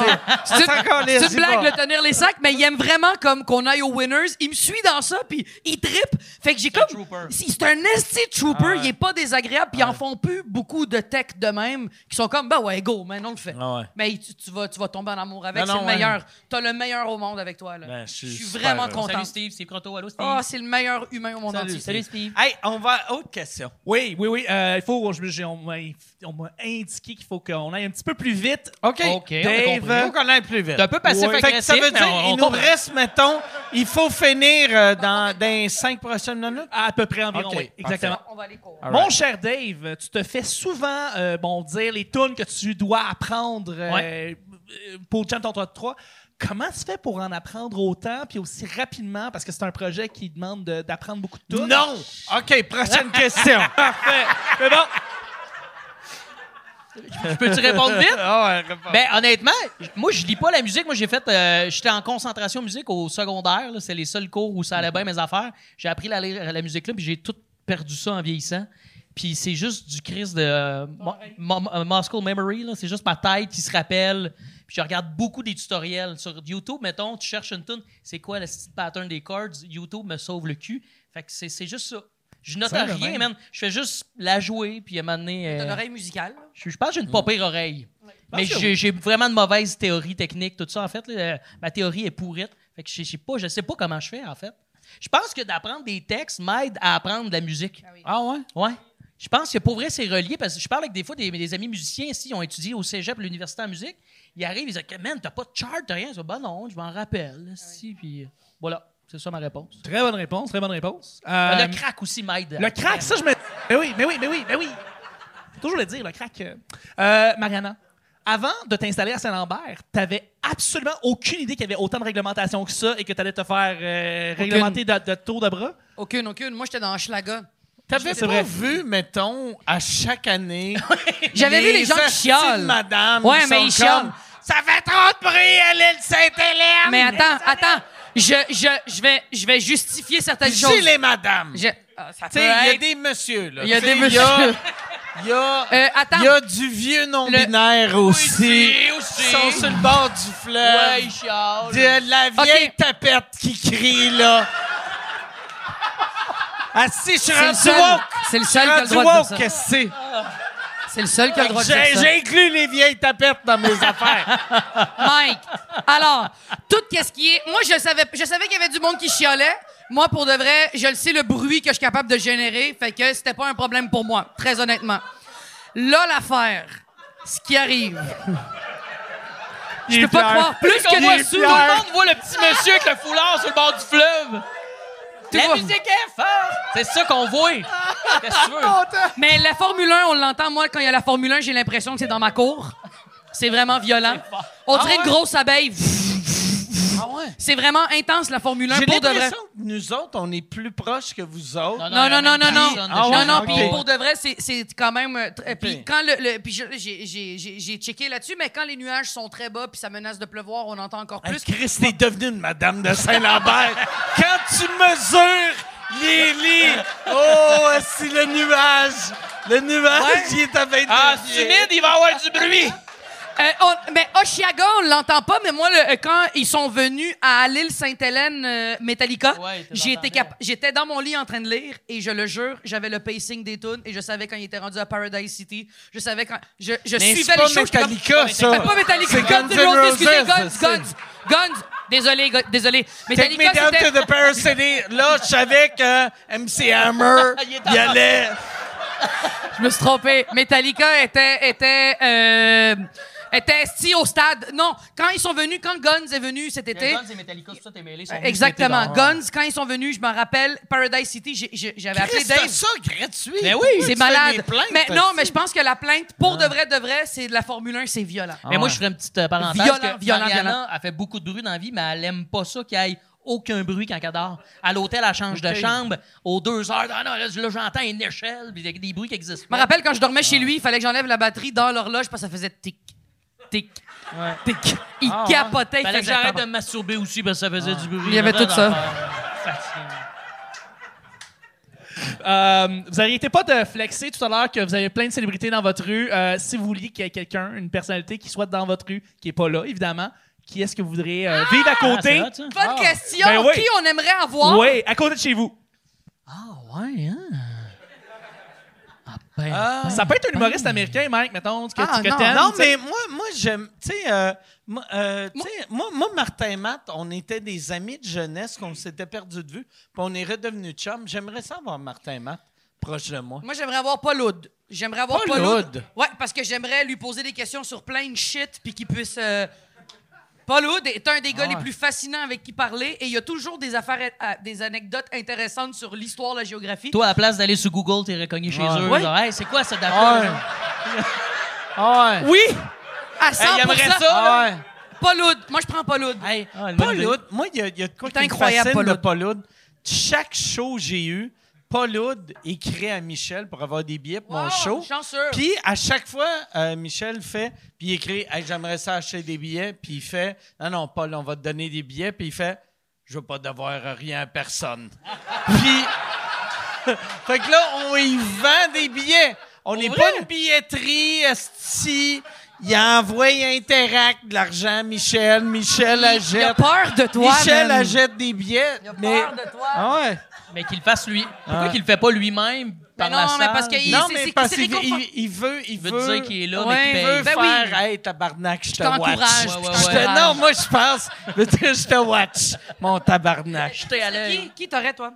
S1: c'est- On
S5: C'est
S1: s'en calisse,
S5: une, c'est une
S1: j'y
S5: blague,
S1: vais.
S5: le tenir les sacs, mais il aime vraiment comme qu'on aille aux winners. Il me suit dans ça, puis il trippe. Fait que j'ai comme.
S4: trooper.
S5: C'est c'est un esti de trooper,
S1: Ah
S5: il est pas désagréable, puis ils en font plus beaucoup de techs de même qui sont comme, bah ouais, go, mais on le fait.
S1: Ah ouais.
S5: Mais tu, tu vas, tu vas tomber en amour avec,
S1: Non,
S5: c'est
S1: non,
S5: le
S1: ouais.
S5: meilleur. T'as le meilleur au monde avec toi, là.
S1: Ben, je suis super
S5: vraiment
S1: heureux.
S5: content.
S4: Salut Steve, c'est Proto. Allô Steve?
S5: Ah, c'est le meilleur humain au monde
S4: Salut,
S5: entier.
S4: salut Steve.
S1: Hey, on va... Autre question.
S6: Oui, oui, oui. euh, il faut. je me- j'ai- on m'a on m'a indiqué qu'il faut qu'on aille un petit peu plus vite.
S1: OK.
S4: OK, on a
S1: Dave,
S4: compris.
S1: faut qu'on aille plus vite.
S4: T'es un peu passif
S1: Fait que ça
S4: agressif,
S1: veut
S4: mais
S1: dire
S4: on- on
S1: il nous
S4: comprend.
S1: reste, mettons, il faut finir euh, dans, dans les cinq prochaines minutes.
S6: À peu près environ,
S1: Ok,
S6: oui. Exactement.
S5: On va aller courir.
S1: All
S6: Mon
S1: right.
S6: cher Dave, tu te fais souvent euh, bon, dire les tunes que tu dois apprendre euh, euh, pour Jam ton top 3. Comment tu fais pour en apprendre autant puis aussi rapidement? Parce que c'est un projet qui demande de- d'apprendre beaucoup de tunes.
S1: Non! OK, prochaine question.
S6: Parfait. Mais bon,
S4: Peux-tu répondre vite?
S1: Ah ouais, réponds.
S4: Ben honnêtement, j- moi je lis pas la musique. Moi j'ai fait, euh, j'étais en concentration musique au secondaire. là. C'est les seuls cours où ça allait bien mes affaires. J'ai appris la, la musique là, puis j'ai tout perdu ça en vieillissant. Puis c'est juste du Chris de euh, Mo- Mo- euh, Muscle Memory. là. C'est juste ma tête qui se rappelle. Puis je regarde beaucoup des tutoriels sur YouTube. Mettons, tu cherches une tune, c'est quoi le style pattern des chords? YouTube me sauve le cul. Fait que c'est c'est juste ça. Je note
S6: Simple
S4: rien,
S6: même.
S4: man. Je fais juste la jouer, puis à un moment donné...
S5: T'as
S4: euh,
S5: une oreille musicale. là.
S4: je, je pense que j'ai une pas pire oreille. Mais
S6: pense que
S4: j'ai j'ai vraiment de mauvaises théories techniques, tout ça. En fait, là, ma théorie est pourrite. Fait que je, je sais pas, je sais pas comment je fais, en fait. Je pense que d'apprendre des textes m'aide à apprendre de la musique.
S1: Ah ouais?
S4: Ouais. Je pense que pour vrai, c'est relié parce que je parle avec des fois des, des amis musiciens ici, ils ont étudié au cégep, l'université en musique. Ils arrivent, ils disent Man, t'as pas de chart, t'as rien. Je dis, ben non, je m'en
S6: Ah
S4: rappelle. Si, puis euh, voilà, c'est ça ma réponse.
S6: Très bonne réponse, très bonne réponse. Euh,
S4: le crack aussi m'aide.
S6: le crack, ça, je me. Mais oui, mais oui, mais oui, mais oui. Faut Toujours le dire, le crack. euh. Euh, Mariana, avant de t'installer à Saint-Lambert, t'avais absolument aucune idée qu'il y avait autant de réglementation que ça et que t'allais te faire euh, réglementer de, de tour de bras.
S5: Aucune, aucune. Moi, j'étais dans Schlaga.
S1: T'avais pas
S6: vrai.
S1: vu, mettons, à chaque année.
S5: J'avais vu les gens qui
S1: hosties de
S5: chialent.
S1: Madame,
S5: Ouais,
S1: qui
S5: mais
S1: sont
S5: ils chialent.
S1: comme, Ça fait trop de bruit à l'île Sainte-Hélène.
S5: Mais attends, attends. Je, je, je, vais, je vais justifier certaines
S1: J'ai
S5: choses.
S1: les madames.
S5: Je- Ah, ça
S1: Tu
S5: peut
S1: sais, il y a
S5: être...
S1: des messieurs, là.
S5: Il y a
S1: Tu sais,
S5: des
S1: il y a-
S5: messieurs.
S1: Il y a,
S5: Euh, attends.
S1: il y a du vieux non-binaire aussi. Ils sont sur le bord du fleuve.
S4: Ouais, ils chialent.
S1: de la
S5: Ok.
S1: vieille tapette qui crie, là. Ah si, je suis
S5: C'est le
S1: rendu
S5: seul,
S1: woke.
S5: c'est le
S1: Je suis
S5: seul qui a le
S1: rendu
S5: droit de
S1: woke,
S5: dire ça.
S1: qu'est-ce que c'est?
S5: C'est le seul qui a le droit de dire
S1: J'ai
S5: ça.
S1: j'ai inclus les vieilles tapettes dans mes affaires.
S5: Mike. Alors, tout qu'est-ce qui est. Moi, je savais, je savais qu'il y avait du monde qui chiolait. Moi, pour de vrai, je le sais le bruit que je suis capable de générer, fait que c'était pas un problème pour moi, très honnêtement. Là, l'affaire, ce qui arrive. Je peux pas croire plus que
S4: Comme moi,
S5: moi
S4: tout le monde voit le petit monsieur avec le foulard sur le bord du fleuve. La
S5: vois.
S4: musique est forte! C'est ça qu'on voit! Qu'est-ce que tu veux?
S5: Mais la Formule 1, on l'entend. Moi, quand il y a la Formule 1, j'ai l'impression que c'est dans ma cour. C'est vraiment violent. On dirait une grosse abeille. C'est vraiment intense, la Formule 1,
S1: J'ai
S5: pour de vrai.
S1: l'impression que nous autres, on est plus proches que vous autres.
S5: Non, non, non, non, non.
S1: Ah ouais,
S5: non, non,
S1: ok.
S5: puis pour de vrai, c'est- c'est quand même... euh, tr- euh, Puis
S1: Ok.
S5: quand le... le- puis je- j'ai- j'ai j'ai- j'ai checké là-dessus, mais quand les nuages sont très bas puis ça menace de pleuvoir, on entend encore
S1: Hey,
S5: plus.
S1: Chris, t'es devenue une madame de Saint-Lambert. Quand tu mesures les lits, oh, si le nuage, le nuage, il est à 22
S4: Ah,
S1: pieds.
S4: c'est humide, il va avoir du bruit!
S5: Euh, on- mais Oshiaga, on l'entend pas, mais moi, le- euh, quand ils sont venus à l'île Sainte-Hélène euh, Metallica,
S4: Ouais, t'es
S5: j'étais
S4: dans la
S5: cap- j'étais dans mon lit en train de lire et je le jure, j'avais le pacing des tunes et je savais quand il était rendu à Paradise City. Je savais quand. Je, je
S1: Mais
S5: suivais
S1: c'est pas
S5: les shows. j'étais comme-
S1: Metallica, ça.
S5: C'est pas Metallica.
S1: C'est
S5: Guns
S1: Guns
S5: N' Roses,
S1: N'
S5: excusez,
S1: Roses,
S5: Guns,
S1: c'est-
S5: Guns, Guns. Désolé, Gu- désolé.
S1: Take
S5: Metallica,
S1: me down
S5: c'était.
S1: to the Paris City. Là, je savais que MC Hammer
S4: Il est
S1: y allait.
S5: Je me suis trompé. Metallica était était euh, était esti au stade. Non, quand ils sont venus, quand Guns est venu cet été.
S4: Guns et Metallica, tout ça, t'es mêlé. sont venus
S5: Exactement.
S4: cet été dans-
S5: Guns, quand ils sont venus, je m'en rappelle, Paradise City, j'ai- j'ai- j'avais appelé
S1: Chris,
S5: Dave.
S1: t'as ça gratuit.
S6: Ben
S4: Mais Ben oui,
S1: Pourquoi tu
S5: C'est
S1: fais des
S5: malade.
S1: plaintes,
S5: Mais non,
S1: aussi?
S5: mais je pense que la plainte, pour de vrai, de vrai, c'est de la Formule 1, c'est violent.
S4: Mais moi, je ferais une petite euh, parenthèse.
S5: Violent,
S4: que
S5: violent,
S4: Mariana,
S5: violent.
S4: elle fait beaucoup de bruit dans la vie, mais elle aime pas ça qu'il y ait aucun bruit quand elle dort. À l'hôtel, elle change de chambre. Aux deux heures, ah non, là, là, j'entends une échelle, puis il y a des bruits qui existent.
S5: Je me rappelle quand je dormais chez lui, il fallait que j'enlève la batterie dans l'horloge parce que ça faisait tic, tic, tic. Il capotait. il
S4: Ah, Fallait que
S5: faisait
S4: j'arrête
S5: pas
S4: de me masturber aussi parce que ça faisait du bruit. Ah,
S5: Il y avait tout ça.
S6: Euh, vous n'arrêtez pas de flexer tout à l'heure que vous avez plein de célébrités dans votre rue. Euh, si vous vouliez qu'il y ait quelqu'un, une personnalité qui soit dans votre rue, qui n'est pas là, évidemment, qui est-ce que vous voudriez euh, vivre à
S4: Ah, c'est
S6: côté?
S4: hot, ça.
S5: bon. Bonne question.
S6: Ben oui.
S5: Qui on aimerait avoir?
S6: oui, à côté de chez vous.
S4: Ah ouais, hein? Ah ben, ben.
S6: Ça peut être un humoriste américain, Mike, mettons, que,
S5: Ah,
S6: que
S5: non,
S6: t'aimes,
S5: Anne,
S1: Non,
S6: tu sais.
S1: mais moi, moi j'aime. Tu sais, euh, moi, euh, tu sais, moi, moi, Martin et Matt, on était des amis de jeunesse qu'on s'était perdu de vue, puis on est redevenus chum. J'aimerais ça avoir Martin et Matt proche de moi.
S5: Moi, j'aimerais avoir Paul Oud. J'aimerais avoir
S1: Paul
S5: Paul Oud.
S1: Oud.
S5: Ouais, parce que j'aimerais lui poser des questions sur plein de shit puis qu'il puisse. euh, Paul Oud est un des
S1: Ah
S5: gars les plus fascinants avec qui parler et il y a toujours des affaires, à- des anecdotes intéressantes sur l'histoire, la géographie.
S4: Toi, à la place d'aller sur Google, t'es recogné chez eux.
S5: Ah. Ouais.
S4: genre, Hey, c'est quoi cette date-là? là?
S1: Ah ouais.
S6: Oui!
S5: à 100%.
S1: Ah ouais.
S5: Paul Oud. Moi, je prends Paul Oud.
S4: Hey, ah, une bonne
S1: Paul
S4: idée.
S1: Oud, moi, il y, a- il y a de quoi
S5: C'est
S1: qui me
S5: incroyable,
S1: fascine
S5: Paul
S1: de
S5: Oud.
S1: Paul Oud. Chaque show que j'ai eu, Paul Oud écrit à Michel pour avoir des billets pour
S5: Wow,
S1: mon show.
S5: Chanceux.
S1: Puis à chaque fois, euh, Michel fait, puis il écrit Hey, J'aimerais ça acheter des billets. Puis il fait Non, non, Paul, on va te donner des billets. Puis il fait Je veux pas devoir rien à personne. puis fait que là, on y vend des billets. On n'est
S4: vrai?
S1: pas une billetterie, esti. Il a envoyé Interact de l'argent, Michel. Michel
S5: Il a
S1: achète.
S5: peur de toi,
S1: Michel
S5: man.
S1: achète des billets.
S5: Il a peur
S1: mais...
S5: de toi.
S1: Ah ouais.
S4: Mais qu'il le fasse lui. Pourquoi
S1: Ouais.
S4: qu'il le fait pas lui-même par
S5: non,
S4: la
S5: mais
S4: salle?
S5: parce que il-
S1: Non,
S5: c'est-
S1: mais
S5: c'est-
S1: parce
S5: c'est
S1: qu'il veut,
S5: réconfort-
S1: il, il veut, il
S4: Il veut
S1: veut,
S4: dire qu'il est là,
S5: Ouais,
S4: mais
S5: il
S4: qu'il
S1: il
S4: paye.
S1: veut
S5: Ben oui.
S1: faire, hey, tabarnak, je te watch.
S4: Ouais,
S5: t'encourage. puis
S4: ouais,
S5: je
S1: Je te-
S5: t'encourage.
S1: non, moi, je pense, je te- je te watch, mon tabarnak.
S4: Jeté à l'œil.
S5: Qui, qui t'aurais, toi?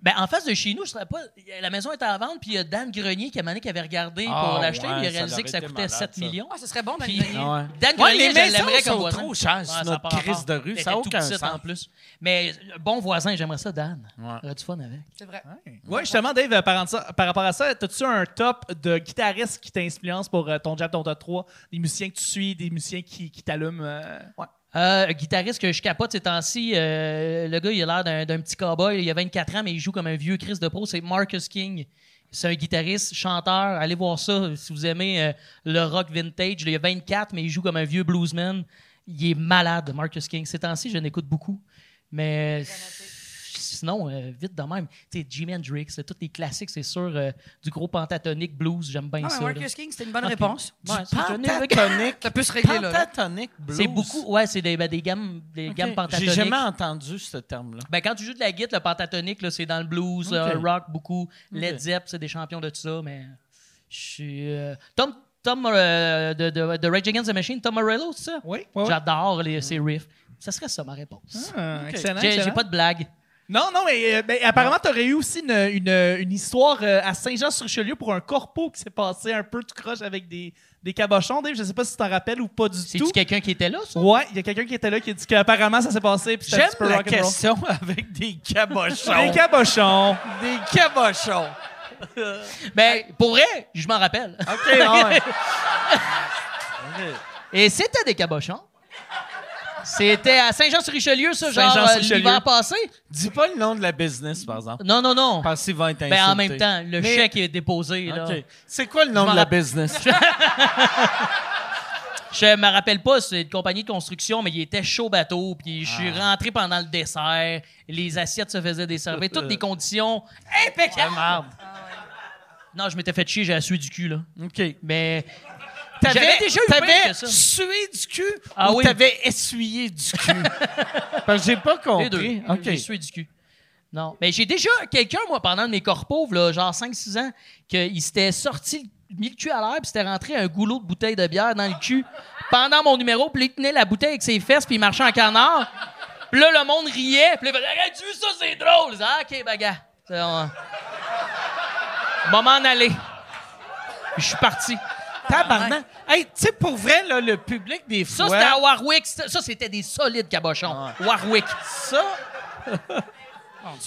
S4: Ben, en face de chez nous, je serais pas. La maison était à vendre, puis il y a Dan Grenier qui, a mané, qui avait regardé
S1: Ah,
S4: pour l'acheter,
S1: ouais,
S4: puis il a
S1: ça
S4: réalisé
S1: aurait
S4: que ça
S1: été
S4: coûtait
S1: malade,
S4: 7
S1: ça.
S4: millions.
S5: Ah, ce serait bon,
S4: Puis-
S5: Danny Grenier.
S1: Ouais.
S4: Dan
S1: Ouais,
S4: Grenier,
S1: les
S4: je
S1: maisons
S4: l'aimerais comme
S1: sont
S4: voisin.
S1: trop chères sur
S4: Ouais, ça
S1: notre
S4: a pas rapport.
S1: crise de rue,
S4: Elle
S1: ça a
S4: était tout
S1: aucun
S4: petite
S1: sens.
S4: en plus. Mais euh, bon voisin, j'aimerais ça, Dan.
S1: Ouais.
S4: Aurais du fun avec.
S5: C'est
S1: Ah,
S5: vrai.
S6: Oui, justement, Dave, euh, par, en- ça- par rapport à ça, as-tu un top de guitaristes qui t'influencent pour euh, ton jab, ton top 3? Des musiciens que tu suis, des musiciens qui, qui t'allument? euh, ouais.
S4: Euh, un guitariste que je capote ces temps-ci, euh, le gars, il a l'air d'un, d'un petit cowboy. Il a 24 ans, mais il joue comme un vieux Chris de pro. C'est Marcus King. C'est un guitariste, chanteur. Allez voir ça si vous aimez euh, le rock vintage. Il a 24, mais il joue comme un vieux bluesman. Il est malade, Marcus King. Ces temps-ci, je l'écoute beaucoup. Mais sinon, euh, vite de même. Tu sais, Jimi Hendrix, là, tous les classiques, c'est sûr. euh, du gros pentatonique blues, j'aime bien
S5: Non, mais
S4: ça. là.
S5: Marcus King, c'était une bonne
S4: Ah, puis-
S5: réponse.
S4: Ouais, c'est
S1: Pentatonique.
S5: Ça peut se régler, là. là.
S1: Pentatonique blues.
S4: C'est beaucoup, ouais, c'est des, ben, des gammes, des
S1: Ok.
S4: gammes pentatoniques.
S1: J'ai jamais entendu ce terme-là.
S4: Ben, quand tu joues de la guitare, le pentatonique, là, c'est dans le blues, euh, rock beaucoup. Led
S1: Ok.
S4: Zepp, c'est des champions de tout ça, mais je suis. euh, Tom, Tom euh, de, de, de Rage Against the Machine, Tom Morello, c'est ça?
S6: Oui, oui, oui.
S4: J'adore les, ses riffs. Ça serait ça ma réponse.
S6: Ah, Excellent,
S4: J'ai- J'ai
S6: excellent.
S4: pas de blague.
S6: Non, non, mais euh, ben, apparemment, tu aurais eu aussi une, une- une histoire euh, à Saint-Jean-sur-Richelieu pour un corpo qui s'est passé un peu tout croche avec des, des cabochons. Dave, je sais pas si tu t'en rappelles ou pas du
S4: C'est-tu
S6: tout.
S4: quelqu'un qui était là, ça?
S6: Ouais, il y a quelqu'un qui était là qui a dit qu'apparemment ça s'est passé. puis c'était un
S1: J'aime
S6: petit peu
S1: la
S6: rock'n'roll.
S1: question avec des cabochons.
S6: Des cabochons.
S1: des cabochons.
S4: Ben, pour vrai, je m'en rappelle.
S6: Ah.
S1: OK, ouais.
S4: Et c'était des cabochons. C'était à Saint-Jean-sur-Richelieu, ça, genre euh,
S6: Saint-Jean-sur-Richelieu.
S4: l'hiver passé?
S1: Dis pas le nom de la business, par exemple.
S4: Non, non, non.
S1: Parce qu'il va être insulté.
S4: Ben, en même temps, le chèque est déposé, là.
S1: OK. C'est quoi le nom
S4: m'en
S1: de la
S4: rappelle-
S1: business?
S4: Je me rappelle pas, c'est une compagnie de construction, mais il était chaud bateau, puis je suis rentré pendant le dessert, les assiettes se faisaient desservir, toutes les conditions impeccables. Non, je m'étais fait chier, j'ai la suie du cul, là.
S1: OK.
S4: Mais
S1: T'avais
S4: J'avais déjà eu pire
S1: t'avais
S4: que ça.
S1: sué du cul
S4: Ah
S1: ou
S4: oui.
S1: t'avais essuyé du cul? Parce que j'ai pas compris.
S4: les deux,
S1: OK.
S4: j'ai sué du cul. Non, mais j'ai déjà quelqu'un, moi, pendant mes corps pauvres, là, genre 5-6 ans, qu'il s'était sorti, mis le cul à l'air, puis s'était rentré un goulot de bouteille de bière dans le cul pendant mon numéro, puis il tenait la bouteille avec ses fesses, puis il marchait en canard. Puis là, le monde riait, puis il faisait Regarde, tu veux ça, c'est drôle. Je dis, Ah, OK, baga. C'est bon. Bon, m'en aller. Je suis parti.
S1: Tabarnak. Hey, tu sais, pour vrai, là, le public, des
S4: Ça,
S1: fois...
S4: c'était à Warwick. Ça, ça, c'était des solides cabochons. Warwick.
S1: ça.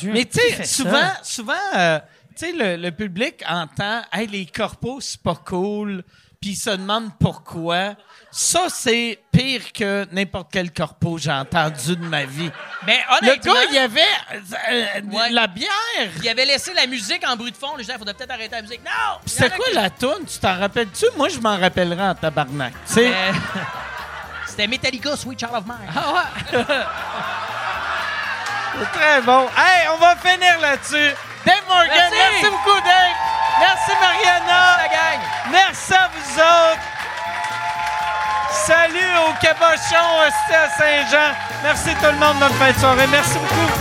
S1: Mais tu sais, souvent, souvent euh, tu sais, le, le public entend Hey, les corpos, c'est pas cool, puis il se demande pourquoi. Ça, c'est pire que n'importe quel corpo que j'ai entendu de ma vie.
S4: Mais
S1: Le
S4: honnêtement,
S1: gars, il y avait euh, euh,
S4: Ouais.
S1: la bière.
S4: il avait laissé la musique en bruit de fond. Les gens, il faudrait peut-être arrêter la musique. Non!
S1: Puis C'était quoi la toune? Tu t'en rappelles-tu? Moi, je m'en rappellerai en tabarnak. Tu sais,
S4: Euh, C'était Metallica, Sweet Child of Mine.
S1: c'est très bon. Hey, on va finir là-dessus. Dave Morgan,
S4: Merci.
S1: merci beaucoup, Dave. Merci, Mariana.
S4: la gang!
S1: Merci à vous autres. Salut aux cabochons, hostie à Saint-Jean. Merci tout le monde de notre fin de soirée. Merci beaucoup.